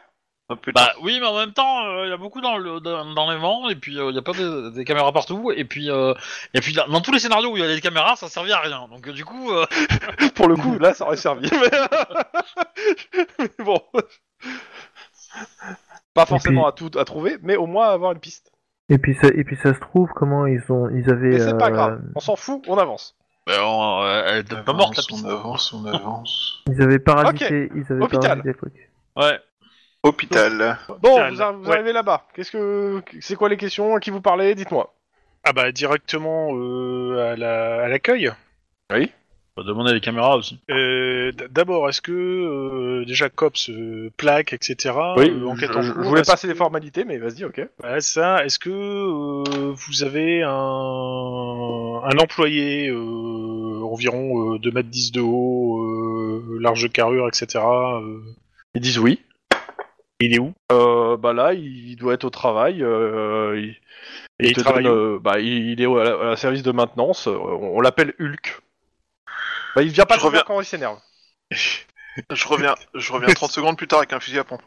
Bah oui, mais en même temps, euh, il y a beaucoup dans le- dans- d'enlèvements, et puis euh, il y a pas de- des caméras partout, et puis, euh, et puis dans, dans tous les scénarios où il y a des caméras, ça servait à rien. Donc euh, du coup, euh,
Pour le coup, là, ça aurait servi. Mais bon. Pas forcément à tout à trouver, mais au moins à avoir une piste.
Et puis ça, et puis ça se trouve comment ils ont, ils avaient.
Mais c'est pas
euh,
grave, on s'en fout, on avance.
bah, on- euh, elle est pas morte la
On
piste.
avance, on avance.
Ils avaient parasité, ils avaient
Hôpital.
parasité le truc.
Ouais.
Hôpital.
Bon,
Hôpital.
vous, arri- vous
Ouais.
arrivez là-bas. Qu'est-ce que c'est quoi les questions à qui vous parlez Dites-moi.
Ah bah directement euh, à la- à l'accueil.
On va demander les caméras aussi.
Euh, d- D'abord, est-ce que euh, déjà COPS, euh, plaque, etc. euh,
je,
enquête
je-
en
je
cours,
voulais
est-ce-
passer les formalités, mais vas-y, ok.
voilà, ça. Est-ce que euh, vous avez un, un employé euh, environ euh, 2m10 de haut, euh, large carrure, etc. euh,
Ils disent oui.
il est où
Euh, bah là, il doit être au travail. euh, il,
Et il
te
travaille
donne, euh, bah, il il est au à la- à la service de maintenance. euh, on on l'appelle Hulk. Bah, il vient pas
Je
te voir
reviens.
quand il s'énerve.
Je reviens, je reviens 30 secondes plus tard avec un fusil à pompe.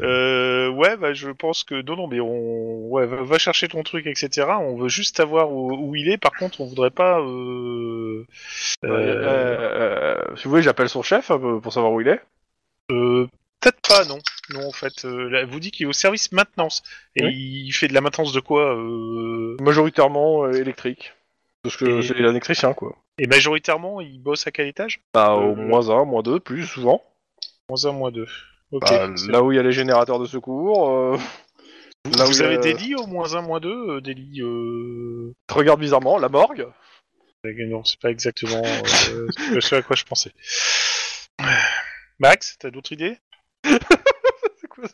Euh, ouais, bah, je pense que non, non, mais on ouais, va, va chercher ton truc, etc. On veut juste savoir où, où il est. Par contre, on voudrait pas. Euh...
Euh,
euh,
euh, si vous voulez, j'appelle son chef euh, pour savoir où il est.
euh, Peut-être pas, non. Non, en fait, euh, là, elle vous dit qu'il est au service maintenance. Et
Oui.
il fait de la maintenance de quoi euh...
Majoritairement euh, électrique. Parce que
Et-
c'est l'électricien, quoi.
Et majoritairement, il bosse à quel étage
Bah, au
Euh,
moins un, moins deux, plus souvent.
Moins un, moins deux. Ok.
Bah,
C'est-
là où il y a les générateurs de secours, euh,
vous
là où
vous
il y a- euh,
avez des lits au moins un, moins deux euh, Des lits. Euh...
je te regarde bizarrement, la morgue.
Non, c'est pas exactement euh, ce ce à quoi je pensais. Max, t'as d'autres idées
C'est quoi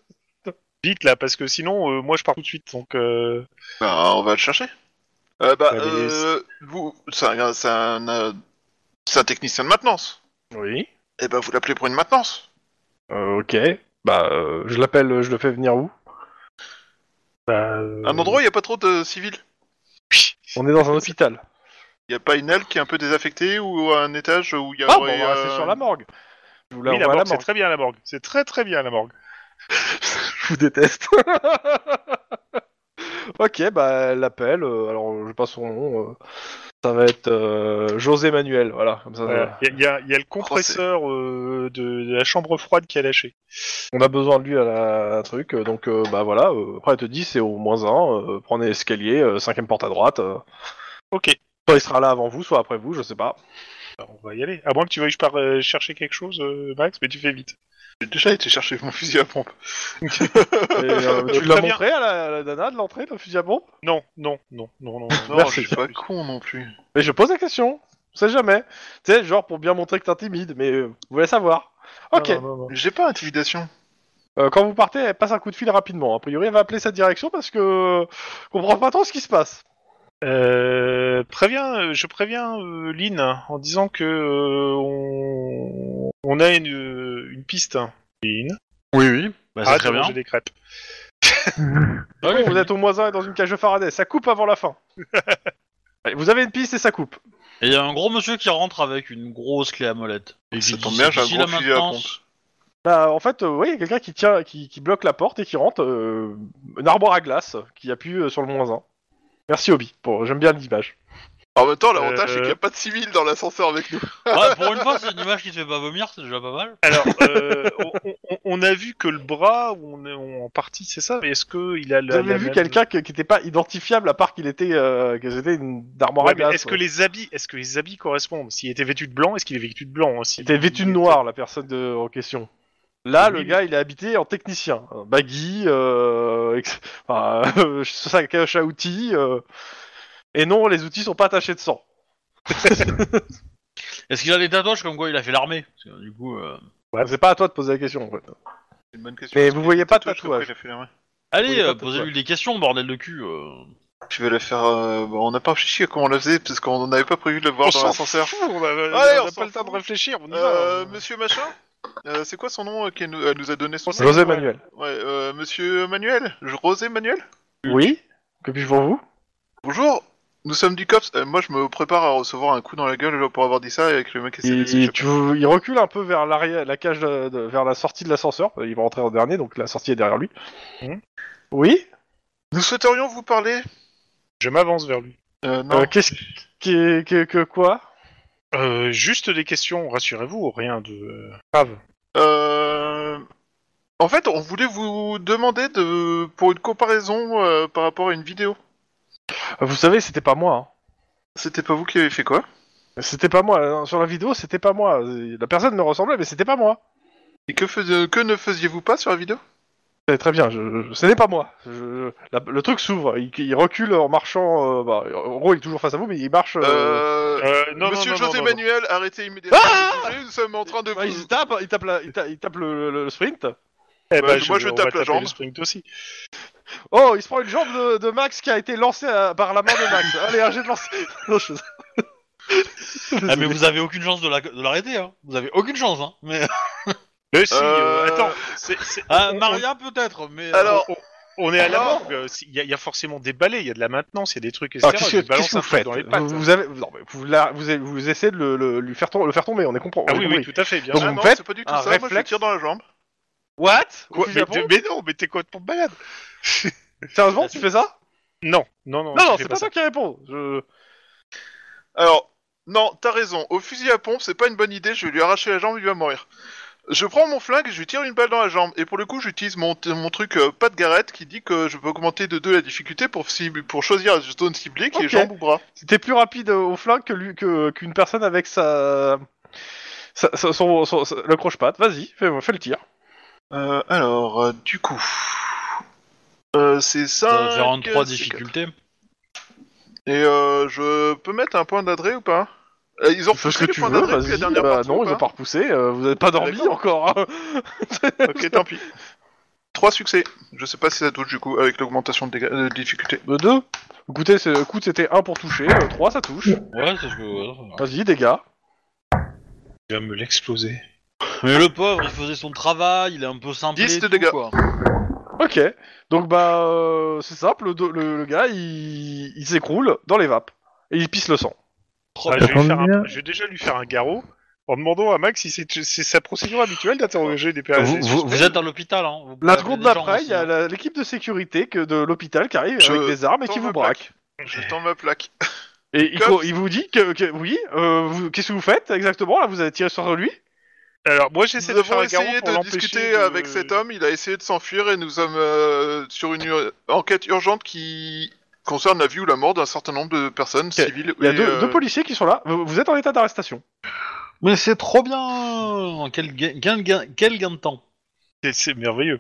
ça
Vite là, parce que sinon, euh, moi je pars tout de suite. Donc, euh,
Bah, on va le chercher. Euh, bah,
Allez.
euh, vous, c'est un, c'est un, euh, c'est un technicien de maintenance.
Oui.
Eh ben, vous l'appelez pour une maintenance.
Euh, ok. Bah, euh, je l'appelle, euh, je le fais venir où
bah, euh,
Un endroit où il n'y a pas trop de civils.
On est dans un hôpital.
Il n'y a pas une aile qui est un peu désaffectée ou un étage où il y a.
Ah, bon,
aurait,
bah,
euh,
c'est sur la morgue. Je vous
oui, la
l'envoie à
morgue, c'est très bien la morgue. C'est très très bien la morgue.
Je vous déteste. ok, bah, elle l'appelle. euh, alors, je passe son nom. euh, ça va être euh, José Manuel, voilà. Comme ça, ça va.
Il Euh, y, a- il y a le compresseur euh, de, de la chambre froide qui a lâché.
On a besoin de lui à la à la truc, euh, donc euh, bah voilà. euh, après, elle te dit c'est au moins un. euh, prenez l'escalier, euh, cinquième porte à droite. euh.
Ok,
Soit il sera là avant vous, soit après vous, je sais pas.
bah, on va y aller. À moins que tu veuilles que je pars euh, chercher quelque chose, euh, Max, mais tu fais vite.
J'ai déjà été chercher mon fusil à pompe.
Et, euh, tu
Très
l'as
bien.
montré à la, à la nana de l'entrée, le fusil à pompe
Non, non, non, non, non. non.
Non, je suis pas con non plus.
Mais je pose la question, on sait jamais. Tu sais, genre pour bien montrer que t'intimides, mais euh, vous voulez savoir. Ok,
Non, non, non, non.
J'ai pas intimidation.
Euh, quand vous partez, elle passe un coup de fil rapidement. A priori, elle va appeler sa direction parce que euh, on comprend pas trop ce qui se passe.
Euh, préviens, euh, je préviens euh, Lynn en disant que euh, on, on a une, euh, une piste. Lynn,
Oui, oui. Bah, c'est
arrête
très
de
bien.
manger des crêpes.
Ah oui,
vous êtes au moins un et dans une cage de Faraday, ça coupe avant la fin. Allez, vous avez une piste et ça coupe.
Et il y a un gros monsieur qui rentre avec une grosse clé à molette. Et qui
Ça
dit,
tombe bien, j'ai un
si
gros
la
fusil à pompe.
maintenance-
Bah, en fait, euh, oui, il y a quelqu'un qui, tient- qui, qui bloque la porte et qui rentre, euh, un arbre à glace, qui appuie euh, sur euh, le moins 1. Merci Obi, pour... j'aime bien l'image.
En même temps, l'avantage, c'est qu'il n'y
Euh.
a pas de civil dans l'ascenseur avec nous.
Ouais, pour une fois, c'est une image qui te fait pas vomir, c'est déjà pas mal.
Alors, euh, on, on- on a vu que le bras, on, on- en partie, c'est ça, mais est-ce que il a
Vous
la,
avez
la
vu
même-
quelqu'un que- qui n'était pas identifiable à part qu'il était, euh, que c'était une armoire
Ouais,
à
mais
glace.
Est-ce que
ouais.
les habits, est-ce que les habits correspondent S'il était vêtu de blanc, est-ce qu'il est vêtu de blanc hein,
Il
s'il-
était vêtu de noir, la personne de- en question. Là, le gars, il est habité en technicien. Euh, Baggy, euh, ex- enfin, euh, sacoche à outils. euh, Et non, les outils sont pas attachés de sang.
Est-ce qu'il a des tatouages comme quoi il a fait l'armée Parce que, Du coup, euh,
C'est pas à toi de poser la question. En fait.
C'est une bonne question.
Mais vous voyez pas de
Tatouage,
tatouage.
pourquoi il a fait la main
allez,
Oui, pas
euh,
de
posez-lui des questions, bordel de cul. euh.
Je vais la faire. euh, bah, on n'a pas réfléchi à comment on la faisait parce qu'on n'avait pas prévu de le voir
On
dans
s'en
l'ascenseur.
fout, on a, on
Allez,
a
on s'en
pas le temps de
fout.
réfléchir. On y
Euh,
va.
monsieur machin Euh, C'est quoi son nom euh, qu'elle nous, elle nous a donné son nom
José Manuel.
Ouais, euh, Monsieur Manuel Je- José Manuel
Oui Que puis-je pour vous
Bonjour Nous sommes du COPS. Euh, moi, je me prépare à recevoir un coup dans la gueule genre, pour avoir dit ça avec le mec qui s'est
il,
laissé
il-
échapper.
tu- il recule un peu vers l'arrière, la cage, de- de- vers la sortie de l'ascenseur. Il va rentrer en dernier, donc la sortie est derrière lui.
Mhm.
Oui
Nous souhaiterions vous parler.
Je m'avance vers lui.
Euh, non.
Euh, Qu'est-ce que, que- que- quoi
Euh, juste des questions, rassurez-vous, rien de grave.
Euh, En fait, on voulait vous demander de pour une comparaison euh, par rapport à une vidéo.
Euh, Vous savez, c'était pas moi. hein.
C'était pas vous qui avez fait quoi
C'était pas moi. Non, Sur la vidéo, c'était pas moi. La personne me ressemblait, mais c'était pas moi.
Et que, fais- que ne faisiez-vous pas sur la vidéo
Eh, Très bien, je, je- ce n'est pas moi. Je- je- la- le truc s'ouvre, il, il recule en marchant. euh, bah, en gros, il est toujours face à vous, mais il marche. euh,
euh...
Euh, non,
Monsieur
non, non, non,
José
Ah non, non.
Manuel, arrêtez immédiatement. de bouger, nous sommes en train de.
euh,
bah, il se tape, il tape, la- il ta- il tape le, le- le sprint.
Eh
Bah,
ben,
moi, je
on va
tape la
taper
jambe.
le sprint aussi.
Oh, il se prend une jambe de, de Max qui a été lancée à- par la main de Max. Allez, un jet de lancer. Non, je-
Ah, mais vous avez aucune chance de la- de l'arrêter, hein. Vous avez aucune chance, hein. Mais...
Mais si,
Euh,
euh, attends, c'est- c'est-
Ah,
on- on-
Maria peut-être, mais. euh,
Alors,
on est à la
alors-
banque, euh, s'il y, a- il y a forcément des balais, il y a de la maintenance, il y a des trucs, etc.
Alors, Ah, qu'est-ce
Je
que,
balance
qu'est-ce que
un
vous
truc
faites
dans les pattes.
vous, vous avez, non, mais vous, la- vous, avez- vous essayez de le, le- lui faire tom- le faire tomber, on est comprend.
Ah
on est
oui,
compris.
oui, tout à fait, bien
Donc,
sûr.
ah
vous
non,
faites
c'est pas du tout
un
ça. Moi, je le
réflexe.
tire dans la jambe.
What Au
Quoi,
fusil
mais,
à pompe
mais non, mais t'es complètement malade.
Sérieusement, tu fais ça
Non, non, non.
Non, non,
je fais
c'est pas toi qui réponds. Je...
Alors, non, t'as raison. Au fusil à pompe, c'est pas une bonne idée. Je vais lui arracher la jambe, il va mourir. Je prends mon flingue, je lui tire une balle dans la jambe. Et pour le coup, j'utilise mon, mon truc euh, pas de garrette qui dit que je peux augmenter de 2 la difficulté pour, cible- pour choisir la zone ciblée qui
Ok.
est jambe ou bras.
T'es plus rapide au flingue que lui- que- qu'une personne avec sa. sa- sa- son, son- son- le croche-patte. Vas-y, fais, fais le tir.
Euh, alors, euh, du coup. Euh, c'est
Ça
ça.
va faire un 3 difficultés.
Et euh, je peux mettre un point d'adré ou pas Euh, Ils ont
Fais ce
repoussé
que
les
tu
points
veux,
d'adré depuis la
vas-y.
dernière
Bah
partie ou
non, ils
pas
ont pas repoussé, euh, vous avez pas dormi
D'accord.
encore. hein.
Ok, tant pis. Trois succès. Je sais pas si ça touche du coup avec l'augmentation euh, de, dégâts- de difficulté.
De Euh, deux. Écoutez, c'est- le coup c'était 1 pour toucher, 3 ça touche.
Ouais, c'est ce que. ouais, ça va.
Vas-y, dégâts.
Il va me l'exploser.
Mais le pauvre, il faisait son travail, il est un peu simple.
10 de dégâts.
Ok, donc bah euh, c'est simple, le, le- le gars il, il s'écroule dans les vapes et il pisse le sang.
Ah, je, vais lui faire un-
Combien
je vais déjà lui faire un garrot en demandant à Max si c'est c'est sa procédure habituelle d'interroger des personnes.
Vous, vous- vous êtes à l'hôpital, hein. vous pouvez
La
appeler
seconde
des gens
d'après,
aussi,
il y a
hein.
la- l'équipe de sécurité que de l'hôpital qui arrive
Je
avec des armes et qui
tends
vous
ma
braque.
Je tends ma plaque.
Et il,
Cops.
co- il vous dit que, que- oui, euh, vous- qu'est-ce que vous faites exactement là Vous avez tiré sur lui
Alors, moi,
Nous
j'essaie de faire
avons
un garrot
essayé
pour
de
l'empêcher
discuter
de-
avec euh, cet homme. Il a essayé de s'enfuir et nous sommes euh, sur une ur- enquête urgente qui concerne la vie ou la mort d'un certain nombre de personnes civiles.
Il y a
et,
deux,
euh,
deux policiers qui sont là. Vous, vous êtes en état d'arrestation.
Mais c'est trop bien Quel gain, gain- gain- quel gain de temps
C'est- C'est merveilleux.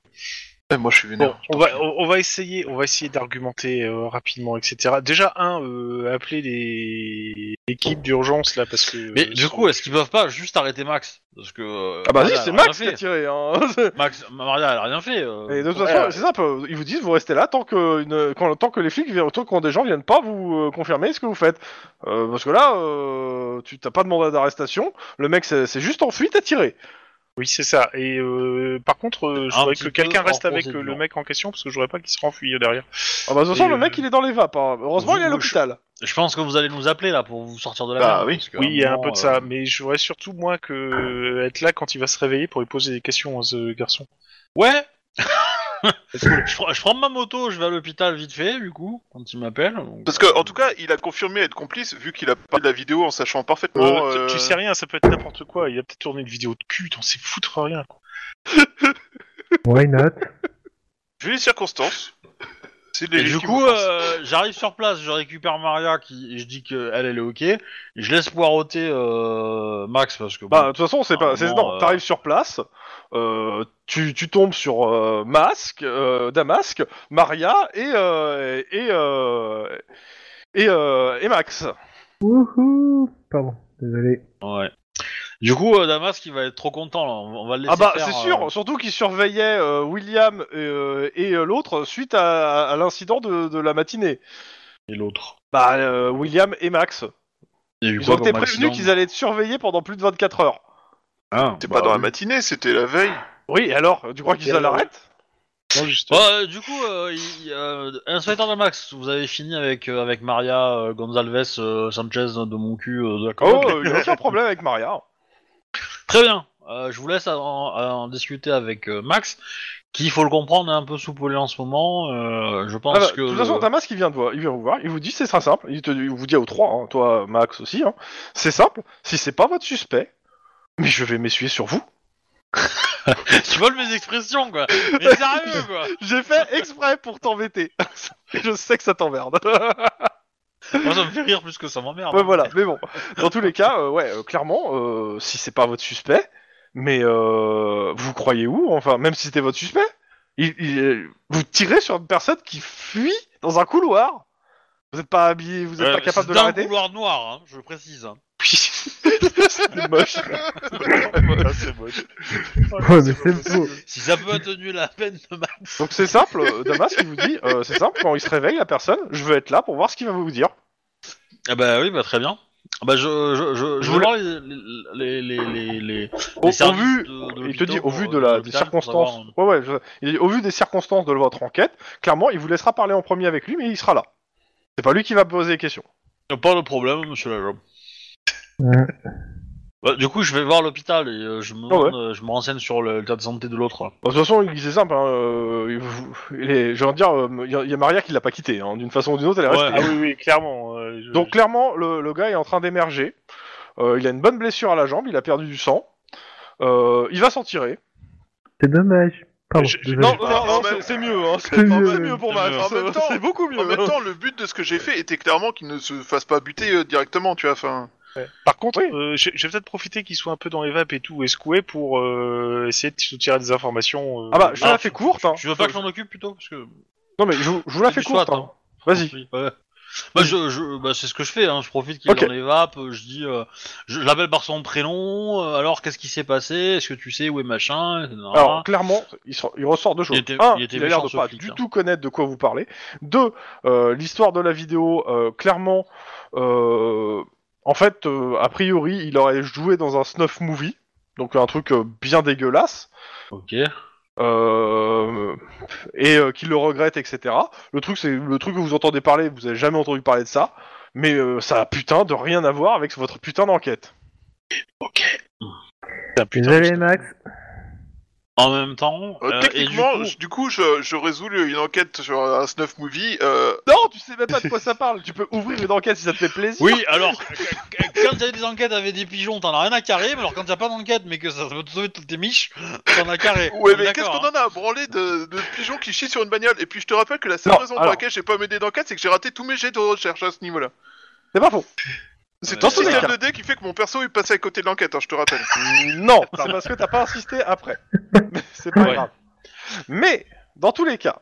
eh, Moi, je suis
Bon,
vénère.
on va, on, on va essayer, on va essayer d'argumenter euh, rapidement, etc. Déjà, un, euh, appeler les l'équipe d'urgence là parce que.
Mais
euh,
du
sur-
coup, est-ce qu'ils peuvent pas juste arrêter Max Parce que. euh,
Ah bah si,
Maria,
c'est
elle a rien
Max qui a
fait.
tiré. Hein.
Max, Maria, elle a rien fait. euh.
et de toute
Ouais,
façon,
ouais.
c'est simple. Ils vous disent vous restez là tant que une- quand- tant que les flics, viennent- tant que des gens viennent pas vous euh, confirmer ce que vous faites. Euh, parce que là, euh, tu t'as pas de mandat d'arrestation. Le mec, c'est c'est juste en fuite à tirer.
Oui, c'est ça. Et euh, par contre, euh, je
Un
voudrais
petit
que quelqu'un
peu
reste
hors
avec euh,
procédure.
le mec en question parce que je voudrais pas qu'il se renfuie derrière.
Ah bah de toute façon,
Et,
le mec,
euh,
il est dans les vapes. hein. Heureusement,
vous-
il est à
vous-
l'hôpital.
Je pense que vous allez nous appeler là pour vous sortir de la
Bah
merde,
oui.
parce qu'à
Oui, il y a un
moment,
peu de
euh,
ça, mais je voudrais surtout moi euh, que être là quand il va se réveiller pour lui poser des questions à ce garçon.
Ouais je, prends- je prends ma moto, je vais à l'hôpital vite fait, du coup, quand il m'appelle. donc,
Parce que,
euh,
en tout cas, il a confirmé être complice vu qu'il a parlé de la vidéo en sachant parfaitement.
Euh, tu,
euh,
tu sais rien, ça peut être n'importe quoi. Il a peut-être tourné une vidéo de cul, t'en sais foutre rien. quoi.
Why not
Vu les circonstances. C'est
Et
les
du coup, euh, j'arrive sur place, je récupère Maria, qui, et je dis qu'elle, elle est ok. Et je laisse poireauter euh, Max, parce que... bon,
Bah, de toute façon, c'est pas. c'est-
Normalement,
Non,
euh,
t'arrives sur place, euh, tu, tu tombes sur euh, Masque, euh, Damasque, Maria et. euh, et. euh, et, euh, et Max.
Wouhou Pardon, désolé.
ouais. Du coup, euh, Damas, qui va être trop content, là, on, on va le laisser
Ah bah,
faire,
c'est
euh,
sûr, surtout qu'ils surveillaient euh, William et, euh, et, euh, l'autre suite à, à l'incident de, de la matinée.
Et l'autre.
Bah, euh, William et Max.
Il y a eu
Ils
quoi
ont été
comme
prévenus
accident
qu'ils allaient être surveillés pendant plus de 24 heures.
Ah,
C'est
bah,
pas dans la
oui.
matinée, c'était la veille.
Oui, et alors, tu crois qu'ils
Et alors
l'arrêtent
Non, justement.
Bah, euh, du coup, euh, il- euh, inspecteur de Max, vous avez fini avec, euh, avec Maria euh, Gonzalez euh, Sanchez de mon cul, euh, de la
Oh,
coloc.
euh, il y a aucun problème avec Maria.
Très bien, Euh, je vous laisse en, en discuter avec euh, Max, qui, il faut le comprendre, est un peu soupolé en ce moment. euh, je pense
Ah bah,
que...
De toute façon,
le-
Damas qui vient de voir, il vient vous voir, il vous dit c'est très simple, il, te, il vous dit aux trois, hein, toi Max aussi, hein, c'est simple, si c'est pas votre suspect, mais je vais m'essuyer sur vous.
tu voles mes expressions, quoi Mais sérieux, quoi
J'ai fait exprès pour t'embêter. je sais que ça t'emmerde.
Moi, ça me fait rire plus que ça m'emmerde. hein.
ouais, voilà, mais Ah, bon. Dans tous les cas, euh, ouais, euh, clairement, euh, si c'est pas votre suspect, mais euh, vous croyez où Enfin, même si c'était votre suspect, il- il, euh, vous tirez sur une personne qui fuit dans un couloir. Vous êtes pas habillé, vous êtes
Euh,
pas capable
c'est
de
un
l'arrêter.
couloir noir, hein, je précise. hein.
C'est moche.
Ah, c'est moche.
Oh,
Ouais, Oh, mais c'est beau.
Si ça peut atténuer la peine de Max.
Donc c'est simple, euh, Damas qui vous dit, euh, c'est simple, quand il se réveille, la personne, je veux être là pour voir ce qu'il va vous dire.
Ah bah oui, bah très bien. Ah Bah je, je, je, je
Vous
vais voir les, les, les, les, les,
Au,
les
au
services
vu,
de- de
il te
l'hôpital
dit, au
pour-
vu de
de
la, des
l'hôpital pour
circonstances,
savoir,
ouais, ouais, je- il dit, au vu des circonstances de votre enquête, clairement, il vous laissera parler en premier avec lui, mais il sera là. C'est pas lui qui va poser les questions.
euh, Pas de problème, monsieur l'agent.
Ouais.
Bah, du coup, je vais voir l'hôpital et euh, je, me
Ah
demande, euh, je me renseigne sur le- l'état de santé de l'autre. là.
Bah, de toute façon, il- c'est simple, hein, euh, il vous- il est- j'ai envie de dire, euh, il y, a- il y a Maria qui l'a pas quitté, hein, d'une façon ou d'une autre, elle est
Ouais.
restée.
Ah oui, oui, clairement. euh, je-
Donc clairement, le, le gars est en train d'émerger. Euh, il a une bonne blessure à la jambe, il a perdu du sang. Euh, il va s'en tirer.
C'est dommage. Pardon,
Je- je-
désolé.
Non,
Bah,
non,
en
non,
même-
c'est- c'est mieux, hein,
C'est
c'est pas
mieux,
mal mieux pour
c'est
Max.
mieux.
hein,
En même temps-
c'est beaucoup
En
mieux. hein.
même temps, le but de ce que j'ai fait était clairement qu'il ne se fasse pas buter euh, directement, tu vois. Enfin,
Par contre,
Euh, je, je vais peut-être profiter qu'il soit un peu dans les vapes et tout, et secoué pour euh, essayer de soutirer des informations. euh,
Ah bah, je te
alors,
la fais courte. hein.
Tu veux pas que je m'en occupe plutôt parce que
Non mais je, vous- je vous la
C'est
fais
du
courte.
SWAT,
hein. Vas-y.
Ouais. Bah, je, je, bah, c'est ce que je fais, hein. je profite qu'il
Ok.
est dans les vapes, euh, je dis, euh, je, je l'appelle par son prénom, euh, alors qu'est-ce qui s'est passé, est-ce que tu sais où est machin, etc.
Alors clairement, il, sort- il ressort deux choses.
Il était-
Un,
il était
il a l'air
méchant,
de
ce
pas
flic,
du
hein.
tout connaître de quoi vous parlez. Deux, euh, l'histoire de la vidéo, euh, clairement, euh, en fait, euh, a priori, il aurait joué dans un snuff movie, donc un truc euh, bien dégueulasse.
Ok.
euh, et euh, qu'il le regrette, etc. Le truc, c'est le truc que vous entendez parler, vous avez jamais entendu parler de ça, mais euh, ça a putain de rien à voir avec votre putain d'enquête.
putain, putain,
Désolé,
putain.
Max.
En même temps,
euh,
euh, et du
techniquement,
coup-
je- du coup, je, je résous le- une enquête sur un snuff movie. euh,
Non, tu sais même pas de quoi ça parle. Tu peux ouvrir une enquête si ça te fait plaisir.
oui, alors, quand t'as des enquêtes avec des pigeons, t'en as rien à carrer, mais alors quand t'as pas d'enquête, mais que ça peut te sauver toutes tes miches, t'en as carré.
Ouais,
On est
mais qu'est-ce
d'accord,
qu'on en a à branler de, de pigeons qui chient sur une bagnole Et puis je te rappelle que la seule
Non,
raison pour
alors.
laquelle j'ai pas mené d'enquête, c'est que j'ai raté tous mes jets de recherche à ce niveau-là.
C'est pas faux.
Euh, C'est
Ouais.
ton
Dans tous les
système
cas.
de dé qui fait que mon perso est passé à côté de l'enquête, hein, je te rappelle.
Non, c'est parce que t'as pas insisté après. Mais c'est pas
Mmh, Ouais.
grave. Mais, dans tous les cas,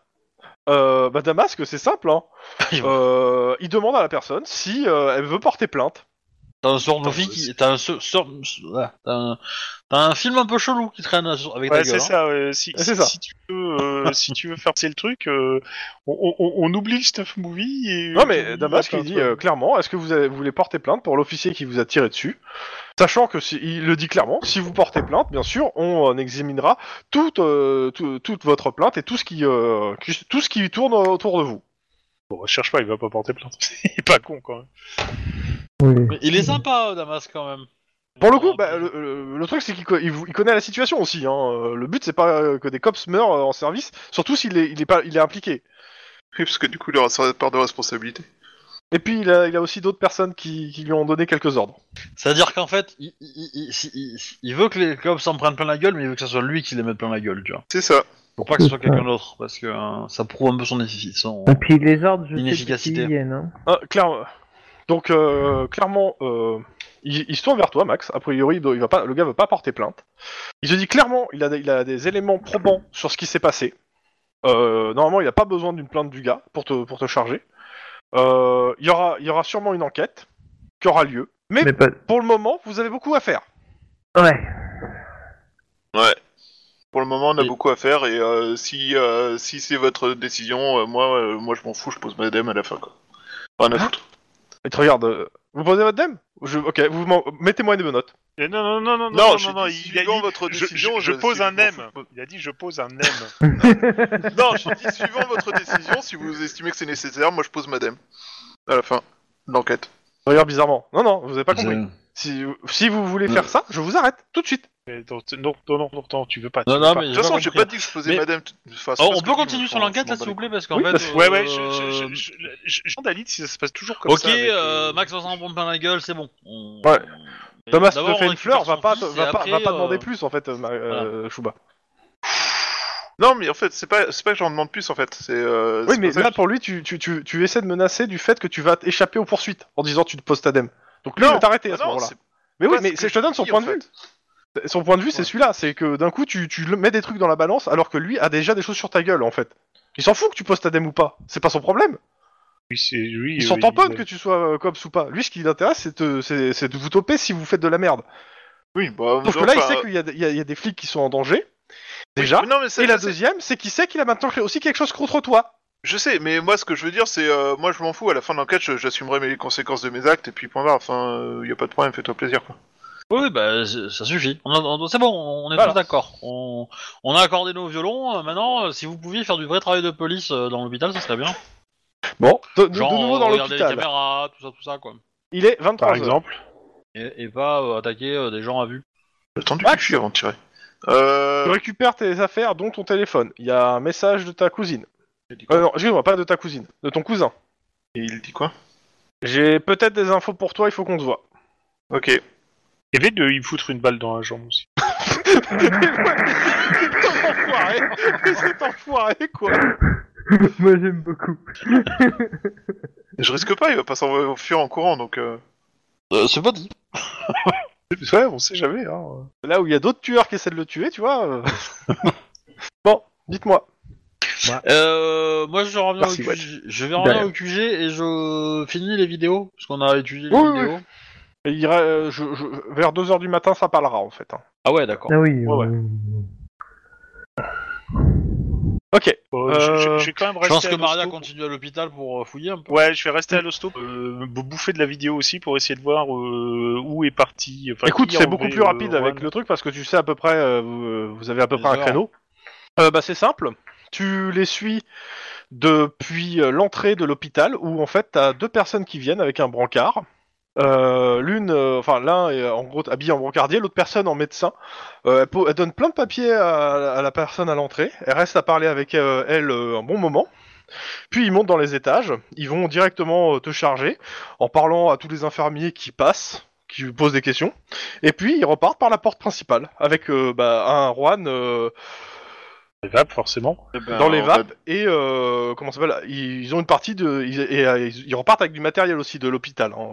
euh, bah Damasque, c'est simple. Hein.
Il va-
Euh, il demande à la personne si euh, elle veut porter plainte.
hein. T'as un sort de vie qui- T'as un, so- sort- ah, t'as un... t'as un film un peu chelou qui traîne avec ta
Ouais,
gueule.
c'est
hein.
ça, ouais, si,
C'est
si-
ça.
si tu veux, euh, si tu veux faire passer le truc, euh, on, on- on oublie le stuff movie et.
Non,
on
mais
oublie
Damasque,
la
il
plainte,
dit
ouais.
euh, clairement est-ce que vous, avez- vous voulez porter plainte pour l'officier qui vous a tiré dessus Sachant que, si, il le dit clairement, si vous portez plainte, bien sûr, on euh, examinera toute, euh, tout- toute votre plainte et tout ce, qui, euh, qui- tout ce qui tourne autour de vous.
Bon, cherche pas, il va pas porter plainte. il est pas con quand même.
Oui.
hein. Mais Il est sympa, euh, Damas, quand même.
Pour le coup, bah, le, le- le truc c'est qu'il co- il vou- il connaît la situation aussi. hein. Euh, Le but c'est pas euh, que des cops meurent euh, en service, surtout s'il est, il est, pas, il est impliqué.
Oui, parce que du coup, il aura sa part de responsabilité.
Et puis il a, il a aussi d'autres personnes qui, qui lui ont donné quelques ordres.
C'est-à-dire qu'en fait, il, il- il- si- il- il veut que les cops s'en prennent plein la gueule, mais il veut que ça soit lui qui les mette plein la gueule, tu vois.
C'est ça.
Pour pas que ce soit quelqu'un d'autre, parce que euh, ça prouve un peu son efficacité.
Et puis les ordres, je sais pas
L'inefficacité.
qui viennent. Hein.
Ah, clair- Donc euh, clairement, euh, il, il se tourne vers toi, Max. A priori, il doit- il va pas, le gars va pas porter plainte. Il se dit clairement, il a, des- il a des éléments probants sur ce qui s'est passé. Euh, normalement, il n'a pas besoin d'une plainte du gars pour te, pour te charger. Euh, il, y aura, il y aura sûrement une enquête qui aura lieu. Mais,
Mais pas...
pour le moment, vous avez beaucoup à faire.
Ouais.
Ouais. Pour le moment, on a
Et-
beaucoup à faire et euh, si, euh, si c'est votre décision, euh, moi, euh, moi je m'en fous, je pose ma DM à la fin. Quoi. Rien à foutre.
Il te regarde. euh, vous posez votre dème Je- Ok, vous m'en- mettez-moi des notes.
Eh Non, non, non, non,
Non,
non,
je
non, non,
dis,
il a
suivant
dit,
votre
je,
décision,
je- je
je-
pose
si
un
vous en
M. Il a dit, je pose un M.
non, je dis suivant votre décision, si vous estimez que c'est nécessaire, moi je pose ma DM à la fin de l'enquête.
Il regarde bizarrement. Non, non, vous avez pas compris.
Non,
Si, si vous voulez faire ça, je vous arrête tout de suite.
Mais non, t- non, non, non, non, non, tu veux pas. tu veux
non,
pas.
mais
De
j'ai
toute façon,
pas
j'ai
compris. hein.
pas dit que je posais
Mais-
ma DM. t- enfin, c'est
Oh,
pas
on
ce que
peut
je dis,
continuer
mais
sur
je m'en-
l'enquête
je
là,
m'en
hein,
bats
s'il
les
vous plaît, parce qu'en
Oui,
fait.
parce-
Ouais,
euh,
ouais, je, je, je, je- je- je demande à Lyd si ça se passe toujours comme
Ok,
ça. avec,
euh,
euh,
Max va s'en prendre plein la gueule, c'est bon. On-
Ouais.
Mais
Thomas te
d'abord, on
fait une
récupère
fleur, va
son
pas,
fils, et
va, pas,
après,
va pas
euh,
demander plus en fait, euh, ma- euh, Chouba.
Non, mais en fait, c'est pas, c'est pas que j'en demande plus en fait. C'est. euh,
Oui,
c'est
mais
pour ça
là
que
pour lui, tu, tu, tu, tu essaies de menacer du fait que tu vas échapper aux poursuites en disant tu te poses ta dème. Donc lui,
Non.
il va t'arrêter
je-
à ce
Ah non,
moment-là.
c'est
Mais oui,
pas
mais
ce que
c'est- je te donne son
dis,
point
en
de vue.
fait.
Son point de vue, c'est
Ouais.
celui-là. C'est que d'un coup, tu, tu le mets des trucs dans la balance alors que lui a déjà des choses sur ta gueule en fait. Il s'en fout que tu poses ta dème ou pas. C'est pas son problème.
oui, c'est- oui,
Ils
euh,
s'en tamponnent
il-
que tu sois euh, cops ou pas. Lui, ce qui l'intéresse, c'est de, c'est- c'est de vous toper si vous faites de la merde.
Oui, bah.
Sauf que
non,
là, il
enfin,
sait qu'il y, a des- il y a- il y a des flics qui sont en danger. Déjà.
mais non, mais ça,
Et la
ça, c'est-
deuxième, c'est qu'il sait qu'il a maintenant créé aussi quelque chose contre toi.
Je sais, mais moi, ce que je veux dire, c'est. euh, moi, je m'en fous, à la fin de l'enquête, je- j'assumerai mes- les conséquences de mes actes, et puis point barre. Enfin, il y a pas de problème, fais-toi plaisir, quoi.
Oui, bah c'est- ça suffit. On a- on- c'est bon, on est
Voilà.
tous d'accord. On, on a accordé nos violons. euh, Maintenant, euh, si vous pouviez faire du vrai travail de police euh, dans l'hôpital, ça serait bien.
Bon, de, de-
Genre, euh,
de nouveau dans
regarder les
l'hôpital.
caméras, tout ça, tout ça, quoi.
Il est 23
Par
heures.
exemple.
Et, et pas euh, attaquer euh, des gens à vue.
J'ai tendu
Max.
le cul avant de tirer.
Tu
Euh.
récupères tes affaires, dont ton téléphone. Il y a un message de ta cousine. Euh, non, excuse-moi, pas de ta cousine, de ton cousin.
Et il dit quoi
J'ai peut-être des infos pour toi, il faut qu'on te voit.
Ok.
Évite de lui foutre une balle dans la jambe aussi.
Cet enfoiré Cet enfoiré, quoi
Moi j'aime beaucoup.
Je risque pas, il va pas s'enfuir en courant, donc. euh,
Euh, c'est pas dit.
Ouais, on sait jamais. Hein.
Là où il y a d'autres tueurs qui essaient de le tuer, tu vois. euh. bon, dites-moi.
Euh, moi, je reviens
Merci, Ben,
au
Watt.
QG, je vais revenir au QG et je finis les vidéos parce qu'on a étudié les
Oui, oui,
vidéos.
Et il ira, euh, je- je- vers 2h du matin, ça parlera, en fait. hein.
Ah ouais, d'accord.
Ah oui.
Ouais, ouais.
euh,
Ok,
Euh, je- je,
Euh,
je vais quand même
Je
rester
pense
à
que Maria
l'hosto.
continue à l'hôpital pour euh, fouiller un peu.
Ouais, je vais rester à l'hosto,
bah,
euh, bou- bouffer de la vidéo aussi pour essayer de voir euh, où est parti. Enfin,
Écoute,
qui a
c'est beaucoup
enlevé,
plus
euh,
rapide avec
Juan.
le truc parce que tu sais à peu près, euh, vous, vous avez à peu
Les
près un
heures.
créneau. Euh, bah, c'est simple, tu les suis depuis euh, l'entrée de l'hôpital où en fait t'as deux personnes qui viennent avec un brancard. Euh, L'une, euh, enfin l'un est en gros habillé en brancardier, l'autre personne en médecin. Euh, elle, po- elle donne plein de papiers à, à la personne à l'entrée. Elle reste à parler avec euh, elle euh, un bon moment. Puis ils montent dans les étages. Ils vont directement euh, te charger en parlant à tous les infirmiers qui passent, qui posent des questions. Et puis ils repartent par la porte principale avec euh, bah, un Juan euh,
Les vapes, forcément.
dans les
on
vapes et euh, comment ça s'appelle ils, ils ont une partie de ils, et, euh, ils- ils repartent avec du matériel aussi de l'hôpital. hein.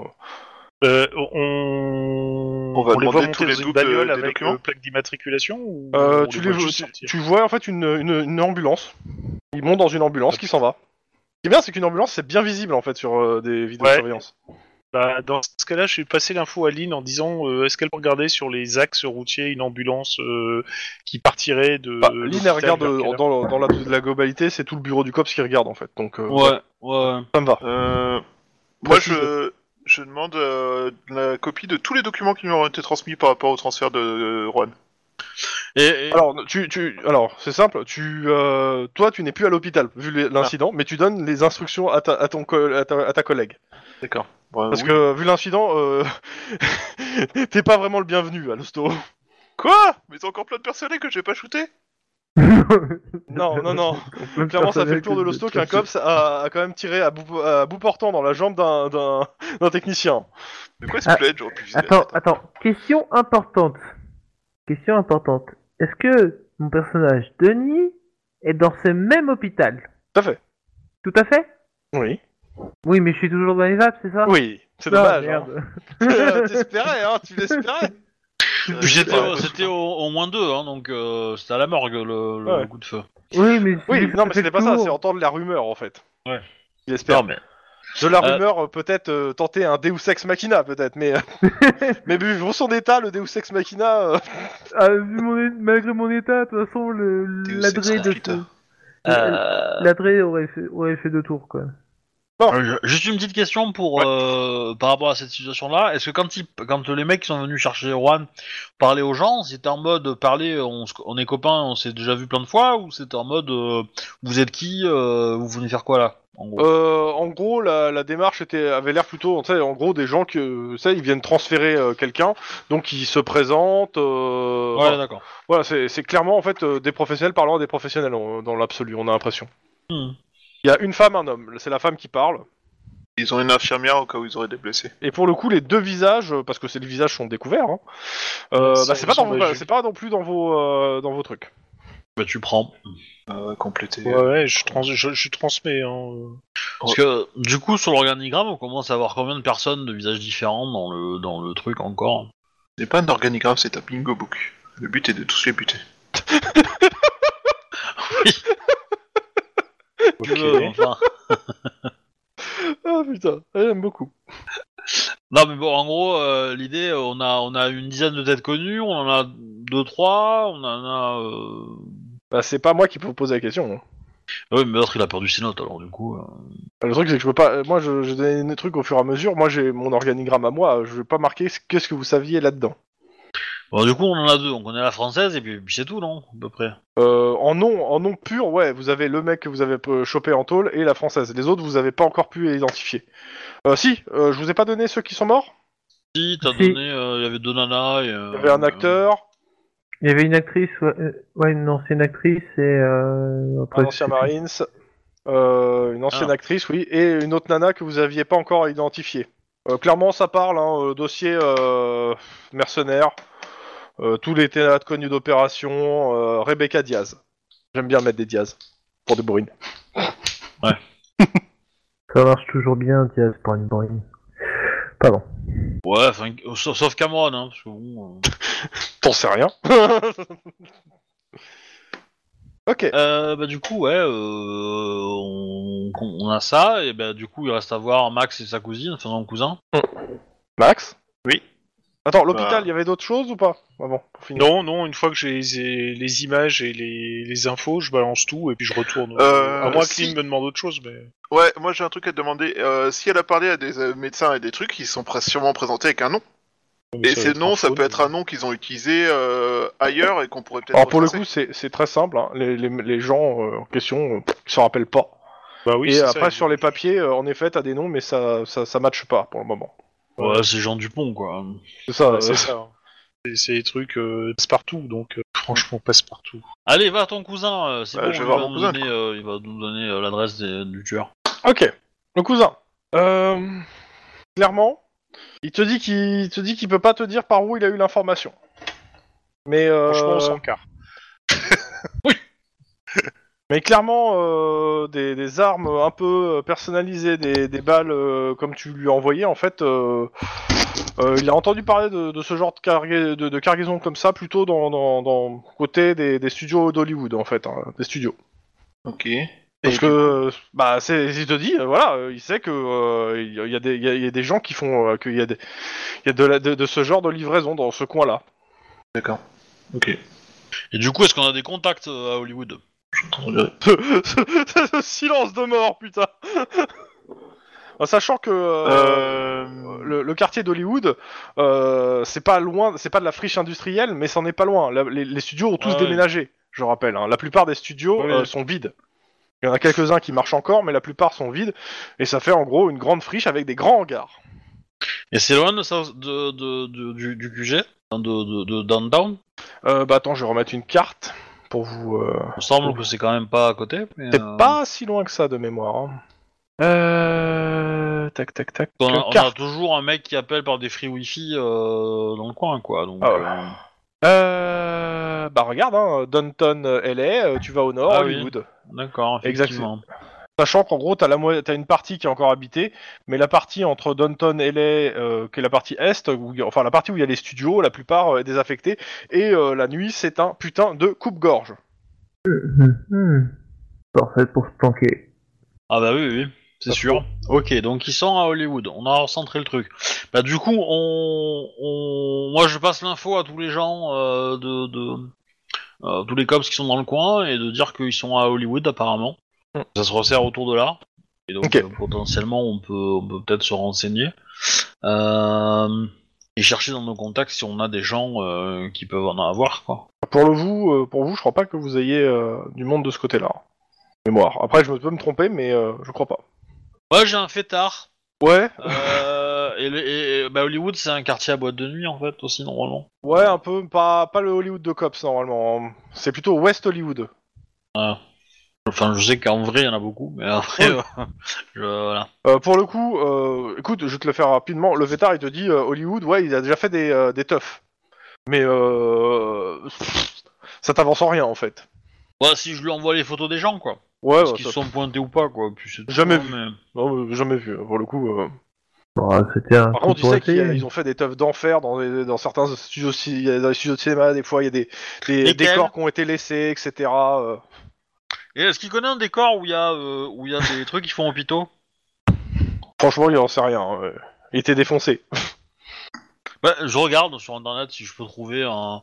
Euh, on...
On va
les voit
demander
monter
tous les
dans une
doubles,
bagnole
euh, des
avec
documents
euh, plaque d'immatriculation ou
Euh,
on
tu,
les
les
voit
vois,
juste
tu-
sortir
tu vois en fait une, une- une ambulance. Ils montent dans une ambulance qui s'en va. Ce qui est bien c'est qu'une ambulance c'est bien visible en fait sur euh, des vidéos de
Ouais.
surveillance.
Bah, dans ce cas-là, je vais passer l'info à Lynn en disant euh, est-ce qu'elle peut regarder sur les axes routiers une ambulance euh, qui partirait de.
Bah,
de
Lynn, elle
l'hôpital
regarde
vers
euh,
quelle heure
dans, dans la, la globalité c'est tout le bureau du cops qui regarde en fait donc euh,
Ouais, ouais.
ça me va.
Euh, moi,
Précise.
je, je demande euh, la copie de tous les documents qui nous ont été transmis par rapport au transfert de euh, Juan.
Et, et-
Alors, tu, tu, alors c'est simple. Tu, euh, toi, tu n'es plus à l'hôpital vu le- l'incident, mais tu donnes les instructions à ta, à ton, co- à ta, à ta collègue.
D'accord. Bah,
Parce
oui.
que, vu l'incident, euh, t'es pas vraiment le bienvenu à l'hosto.
Quoi Mais c'est encore plein de personnes que j'ai pas shooté
Non, non, non. Clairement, ça fait le tour de l'hosto qu'un cops a, a quand même tiré à bout, à bout portant dans la jambe d'un- d'un d'un technicien.
De quoi
Ah.
ce plaid J'aurais pu viser la
Attends,
tête.
attends. Question importante. Question importante. Est-ce que mon personnage Denis est dans ce même hôpital
Tout à fait.
Tout à fait
Oui.
Oui, mais je suis toujours dans les vapes, c'est ça
Oui, c'est
Ah,
dommage. hein.
merde.
Euh, T'espérais, hein, tu l'espérais.
Puis c'était
ouais.
c'était au, au moins deux, hein, donc euh, c'était à la morgue le, le
Ouais.
coup de feu.
Oui, mais
Oui, non, mais c'était pas ça, c'est
c'est
entendre la rumeur en fait.
Ouais.
Il espère.
mais.
De la
Euh.
rumeur, euh, peut-être euh, tenter un Deus Ex Machina, peut-être, mais. mais vu son état, le Deus Ex Machina. euh,
Ah, vu mon é- malgré mon état, de toute façon, le-
Deus
l'adré
ex
de
machina.
Euh,
l'adré aurait fait aurait fait deux tours quoi.
euh, juste une petite question pour euh, par rapport à cette situation-là. Est-ce que quand, ils- quand les mecs qui sont venus chercher Juan parlaient aux gens, c'était en mode parler, on, se- on est copains, on s'est déjà vu plein de fois, ou c'était en mode euh, vous êtes qui, euh, vous venez faire quoi là en gros
euh, en gros, la, la démarche était, avait l'air plutôt, tu sais, en gros, des gens que, ça, ils viennent transférer euh, quelqu'un, donc ils se présentent. euh,
Ouais,
voilà,
d'accord.
Voilà, c'est c'est clairement en fait euh, des professionnels parlant à des professionnels on- dans l'absolu, on a l'impression.
Hmm.
Il y a une femme, un homme. C'est la femme qui parle.
Ils ont une infirmière au cas où ils auraient des blessés.
Et pour le coup, les deux visages, euh, parce que ces deux visages sont découverts, hein, euh,
Ils
bah,
sont-
c'est pas,
ils sont
dans vos-
bajus.
c'est pas non plus dans vos, euh, dans vos trucs.
Bah, tu prends.
Euh, compléter.
Ouais, ouais, je, trans- je, je transmets. Hein.
Parce que du coup, sur l'organigramme, on commence à avoir combien de personnes de visages différents dans le dans le truc encore.
C'est pas un organigramme, c'est un bingo book. Le but est de tous les buter.
Tu veux, enfin.
Ah putain, j'aime beaucoup.
Non mais bon en gros euh, l'idée euh, on a on a une dizaine de têtes connues, on en a deux trois, on en a euh...
Bah, c'est pas moi qui peux vous poser la question. hein.
ah oui mais l'autre il a perdu ses notes alors du coup euh,
Bah, Le truc, c'est que je peux pas. euh, Moi, je, je donne des trucs au fur et à mesure. Moi, j'ai mon organigramme à moi. euh, Je vais pas marquer ce- qu'est-ce que vous saviez là-dedans.
bon, du coup on en a deux, on connaît la française et puis, puis c'est tout non à peu près.
Euh, en nom, en nom pur, ouais, vous avez le mec que vous avez euh, chopé en tôle et la française. Les autres, vous avez pas encore pu les identifier. Euh, si, euh, je vous ai pas donné ceux qui sont morts.
Si t'as
Si.
donné euh, il y avait deux nanas et euh,
Il y avait un acteur,
Il y avait une actrice, ouais, euh, ouais, une ancienne actrice et euh, après,
un ancien Marines, euh, une ancienne
Ah.
actrice, oui, et une autre nana que vous aviez pas encore identifiée. Euh, clairement, ça parle, hein, euh, dossier euh, mercenaire, euh, tous les théâtres connus d'opération, euh, Rebecca Diaz. J'aime bien mettre des Diaz pour des bourrines.
Ça marche toujours bien, Diaz, pour une bourrine. Pardon.
Ouais enfin sauf, sauf Cameron hein parce que bon.
T'en sais rien. ok.
Euh... Euh, bah du coup ouais euh, on, on a ça et bah du coup il reste à voir Max et sa cousine enfin son cousin.
Max
Oui.
Attends, l'hôpital,
Bah.
il y avait d'autres choses ou pas Ah Avant, pour finir.
Non, non, une fois que j'ai les, les images et les, les infos, je balance tout et puis je retourne.
Euh,
à moins
si.
que Lynn me demande autre chose, mais.
Ouais, moi j'ai un truc à te demander. Euh, si elle a parlé à des euh, médecins et des trucs, ils se sont pr- sûrement présentés avec un nom. Et ces noms, ça peut être un nom qu'ils ont utilisé euh, ailleurs et qu'on pourrait peut-être.
Alors pour le
retracer.
coup, c'est c'est très simple. hein. Les, les- les gens euh, en question euh, ils s'en rappellent pas.
Bah oui,
et
c'est
après,
ça,
sur les papiers, euh, en effet, t'as des noms, mais ça, ça, ça matche pas pour le moment.
Ouais c'est Jean Dupont quoi.
C'est ça.
Ouais,
euh,
c'est ça. hein. C'est- C'est des trucs euh, passe-partout, donc euh, franchement passe-partout.
Allez, va à ton cousin, euh, c'est
Bah,
bon,
je vais
il,
voir
va
mon
nous
cousin,
donner, euh, il va nous donner euh, l'adresse des- du tueur.
Ok. Le cousin. Euh, Clairement, il te dit qu'il il te dit qu'il peut pas te dire par où il a eu l'information. Mais euh,
Franchement, on s'en carre.
Mais clairement, euh, des, des armes un peu euh, personnalisées, des, des balles euh, comme tu lui as envoyé, en fait, euh, euh, il a entendu parler de, de ce genre de, carga- de, de cargaison comme ça, plutôt dans, dans, dans- côté des, des studios d'Hollywood, en fait, hein, des studios.
Ok.
Parce
Et
que, euh, bah, c'est, il te dit, euh, voilà, euh, il sait que euh, il y, a des- il y a- il y a des gens qui font, euh, qu'il y a, des, il y a de, la- de- de ce genre de livraison dans ce coin-là.
D'accord. Ok.
Et du coup, est-ce qu'on a des contacts euh, à Hollywood
ce silence de mort, putain. En Sachant que euh,
Euh...
le, le quartier d'Hollywood, euh, c'est pas loin, c'est pas de la friche industrielle, mais c'en est pas loin. La- les, les studios ont tous
Ouais, ouais.
déménagé, je rappelle. hein. La plupart des studios
Ouais.
euh, sont vides. Il y en a quelques-uns qui marchent encore, mais la plupart sont vides. Et ça fait en gros une grande friche avec des grands hangars.
Et c'est loin de, ça- de- de- de- du, du QG hein, de, de, de downtown
Euh, bah attends, je vais remettre une carte pour vous. euh,
Il me semble que c'est quand même pas à côté. mais,
C'est
euh,
pas si loin que ça de mémoire. hein. Euh... Tac tac tac.
On a, on a
Carte.
toujours un mec qui appelle par des free wifi euh, dans le coin, quoi. Donc,
Ah ouais.
euh,
Euh... Bah regarde, hein, Downton euh, LA, euh, tu vas au nord,
Ah oui.
Hollywood.
d'accord, effectivement.
Sachant qu'en gros, t'as, la mo- t'as une partie qui est encore habitée, mais la partie entre Downton LA, euh, qui est la partie est, où il y a- enfin la partie où il y a les studios, la plupart euh, est désaffectée, et euh, la nuit, c'est un putain de coupe-gorge.
Mhm. Parfait pour se planquer.
Ah bah oui, oui, oui, c'est sûr. Ok, donc ils sont à Hollywood. On a recentré le truc. Bah du coup, on, on- moi je passe l'info à tous les gens euh, de, de- euh, tous les cops qui sont dans le coin et de dire qu'ils sont à Hollywood apparemment. Ça se resserre autour de là. Et donc
Ok.
euh, potentiellement, on peut on peut peut-être se renseigner Euh, et chercher dans nos contacts si on a des gens euh, qui peuvent en avoir quoi.
Pour le vous, euh, pour vous, je crois pas que vous ayez euh, du monde de ce côté-là. hein. Mémoire. Après, je me peux me tromper, mais euh, je crois pas.
Moi j'ai un fêtard.
Ouais,
Euh, et, le- et- et- bah, Hollywood, c'est un quartier à boîte de nuit, en fait, aussi, normalement.
ouais, un peu, pas, pas le Hollywood de cops normalement. C'est plutôt West Hollywood.
Enfin, je sais qu'en vrai, il y en a beaucoup, mais après, euh, je- voilà.
Euh, pour le coup, euh, écoute, je vais te le faire rapidement. Le vétard, il te dit euh, Hollywood, ouais, il a déjà fait des, euh, des teufs. Mais euh, pff, ça t'avance en rien en fait.
Bah, si je lui envoie les photos des gens, quoi.
Ouais,
Est-ce
ouais,
qu'ils
ça-
se sont pointés ou pas, quoi. Puis c'est tout,
Jamais
hein,
vu.
mais-
non, mais jamais vu. Pour le coup, euh.
Bon, euh, c'était un
par
coup
contre, tu
pour
sais qu'ils
essayer.
ils ont fait des teufs d'enfer dans, les- dans certains studios, ci- il y a des studios de cinéma. Des fois, il y a des, des
Lesquels
décors qui ont été laissés, etc. euh.
Et est-ce qu'il connaît un décor où il y a, euh, où il y a des trucs qui font hôpitaux
Franchement, il en sait rien. euh. Il était défoncé.
Bah, je regarde sur internet si je peux trouver un,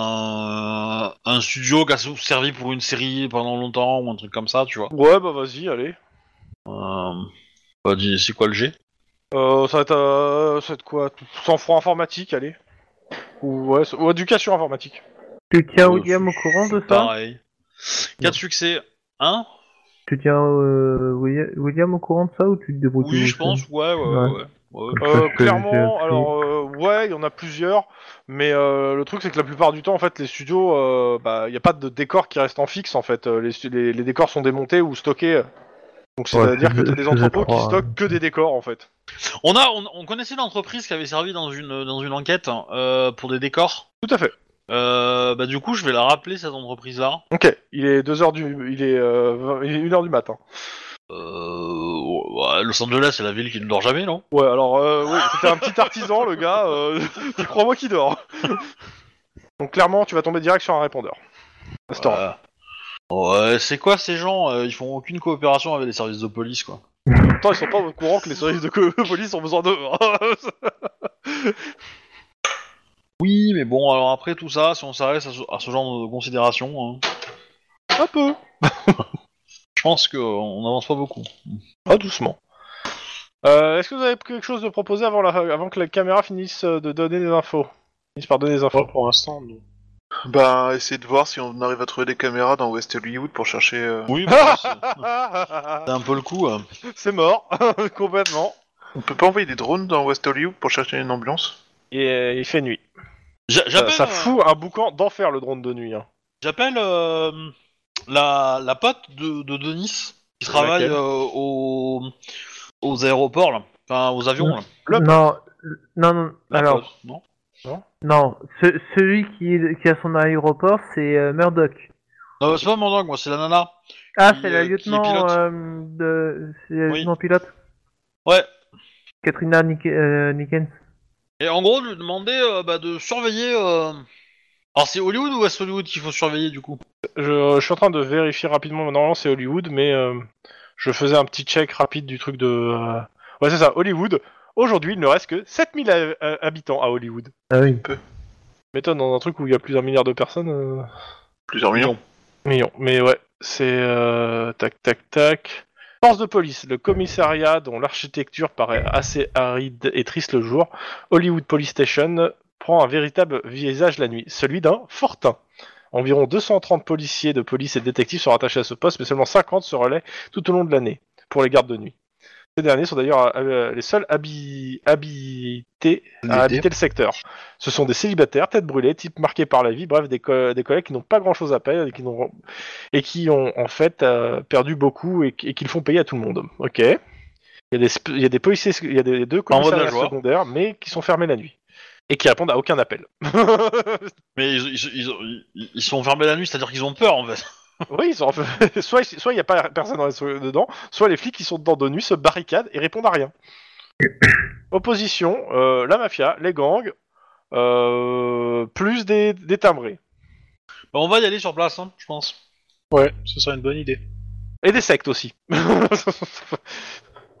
un, un studio qui a servi pour une série pendant longtemps ou un truc comme ça, tu vois.
Ouais, bah vas-y, allez.
Euh, bah, dis, c'est quoi le G
Euh, ça va être, euh, ça va être quoi 100 francs informatique, allez. Ou, ouais, c- ou éducation informatique.
Tu tiens
Euh,
William au
c'est-
courant de
c'est
ça
Pareil. 4 succès. 1
Tu tiens euh, Willi- William au courant de ça ou tu te débrouilles
Oui,
tout
je
seul
pense, ouais, ouais, ouais. ouais. Ouais.
Euh,
Parce que j'ai
clairement,
appris.
alors euh, ouais, il y en a plusieurs, mais euh, le truc c'est que la plupart du temps, en fait, les studios, euh, bah, il n'y a pas de décor qui reste en fixe, en fait. Euh, Les, stu- les, les décors sont démontés ou stockés. Donc
Ouais,
c'est-à-dire que
c'est-
t'as des
c'est
entrepôts qui
étroit,
stockent que des décors, en fait.
On, a, on, on connaissait l'entreprise qui avait servi dans une, dans une enquête hein, euh, pour des décors.
Tout à fait.
Euh, bah, du coup, je vais la rappeler, cette entreprise-là.
Ok. Il est 2 heures du, il est, euh, vingt- il est 1 heure du matin.
Euh, ouais, Los Angeles, c'est la ville qui ne dort jamais, non
Ouais, alors euh, oui, c'était un petit artisan, le gars. Euh, Crois-moi qu'il dort. Donc clairement, tu vas tomber direct sur un répondeur. Astor.
Ouais. Euh, Ouais, c'est quoi ces gens euh, Ils font aucune coopération avec les services de police, quoi.
Pourtant, ils sont pas au courant que les services de co- police ont besoin d'eux.
Oui, mais bon, alors après tout ça, si on s'arrête à, ce- à ce genre de considération, hein,
un peu.
je pense qu'on n'avance pas beaucoup.
Ah, doucement. Euh, Est-ce que vous avez quelque chose de proposer avant, la, avant que la caméra finisse euh, de donner des infos Finisse par donner des infos.
Pas
Oh.
pour l'instant, non.
Ben, essayer de voir si on arrive à trouver des caméras dans West Hollywood pour chercher. euh,
Oui, bah, c'est
Ah,
c'est un peu le coup. hein.
C'est mort, complètement.
On peut pas envoyer des drones dans West Hollywood pour chercher une ambulance
Et euh, il fait nuit.
J'a-
Ça,
J'appelle
ça
euh,
fout un boucan d'enfer le drone de nuit. hein.
j'appelle, euh, la, la pote de, de Denis qui travaille
Laquelle
euh, aux, aux aéroports, là. enfin aux avions. Là.
Le-
Non, euh, non, non.
La
alors,
pote, non
non. ce- celui qui, est- qui a son aéroport, c'est euh, Murdoch.
Non, c'est pas Mandang, moi, c'est la nana.
Ah,
Qui,
c'est la
euh, qui est
lieutenant
pilote.
euh, de, c'est la
Oui.
lieutenant pilote.
Ouais.
Katrina Nick, euh, Nickens.
Et en gros, lui demander euh, bah, de surveiller. euh, Alors, c'est Hollywood ou West Hollywood qu'il faut surveiller du coup
Je, je suis en train de vérifier rapidement. Normalement, c'est Hollywood, mais euh, je faisais un petit check rapide du truc de. euh, Ouais, c'est ça, Hollywood. Aujourd'hui, il ne reste que 7000 ha- ha- euh, habitants à Hollywood.
Ah oui.
M'étonne, dans un truc où il y a plus d'un milliard de personnes. euh,
Plusieurs millions.
Mignon, mais ouais, c'est euh, tac tac tac. Force de police, le commissariat dont l'architecture paraît assez aride et triste le jour, Hollywood Police Station prend un véritable visage la nuit, celui d'un fortin. Environ 230 policiers de police et détectives sont rattachés à ce poste, mais seulement 50 se relaient tout au long de l'année pour les gardes de nuit. Ces derniers sont d'ailleurs euh, les seuls habi- habités à habiter le secteur. Ce sont des célibataires, têtes brûlées, types marqués par la vie, bref, des, co- des collègues qui n'ont pas grand-chose à perdre et qui, n'ont- et qui ont en fait euh, perdu beaucoup et, qui- et qu'ils font payer à tout le monde. Ok. Il y a des, sp- il y a des policiers, il y a des deux
Envoie de la
commissariats
joie.
secondaires, mais qui sont fermés la nuit et qui répondent à aucun appel.
Mais ils, ils, ils- ils- ils sont fermés la nuit, c'est-à-dire qu'ils ont peur en fait.
Oui, ils sont en fait- soit il n'y a pas personne dans les- dedans, soit les flics qui sont dedans de nuit se barricadent et répondent à rien. Opposition, euh, la mafia, les gangs, euh, plus des, des timbrés.
Bah, on va y aller sur place, hein, je pense.
Ouais, ce serait une bonne idée.
Et des sectes aussi.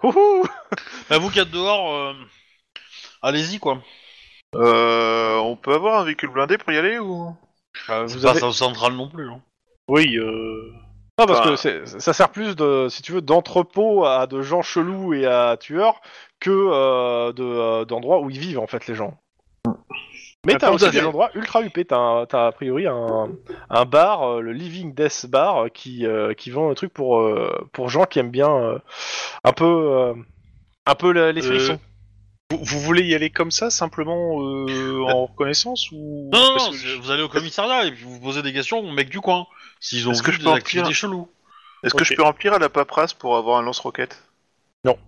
Houhou
Bah, vous qui êtes dehors, euh, allez-y quoi.
Euh, on peut avoir un véhicule blindé pour y aller ou
C'est
vous
pas
avez-
ça au central non plus. hein.
Oui, euh...
Non, parce
Enfin-
que c'est- ça sert plus de, si tu veux, d'entrepôt à de gens chelous et à tueurs que euh, de, euh, d'endroits où ils vivent en fait les gens. Mais t'as
Attends,
aussi
vous
des
avez-
endroits ultra huppés. T'as, un- t'as a priori un, un bar, euh, le Living Death Bar, euh, qui, euh, qui vend un truc pour, euh, pour gens qui aiment bien euh, un peu, euh, un peu la- les
Euh,
frissons.
vous, vous voulez y aller comme ça, simplement euh, en reconnaissance ou
Non, non,
Parce
non,
que
c'est- vous allez au commissariat et puis vous posez des questions aux mecs du coin. S'ils ont
Est-ce
vu
que je
des
peux en
activités
tirer
cheloues.
Est-ce
Ok.
que je peux remplir à la paperasse pour avoir un lance-roquette
Non.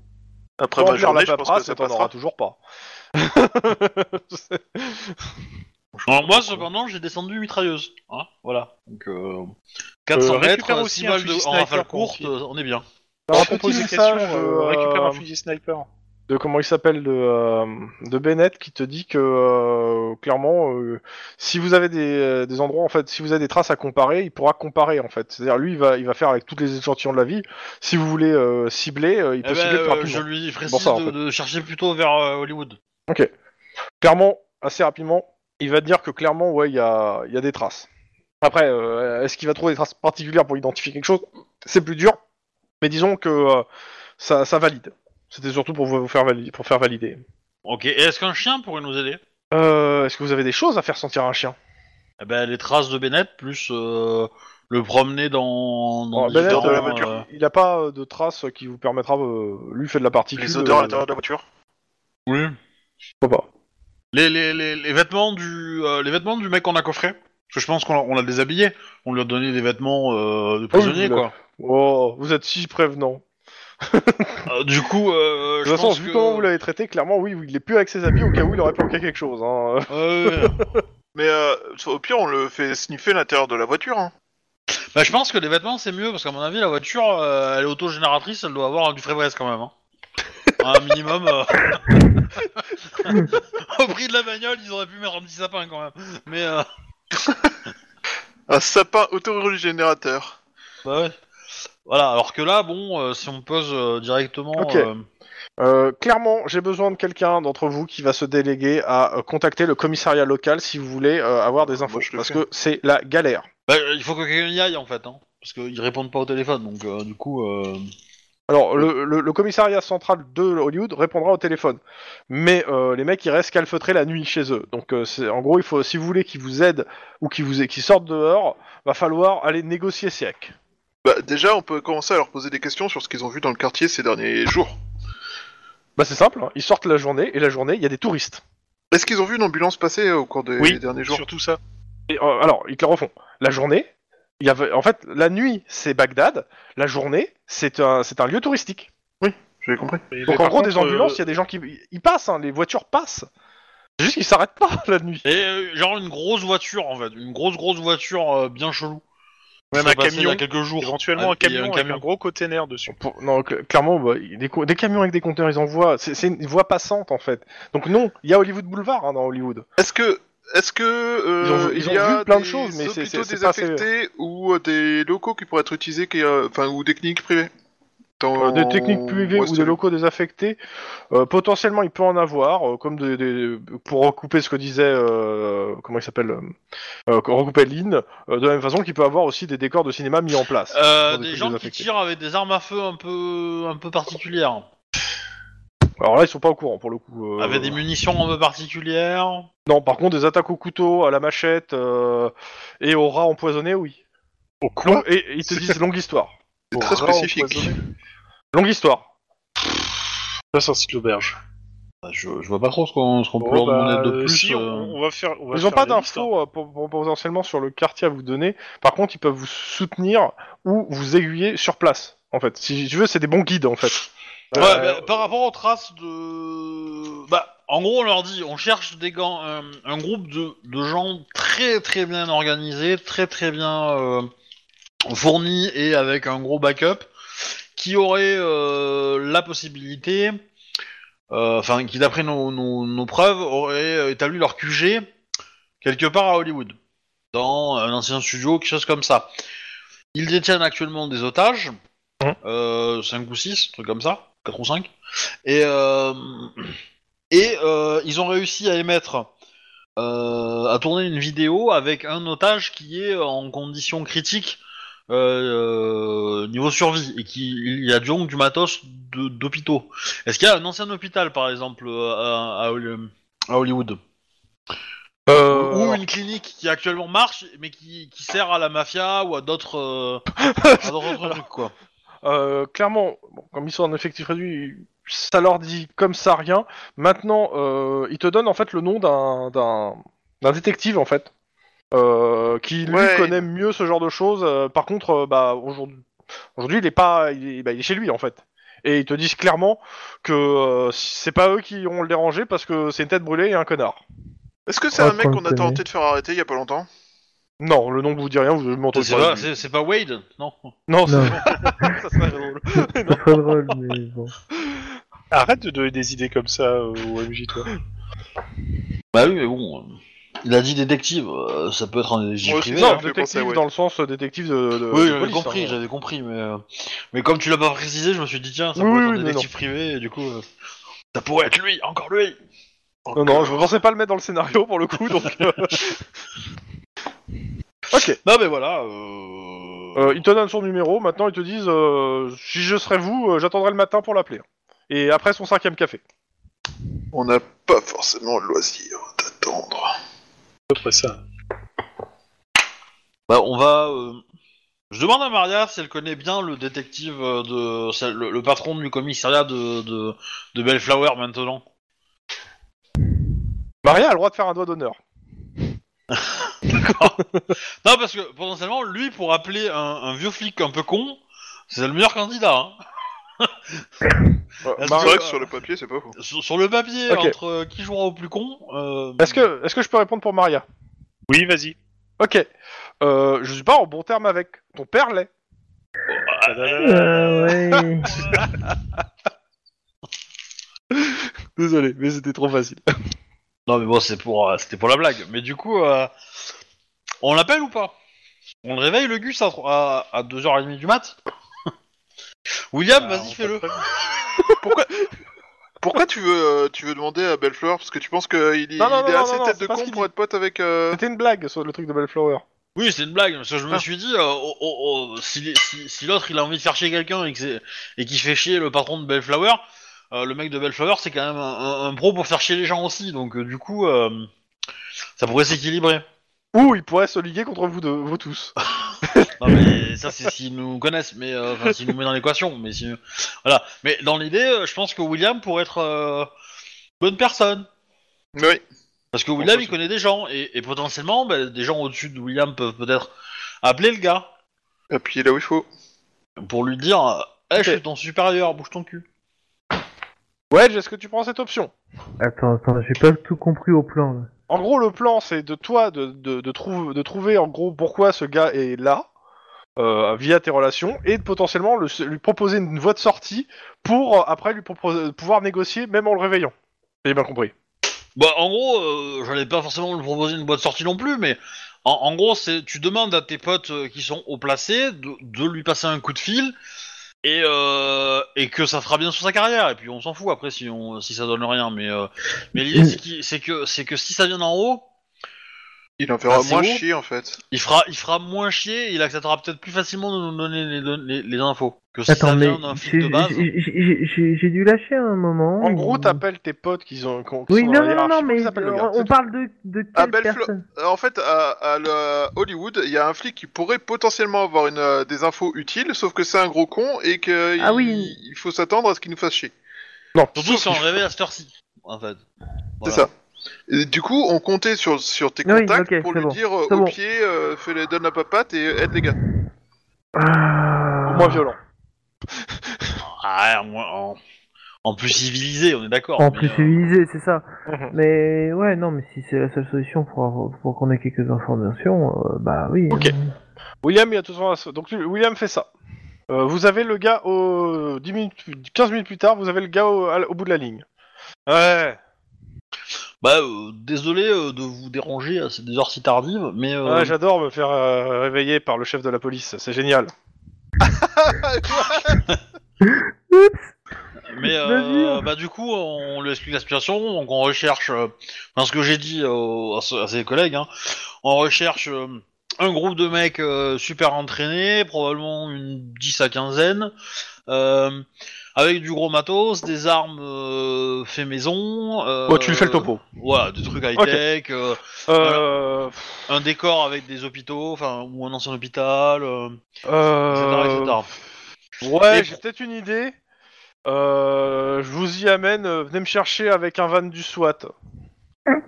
Après
Remplir
ma journée,
la
je pense
paperasse,
que ça
t'en auras
passera.
toujours pas.
Alors moi, cependant, j'ai descendu une mitrailleuse. Hein, voilà. Donc, euh, 400
Euh,
mètres,
récupère
6
aussi un
balles
fusil
de, en
sniper
rafale
qu'on
courte,
tire.
euh, on est bien.
Alors,
on
un petit
propose des
message,
questions, euh,
euh,
récupère un fusil sniper.
de comment il s'appelle de, euh, de Bennett qui te dit que euh, clairement euh, si vous avez des, euh, des endroits en fait si vous avez des traces à comparer il pourra comparer en fait c'est à dire lui il va, il va faire avec toutes les échantillons de la vie si vous voulez euh, cibler euh, il peut
Eh ben,
cibler plus
euh,
rapidement
je lui précise
Bon, ça, en
de,
fait.
de chercher plutôt vers euh, Hollywood.
clairement assez rapidement il va te dire que clairement ouais il y a, il y a des traces après euh, est-ce qu'il va trouver des traces particulières pour identifier quelque chose c'est plus dur mais disons que euh, ça, ça valide c'était surtout pour vous faire valider, pour faire valider
Ok, et est-ce qu'un chien pourrait nous aider
Euh, est-ce que vous avez des choses à faire sentir à un chien
eh ben, Les traces de Bennett, plus euh, le promener dans, dans
Alors,
les
Oh, Bennett,
différents,
de la voiture.
euh,
Il n'a pas euh, de trace qui vous permettra, euh, lui fait de la particule.
Les odeurs à
euh,
l'intérieur de la voiture.
oui.
pourquoi pas.
les, les, les, les vêtements du, euh, les vêtements du mec qu'on a coffré. Parce que je pense qu'on l'a- on l'a déshabillé. On lui a donné des vêtements euh, de prisonnier,
vous
quoi.
Oh, vous êtes si prévenant.
Euh, du coup, euh,
De
je
toute façon,
pense
vu
que...
comment vous l'avez traité, clairement, oui, oui, il est plus avec ses amis au cas où il aurait planqué quelque chose. Hein.
Euh,
Mais euh, au pire, on le fait sniffer l'intérieur de la voiture. Hein.
Bah, je pense que les vêtements c'est mieux parce qu'à mon avis la voiture euh, elle est autogénératrice, elle doit avoir du fraîche quand même. hein. un minimum. euh. Au prix de la bagnole, ils auraient pu mettre un petit sapin quand même. Mais euh,
Un sapin autorégénérateur.
bah ouais. Voilà, alors que là, bon, euh, si on pose euh, directement.
Ok.
euh,
Euh, clairement, j'ai besoin de quelqu'un d'entre vous qui va se déléguer à euh, contacter le commissariat local si vous voulez euh, avoir des infos.
je le
parce
fais.
que c'est la galère.
bah, il faut que quelqu'un y aille en fait, hein, parce qu'ils répondent pas au téléphone, donc euh, du coup. euh,
Alors, le, le- le commissariat central de Hollywood répondra au téléphone. Mais euh, les mecs, ils restent calfeutrés la nuit chez eux. Donc, euh, c'est- en gros, il faut, si vous voulez qu'ils vous aident ou qu'ils vous, qu'ils sortent dehors, va falloir aller négocier SIAC.
Bah, déjà, on peut commencer à leur poser des questions sur ce qu'ils ont vu dans le quartier ces derniers jours.
Bah, c'est simple, hein. ils sortent la journée, et la journée, il y a des touristes.
Est-ce qu'ils ont vu une ambulance passer euh, au cours des
Oui,
derniers jours
surtout ça.
Et, euh, alors, ils te le refont. La journée, il y avait, en fait, la nuit, c'est Bagdad, la journée, c'est un, c'est un lieu touristique.
J'ai compris.
Mais- mais
Donc, en
par
gros, des
contre,
ambulances, il
euh,
y a des gens qui ils passent, hein, les voitures passent. C'est juste qu'ils s'arrêtent pas la nuit.
Et euh, genre une grosse voiture en fait, une grosse grosse voiture euh, bien chelou.
Même
Ça
un
passait il y a
camion.
quelques jours.
éventuellement
Ah,
un
et
camion, avec
camion.
un gros container dessus.
Pour- non, cl- clairement, bah, il- des, co- des camions avec des conteneurs, ils envoient. C'est c'est une voie passante en fait. Donc non, il y a Hollywood Boulevard hein, dans Hollywood.
Est-ce que. Est-ce que. euh,
Ils ont vu- ils
il
ont
y a
vu plein de
des
choses, mais c'est-
hôpitaux
c'est- c'est pas assez-
désaffectés ou euh, des locaux qui pourraient être utilisés, qui, euh, enfin, ou des cliniques privées Dans-
Oh,
Euh, des techniques privées ou
Ouest
des locaux désaffectés, euh, potentiellement il peut en avoir, euh, comme des, des- pour recouper ce que disait, euh, comment il s'appelle, euh, euh, recouper Lynn, euh, de la même façon qu'il peut avoir aussi des décors de cinéma mis en place.
Euh,
Dans des
des
trucs
gens qui
désaffectés.
tirent avec des armes à feu un peu un peu particulières,
Alors là, ils sont pas au courant pour le coup. euh,
avec des munitions un peu particulières.
Non, par contre, des attaques au couteau, à la machette euh, et au rat empoisonné, oui.
Au
Long- et, et ils te disent longue histoire.
C'est très
Au rat
spécifique.
empoisonné.
Longue histoire.
Ça, sorti de l'auberge.
Bah, je, je vois pas trop ce qu'on ce qu'on peut
Bon,
leur demander
bah,
de plus.
si, on,
euh.
on va faire. on va
Ils n'ont pas
faire la liste, hein.
d'infos euh, pour- pour- potentiellement sur le quartier à vous donner. Par contre, ils peuvent vous soutenir ou vous aiguiller sur place. En fait, si tu veux, c'est des bons guides en fait.
Ouais,
Euh,
bah, par rapport aux traces de. Bah, en gros, on leur dit, on cherche des gants, un, un groupe de, de gens très très bien organisés, très très bien euh, fournis et avec un gros backup, qui auraient euh, la possibilité, euh, enfin, qui d'après nos, nos- nos preuves, auraient euh, établi leur QG quelque part à Hollywood, dans un ancien studio, quelque chose comme ça. Ils détiennent actuellement des otages. 5 Euh, ou 6, truc comme ça, 4 ou 5. Et, euh, et euh, ils ont réussi à émettre, euh, à tourner une vidéo avec un otage qui est en condition critique euh, euh, niveau survie et qui il y a donc du matos de- d'hôpitaux. Est-ce qu'il y a un ancien hôpital par exemple euh, à, à- à Hollywood
Euh,
ou une clinique qui actuellement marche mais qui, qui sert à la mafia ou à d'autres euh, à d'autres trucs quoi
Euh, clairement, bon, comme ils sont en effectif réduit, ça leur dit comme ça rien. Maintenant, euh, ils te donnent en fait le nom d'un- d'un d'un détective en fait, euh, qui lui
Ouais.
connaît mieux ce genre de choses. Euh, par contre, euh, bah aujourd'hui, aujourd'hui, il est pas, il est, bah, il est chez lui en fait. Et ils te disent clairement que euh, c'est pas eux qui ont le dérangé parce que c'est une tête brûlée et un connard.
Est-ce que c'est
Oh,
un mec
qu'on
qu'on a
connaît.
tenté de faire arrêter il y a pas longtemps
Non, le nom vous dit rien, vous m'entendez
C'est
pas.
pas, c'est- c'est pas Wade, non
Non, c'est
Non.
ça serait drôle.
Ça serait drôle, mais bon.
Arrête de donner des idées comme ça euh, au MJ, toi.
Bah oui, mais bon. euh, Il a dit détective, euh, ça peut être un détective
Ouais,
privé.
Non,
hein.
fait penser,
détective
ouais.
dans le sens euh, détective de, de-
Oui,
de
j'avais
police,
compris,
hein.
j'avais compris, mais euh, mais comme tu l'as pas précisé, je me suis dit tiens, ça peut
Oui, oui,
être
oui,
un
mais
détective privé, et du coup, euh, ça pourrait être lui, encore lui.
Non, non, je pensais pas le mettre dans le scénario pour le coup, donc. euh, ok,
Non, mais voilà. euh,
euh, ils te donnent son numéro, maintenant ils te disent euh, si je serais vous, euh, j'attendrai le matin pour l'appeler. Et après son cinquième café.
On n'a pas forcément le loisir d'attendre.
À peu près ça.
Bah, on va. euh, Je demande à Maria si elle connaît bien le détective euh, de celle- le, le patron du commissariat de de, de Bellflower maintenant.
Maria a le droit de faire un doigt d'honneur.
Non, parce que potentiellement, lui pour appeler un, un vieux flic un peu con, c'est le meilleur candidat. hein.
Euh,
Est-ce
Bah, C'est
Maria-
vrai que sur le papier, c'est pas faux.
Sur, sur le papier,
Ok.
entre euh, qui jouera au plus con. euh,
Est-ce que, est que je peux répondre pour Maria
Oui, vas-y.
Ok, euh, je suis pas en bon terme avec. Ton père l'est.
Euh, ouais.
Désolé, mais c'était trop facile.
Non, mais bon, c'est pour, euh, c'était pour la blague. Mais du coup, euh, on l'appelle ou pas On le réveille, le Gus, à, tro- à, 2h30 du mat William,
Bah, on
vas-y, fais-le.
Pourquoi tu veux, euh, tu veux demander à Bellefleur Parce que tu penses qu'il est, il est
Non, non, non,
assez
non, non,
tête
c'est
de
pas ce
con
qu'il
pour
dit.
être pote avec. euh,
C'était une blague sur le truc de Bellflower.
Oui, c'est une blague, parce que je me
Ah.
suis dit, euh, oh, oh, oh, si, si- si l'autre il a envie de faire chier quelqu'un et que c'est- et qu'il fait chier le patron de Bellflower, euh, le mec de Bellflower c'est quand même un, un- un pro pour faire chier les gens aussi, donc euh, du coup, euh, ça pourrait s'équilibrer.
Ou il pourrait se liguer contre vous deux, vous tous.
Non mais ça c'est s'ils nous connaissent, mais euh, enfin s'ils nous mettent dans l'équation, mais si voilà. Mais dans l'idée, euh, je pense que William pourrait être euh, bonne personne
Oui.
parce que William
ça,
il connaît des gens et, et potentiellement bah, des gens au-dessus de William peuvent peut-être appeler le gars
Appuyez là où Ah, il faut.
pour lui dire, euh, Eh, je
Ok.
suis ton supérieur, bouge ton cul.
Wedge, est-ce que tu prends cette option
Attends, attends, j'ai pas tout compris au plan. Là.
En gros, le plan, c'est de toi de, de, de, trou- de trouver en gros pourquoi ce gars est là, euh, via tes relations, et de potentiellement le- lui proposer une voie de sortie pour euh, après lui proposer, pouvoir négocier même en le réveillant. J'ai bien compris.
Bah en gros, euh, j'allais pas forcément lui proposer une bonne sortie non plus, mais en, en gros c'est tu demandes à tes potes euh, qui sont haut placés de, de lui passer un coup de fil. Et, euh, et que ça fera bien sur sa carrière. Et puis on s'en fout après si, on, si ça donne rien. Mais, euh, mais l'idée c'est qu'il- c'est que, c'est que si ça vient d'en haut,
Il en fera
Ah, c'est
moins
où
chier en fait.
il fera, il fera moins chier et il acceptera peut-être plus facilement de nous donner les, don- les, les infos que si ça
Attends, mais
vient d'un
j'ai-
flic de base. hein.
j'ai- j'ai- j'ai j'ai dû lâcher un moment.
En gros, t'appelles tes potes qui ont. qui ont- qui
Mmh. Oui,
sont
non,
dans la
non, non,
hiérarchie,
mais euh,
ils appellent le gars,
on,
c'est
on
tout.
parle de, de
Ah,
quelle
belle flo-
personne
Euh, En fait, à, à la- Hollywood, il y a un flic qui pourrait potentiellement avoir une, euh, des infos utiles, sauf que c'est un gros con et que
Ah
il,
oui.
il faut s'attendre à ce qu'il nous fasse chier.
Non,
Surtout
sauf
si on
qu'il-
rêvait à cette heure-ci, en fait. Voilà.
C'est ça. Et du coup, on comptait sur, sur tes
Oui,
contacts
ok,
pour
c'est
lui
bon,
dire euh,
c'est
au
bon.
pied, euh, fais les, donne la papate et aide les gars.
Ah.
moins violent.
Ah, ouais, moi, en, en plus civilisé, on est d'accord.
En
mais,
plus
euh,
civilisé, c'est ça.
Mhm.
Mais ouais, non, mais si c'est la seule solution pour, avoir- pour qu'on ait quelques informations, euh, bah oui.
Ok.
hein.
William, il a tout son assaut. Donc lui- William fait ça. Euh, vous avez le gars au 10 minutes, 15 minutes plus tard, vous avez le gars au, à- au bout de la ligne. Ouais,
Bah, euh, désolé euh, de vous déranger à ces- des heures si tardives, mais euh,
Ouais, j'adore me faire euh, réveiller par le chef de la police, c'est génial.
Mais euh, bah du coup, on lui explique la situation, donc on recherche, euh, enfin, ce que j'ai dit euh, à, ce- à ses collègues, hein, on recherche euh, un groupe de mecs euh, super entraînés, probablement une 10 à quinzaine, euh, avec du gros matos, des armes euh, fait maison. euh,
Bon, Oh, tu lui fais le topo.
Voilà, des trucs high
Ok.
tech, euh,
Euh,
un décor avec des hôpitaux, enfin ou un ancien hôpital, euh, etc.,
euh,
etc.
Ouais,
Et-
j'ai peut-être une idée. Euh, je vous y amène, euh, venez me chercher avec un van du SWAT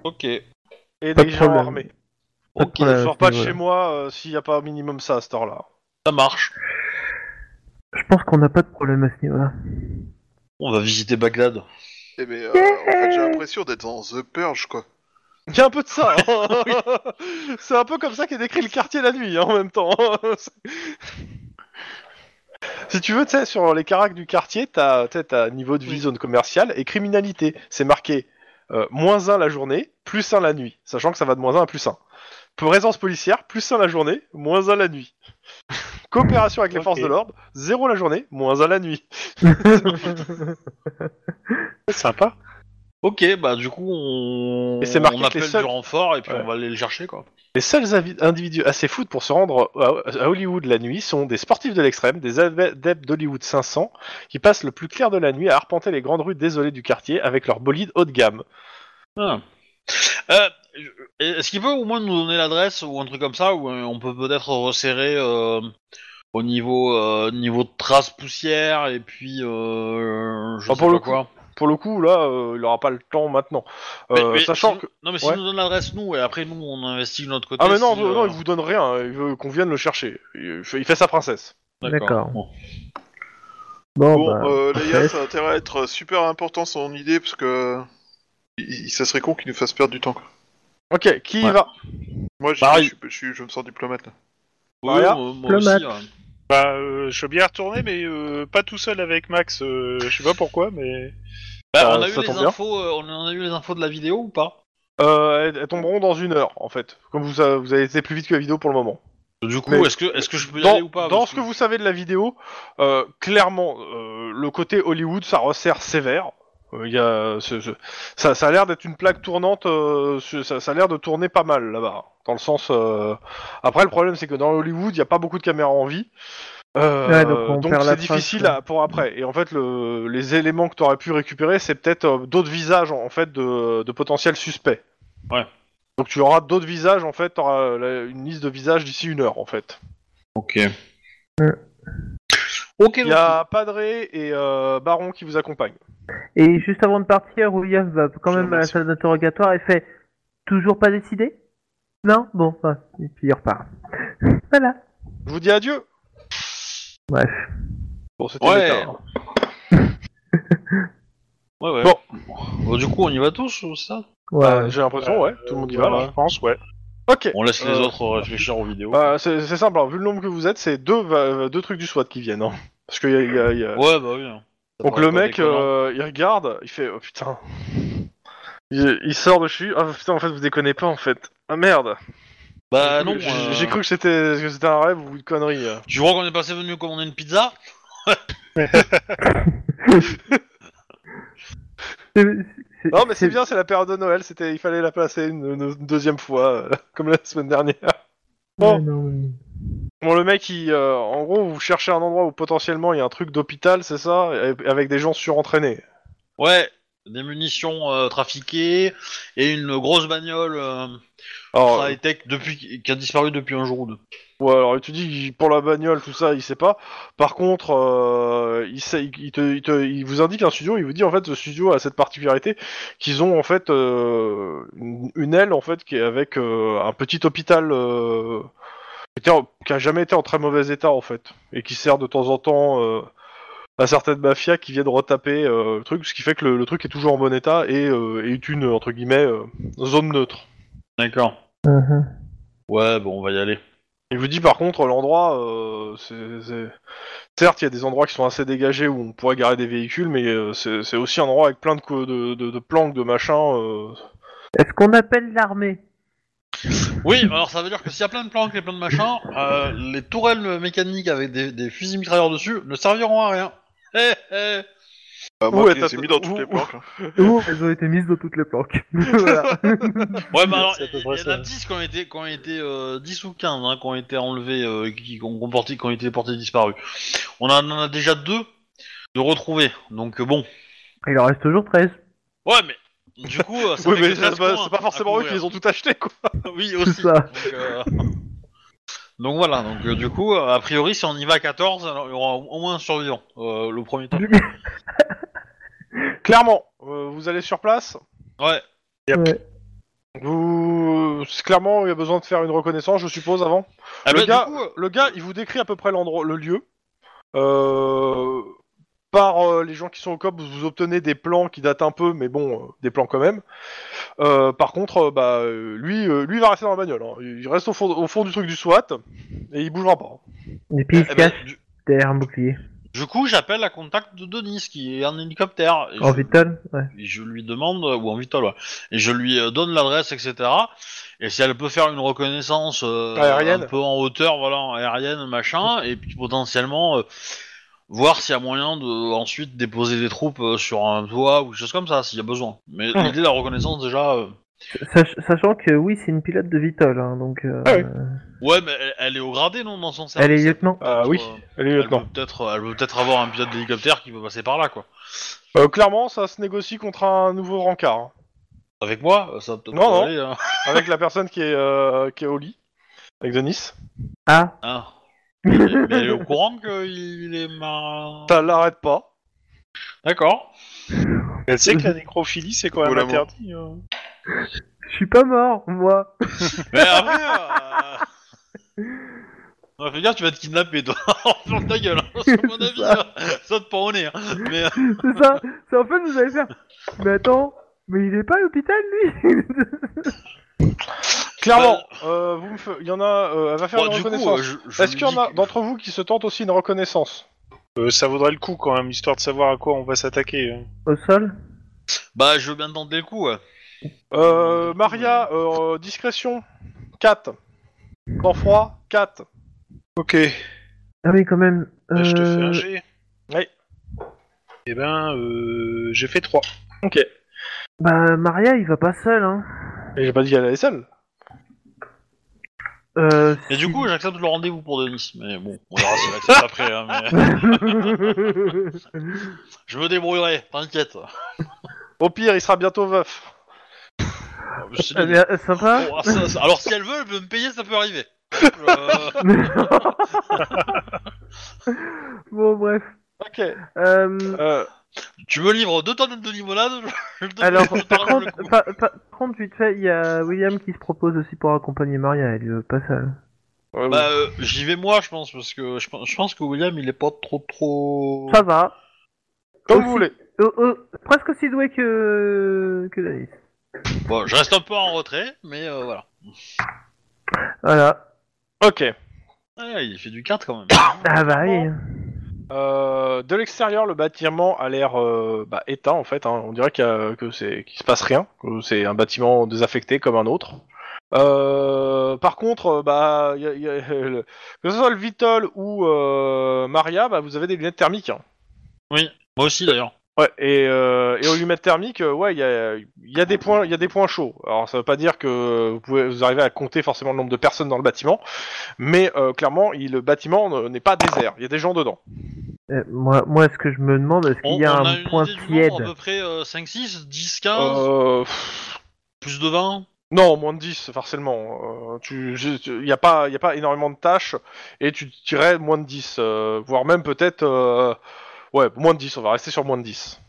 Ok.
et
Pas
des
de
gens
problème.
armés.
Pas de
Ok,
Qui ne
problème à
sort
ce
pas de
niveau-là.
chez moi euh, s'il n'y a pas au minimum ça à cette heure-là.
Ça marche.
Je pense qu'on n'a pas de problème à ce niveau-là.
On va visiter Bagdad.
Eh ben, euh, en fait, j'ai l'impression d'être dans The Purge, quoi.
Il y a un peu de ça. hein. C'est un peu comme ça qu'est décrit le quartier la nuit hein, en même temps. si tu veux, tu sais, sur les caracs du quartier, t'as tu sais, t'as niveau de vie, zone commerciale et criminalité. C'est marqué euh, moins 1 la journée, plus 1 la nuit. Sachant que ça va de moins 1 à plus 1. Présence policière, plus 1 la journée, moins 1 la nuit. Coopération avec les forces
Ok.
de l'ordre, 0 la journée, moins 1 la nuit.
Sympa.
Ok, bah du coup on,
Et c'est marqué
on
que les
appelle
seuls-
du renfort et puis
Ouais.
on va aller le chercher quoi.
Les seuls avi- individus assez fous pour se rendre à à Hollywood la nuit sont des sportifs de l'extrême, des adeptes d'Hollywood 500, qui passent le plus clair de la nuit à arpenter les grandes rues désolées du quartier avec leur bolide haut de gamme.
Ah. Euh, Est-ce qu'il peut au moins nous donner l'adresse ou un truc comme ça où euh, on peut peut-être resserrer euh, au niveau euh, niveau de traces poussière et puis euh, je
Ah,
sais
pour
pas
le coup,
quoi.
Pour le coup, là, euh, il n'aura pas le temps maintenant. Euh,
Mais- mais
sachant
si-
que...
non mais s'il
Ouais.
nous donne l'adresse nous et après nous on investigue de notre côté.
Ah mais non,
si,
non,
euh,
non, il vous donne rien, hein, il veut qu'on vienne le chercher. Il il fait, il fait sa princesse.
D'accord.
D'accord.
Bon.
Bon,
bon,
bah,
euh, les gars,
parfait.
ça a intérêt à être euh, super important son idée, parce que. il- il- ça serait con qu'il nous fasse perdre du temps, quoi.
Ok, qui y
Ouais.
va
Moi, j'y vais,
Pareil.
je, suis- je, suis- je me sens diplomate, là.
Oui,
Voilà.
moi, moi
Le
aussi.
match.
hein.
ouais.
Bah, euh, je veux bien retourner, mais euh, pas tout seul avec Max. euh, je sais pas pourquoi, mais.
Bah,
Ça-
on a eu
ça
les
tombe bien.
infos, euh, on en a eu les infos de la vidéo ou pas
euh, elles, elles tomberont dans une heure, en fait. Comme vous, euh, vous avez été plus vite que la vidéo pour le moment.
Du coup,
Mais-
est-ce que est-ce que je peux y
dans,
aller ou pas
dans
parce
ce que vous savez de la vidéo, euh, clairement, euh, le côté Hollywood, ça resserre sévère. Euh, il y a ce- ce- ça, ça a l'air d'être une plaque tournante, euh, ce- ça, ça a l'air de tourner pas mal là-bas. Dans le sens. euh, Après, le problème, c'est que dans Hollywood, il n'y a pas beaucoup de caméras en vie. Euh,
Ouais, donc on
donc
perd
c'est
la
difficile
trace,
à- pour après. Et en fait, le- les éléments que tu aurais pu récupérer, c'est peut-être euh, d'autres visages en fait de, de potentiels suspects.
Ouais.
Donc tu auras d'autres visages en fait, tu auras une liste de visages d'ici une heure en fait.
Ok. Ok,
Il y a Padré et euh, Baron qui vous accompagnent.
Et juste avant de partir, William va quand
Je
même à la
remercie.
salle d'interrogatoire et fait toujours pas décidé Non Bon, bah, et puis il repart. Voilà.
Je vous dis adieu.
Bref.
Bon, c'était
Ouais.
l'état, hein.
Ouais, ouais.
Bon.
Bon, du coup, on y va tous, ou c'est ça
Ouais.
Euh, J'ai l'impression, ouais, tout le monde y va.
Voilà,
là.
Je pense, ouais.
Ok.
On laisse les
Euh,
autres réfléchir aux vidéos.
bah, c'est c'est simple, hein, vu le nombre que vous êtes, c'est deux, va- euh, deux trucs du SWAT qui viennent. hein. Parce que y a- y a- y a-
Ouais, bah oui. hein. Ça
euh, Donc
paraît
le
pas
mec,
déconnant.
euh, il regarde, il fait oh putain. Il, il sort de chez lui. Ah putain, en fait, vous déconnez pas en fait. Ah merde.
Ah,
Bah non,
J'ai
euh,
j'ai cru que c'était que c'était un rêve ou une connerie. euh.
Tu crois qu'on est passé venu commander une pizza
C'est- c'est-
Non, mais c'est bien, c'est la période de Noël. C'était, il fallait la placer une, une deuxième fois, euh, comme la semaine dernière. Bon.
Ouais, non, mais-
Bon, le mec, il, euh, en gros, vous cherchez un endroit où potentiellement il y a un truc d'hôpital, c'est ça Et- Avec des gens surentraînés.
Ouais, des munitions euh, trafiquées et une grosse bagnole euh,
Alors,
Oh. Ah, high tech depuis qui a disparu depuis un jour ou deux.
Ouais, alors il te dit que pour la bagnole, tout ça, il sait pas. Par contre, euh, il, sait, il, te, il, te- il vous indique un studio, il vous dit en fait, ce studio a cette particularité qu'ils ont en fait euh, une, une aile en fait qui est avec euh, un petit hôpital euh, qui, était en- qui a jamais été en très mauvais état en fait et qui sert de temps en temps euh, à certaines mafias qui viennent retaper euh, le truc, ce qui fait que le, le truc est toujours en bon état et euh, est une entre guillemets euh, zone neutre.
D'accord.
Mhm.
Ouais, bon, on va y aller.
Il vous dit par contre l'endroit, euh, c'est- c'est- certes il y a des endroits qui sont assez dégagés où on pourrait garer des véhicules, mais euh, c'est c'est aussi un endroit avec plein de, co- de, de- de planques, de machins. euh.
Est-ce qu'on appelle l'armée
Oui, alors ça veut dire que s'il y a plein de planques et plein de machins, euh, les tourelles mécaniques avec des, des fusils mitrailleurs dessus ne serviront à rien. Eh, eh.
Bah,
Ouais,
moi, je
t'as-
les ai mis dans toutes
ouh,
les
ouh.
planques.
Où elles ont été mises dans toutes les planques. Voilà.
Ouais, bah alors,
C'est à peu
il y
près
en a
ça.
10 qui ont été, qui ont été euh, 10 ou 15 hein, qui ont été enlevés, euh, qui, qui ont, comporté- qui ont été portés disparus. On en a déjà deux de retrouvés, donc euh, bon.
Il en reste toujours 13.
Ouais, mais du coup, euh, ça
Oui,
fait
mais
que
c'est
13
pas,
points
c'est pas
à
forcément eux
couvrir.
qui les ont tout achetés quoi.
Oui, aussi.
C'est ça.
Donc, euh, donc voilà, donc euh, du coup, euh, a priori, si on y va à 14, alors, il y aura au moins un survivant euh, le premier temps.
Clairement, euh, vous allez sur place.
Ouais.
Ouais.
Vous, c'est clairement il y a besoin de faire une reconnaissance, je suppose, avant.
Ah
le,
bah,
gars,
du coup, euh,
le gars, il vous décrit à peu près l'endroit, le lieu. Euh, par euh, les gens qui sont au COP, vous obtenez des plans qui datent un peu, mais bon, euh, des plans quand même. Euh, par contre, euh, bah, euh, lui, euh, lui il va rester dans la bagnole. hein. Il reste au fond, au fond du truc du SWAT et il bougera pas. hein.
Et puis il se
eh ben,
cache
du,
derrière un bouclier.
du coup, j'appelle la contact de Denis qui est en hélicoptère. Et
En
je-
vitale Ouais.
Et je lui demande, euh, ou en vitol, ouais. et je lui euh, donne l'adresse, etc. Et si elle peut faire une reconnaissance euh,
Aérienne.
un peu en hauteur, voilà, en aérienne, machin, et puis potentiellement euh, voir s'il y a moyen de ensuite déposer des troupes euh, sur un toit ou quelque chose comme ça, s'il y a besoin. Mais
Mhm.
l'idée de la reconnaissance, déjà. euh,
Sach- sachant que oui, c'est une pilote de vitale, hein, donc euh,
Ah oui.
Ouais, mais elle, elle est au gradé, non, dans son service
elle est lieutenant.
Peut-être,
Ah oui,
euh,
Allez,
Elle peut
lieutenant.
peut-être euh, elle peut peut-être avoir un pilote d'hélicoptère qui peut passer par là, quoi.
Euh, clairement, ça se négocie contre un nouveau rencard. hein.
Avec moi, euh, ça va peut-être
Non, non.
aller. hein.
avec la personne qui est, euh, qui est au lit. Avec Denis.
Ah.
Ah. Mais euh, mais elle est au courant qu'il est marin.
Ça l'arrête pas.
D'accord.
Bah,
Elle sait que la nécrophilie, c'est quand même
Oh, l'amour.
interdit. hein.
Je suis pas mort, moi.
Mais après. Euh... Ouais, fais gaffe, tu vas te kidnapper, toi. Dans ta gueule. hein. Parce que, à mon avis, ça, ça te pend au nez. hein. Mais, euh,
C'est ça. C'est en fait, vous allez faire. Mais attends, mais il est pas à l'hôpital, lui.
Clairement, euh, vous me fe- il y en a. euh, elle va faire
bon,
une
Bah. du coup,
reconnaissance.
euh, je, je
Est-ce
lui
qu'il y
dis
en a
que-
d'entre vous qui se tentent aussi une reconnaissance
Euh, ça vaudrait le coup quand même, histoire de savoir à quoi on va s'attaquer. hein.
Au sol.
Bah, je veux bien tenter le coup, ouais.
euh, Maria, euh, discrétion, 4. Sang-froid, 4.
Ok,
Ah oui, quand même.
bah, je te fais un
euh,
G.
Ouais.
Eh ben, euh, j'ai fait 3.
Bah Maria, il va pas seul, hein.
Et j'ai pas dit qu'elle allait seule.
Euh,
Et du
si-
coup, j'accepte le rendez-vous pour Denis. Mais bon, on verra si j'accepte après. hein, mais Je me débrouillerai, t'inquiète. Oh,
Au pire, il sera bientôt veuf.
C'est
Ah, mais, euh, sympa.
Bon, ah, ça- ça- alors si elle veut, elle peut me payer, ça peut arriver. Euh,
bon bref.
Ok.
Euh,
Euh,
tu me livres deux tonnes de limonade, je te
alors,
je te
par
rends le
contre,
coup.
par, par- par contre, vite fait, il y a William qui se propose aussi pour accompagner Maria. Elle est pas seule.
ouais,
Bah, euh, j'y vais moi, je pense, parce que je, pense- je pense que William, il est pas trop trop.
Ça va.
Comme
aussi-
vous voulez.
Oh, oh, presque aussi doué que que Denis.
Bon, je reste un peu en retrait, mais euh, voilà.
Voilà.
Ok.
Ah, il fait du 4 quand même.
Ah bah oui.
Euh, de l'extérieur, le bâtiment a l'air euh, bah, éteint en fait. hein. On dirait qu'il y a- que c'est qu'il se passe rien, que c'est un bâtiment désaffecté comme un autre. Euh, par contre, euh, bah, y a- y a- le- que ce soit le Vitol ou euh, Maria, bah, vous avez des lunettes thermiques. hein.
Moi aussi d'ailleurs.
Ouais, et, euh, et aux lunettes thermiques, euh, ouais, il y a, il y a des points, il y a des points chauds. Alors, ça veut pas dire que vous pouvez vous arrivez à compter forcément le nombre de personnes dans le bâtiment, mais euh, clairement, il- le bâtiment ne- n'est pas désert. Il y a des gens dedans.
Euh, moi, moi, ce que je me demande, est-ce
On,
qu'il y a
on
un
une
point
idée du nombre à
tiède
Oh.
peu près euh, 5, 6, 10, 15,
Euh, pff,
plus de 20.
Non, moins de 10, forcément. Euh, Il n'y a, pas- y a pas énormément de tâches et tu tirais moins de 10, euh, voire même peut-être. euh, ouais, moins de 10, on va rester sur moins de 10.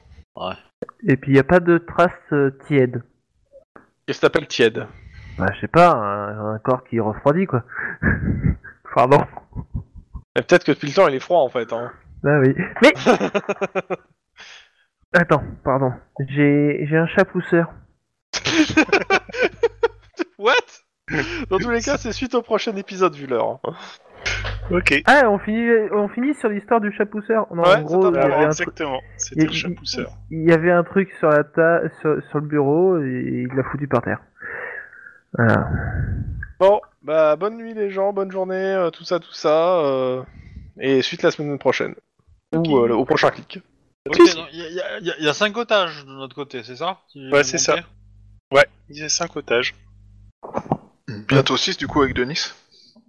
Et puis il n'y a pas de traces euh, tièdes.
Qu'est-ce que t'appelles tiède
Bah, je sais pas, un, un corps qui refroidit, quoi. Pardon.
Et Peut-être que depuis le temps il est froid en fait. Hein.
Bah oui. Mais Attends, pardon. J'ai j'ai un chat pousseur.
What Dans tous les cas, c'est suite au prochain épisode vu l'heure.
Ok.
Ah, on finit, on finit sur l'histoire du chat pousseur. Non,
Ouais,
en gros, il y,
c'est
avait
Alors,
un truc,
exactement. C'était
il-
le chat pousseur.
il y avait un truc sur la ta... sur, sur le bureau et il l'a foutu par terre. Voilà.
Bon, bah bonne nuit les gens, bonne journée, euh, tout ça, tout ça. euh, et suite la semaine prochaine. Ou euh, le- au prochain clic.
Ok, donc il y, a- il y a- il y a- il y a cinq otages de notre côté, c'est ça si j'ai
Ouais,
bien
c'est
compris
Ouais, il y a 5 otages.
Bientôt 6 du coup avec Denis.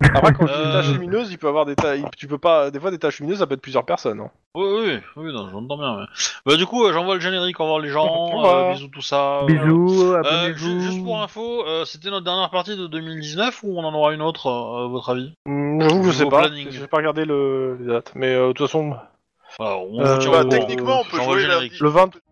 Après, quand tu as
Euh.
des tâches lumineuses, il peut avoir des tâches. Tu peux pas. Des fois, des tâches lumineuses, ça peut être plusieurs personnes. hein.
Oui, oui, oui, non, j'entends bien. ouais. Bah, du coup, euh, j'envoie le générique, au revoir les gens,
Au revoir.
euh, bisous tout ça. euh,
Bisous,
Euh, ju-
abonnez-vous.
juste pour info, euh, c'était notre dernière partie de 2019 ou on en aura une autre, euh, à votre avis
Mm, J'avoue que je
Niveau
sais pas.
planning.
J'ai pas regardé le, les dates. Mais euh, de toute façon,
Alors, on
Euh,
vous tient au
bah,
courant.
techniquement, on peut
J'envoie le
jouer
générique.
lundi.
le 20.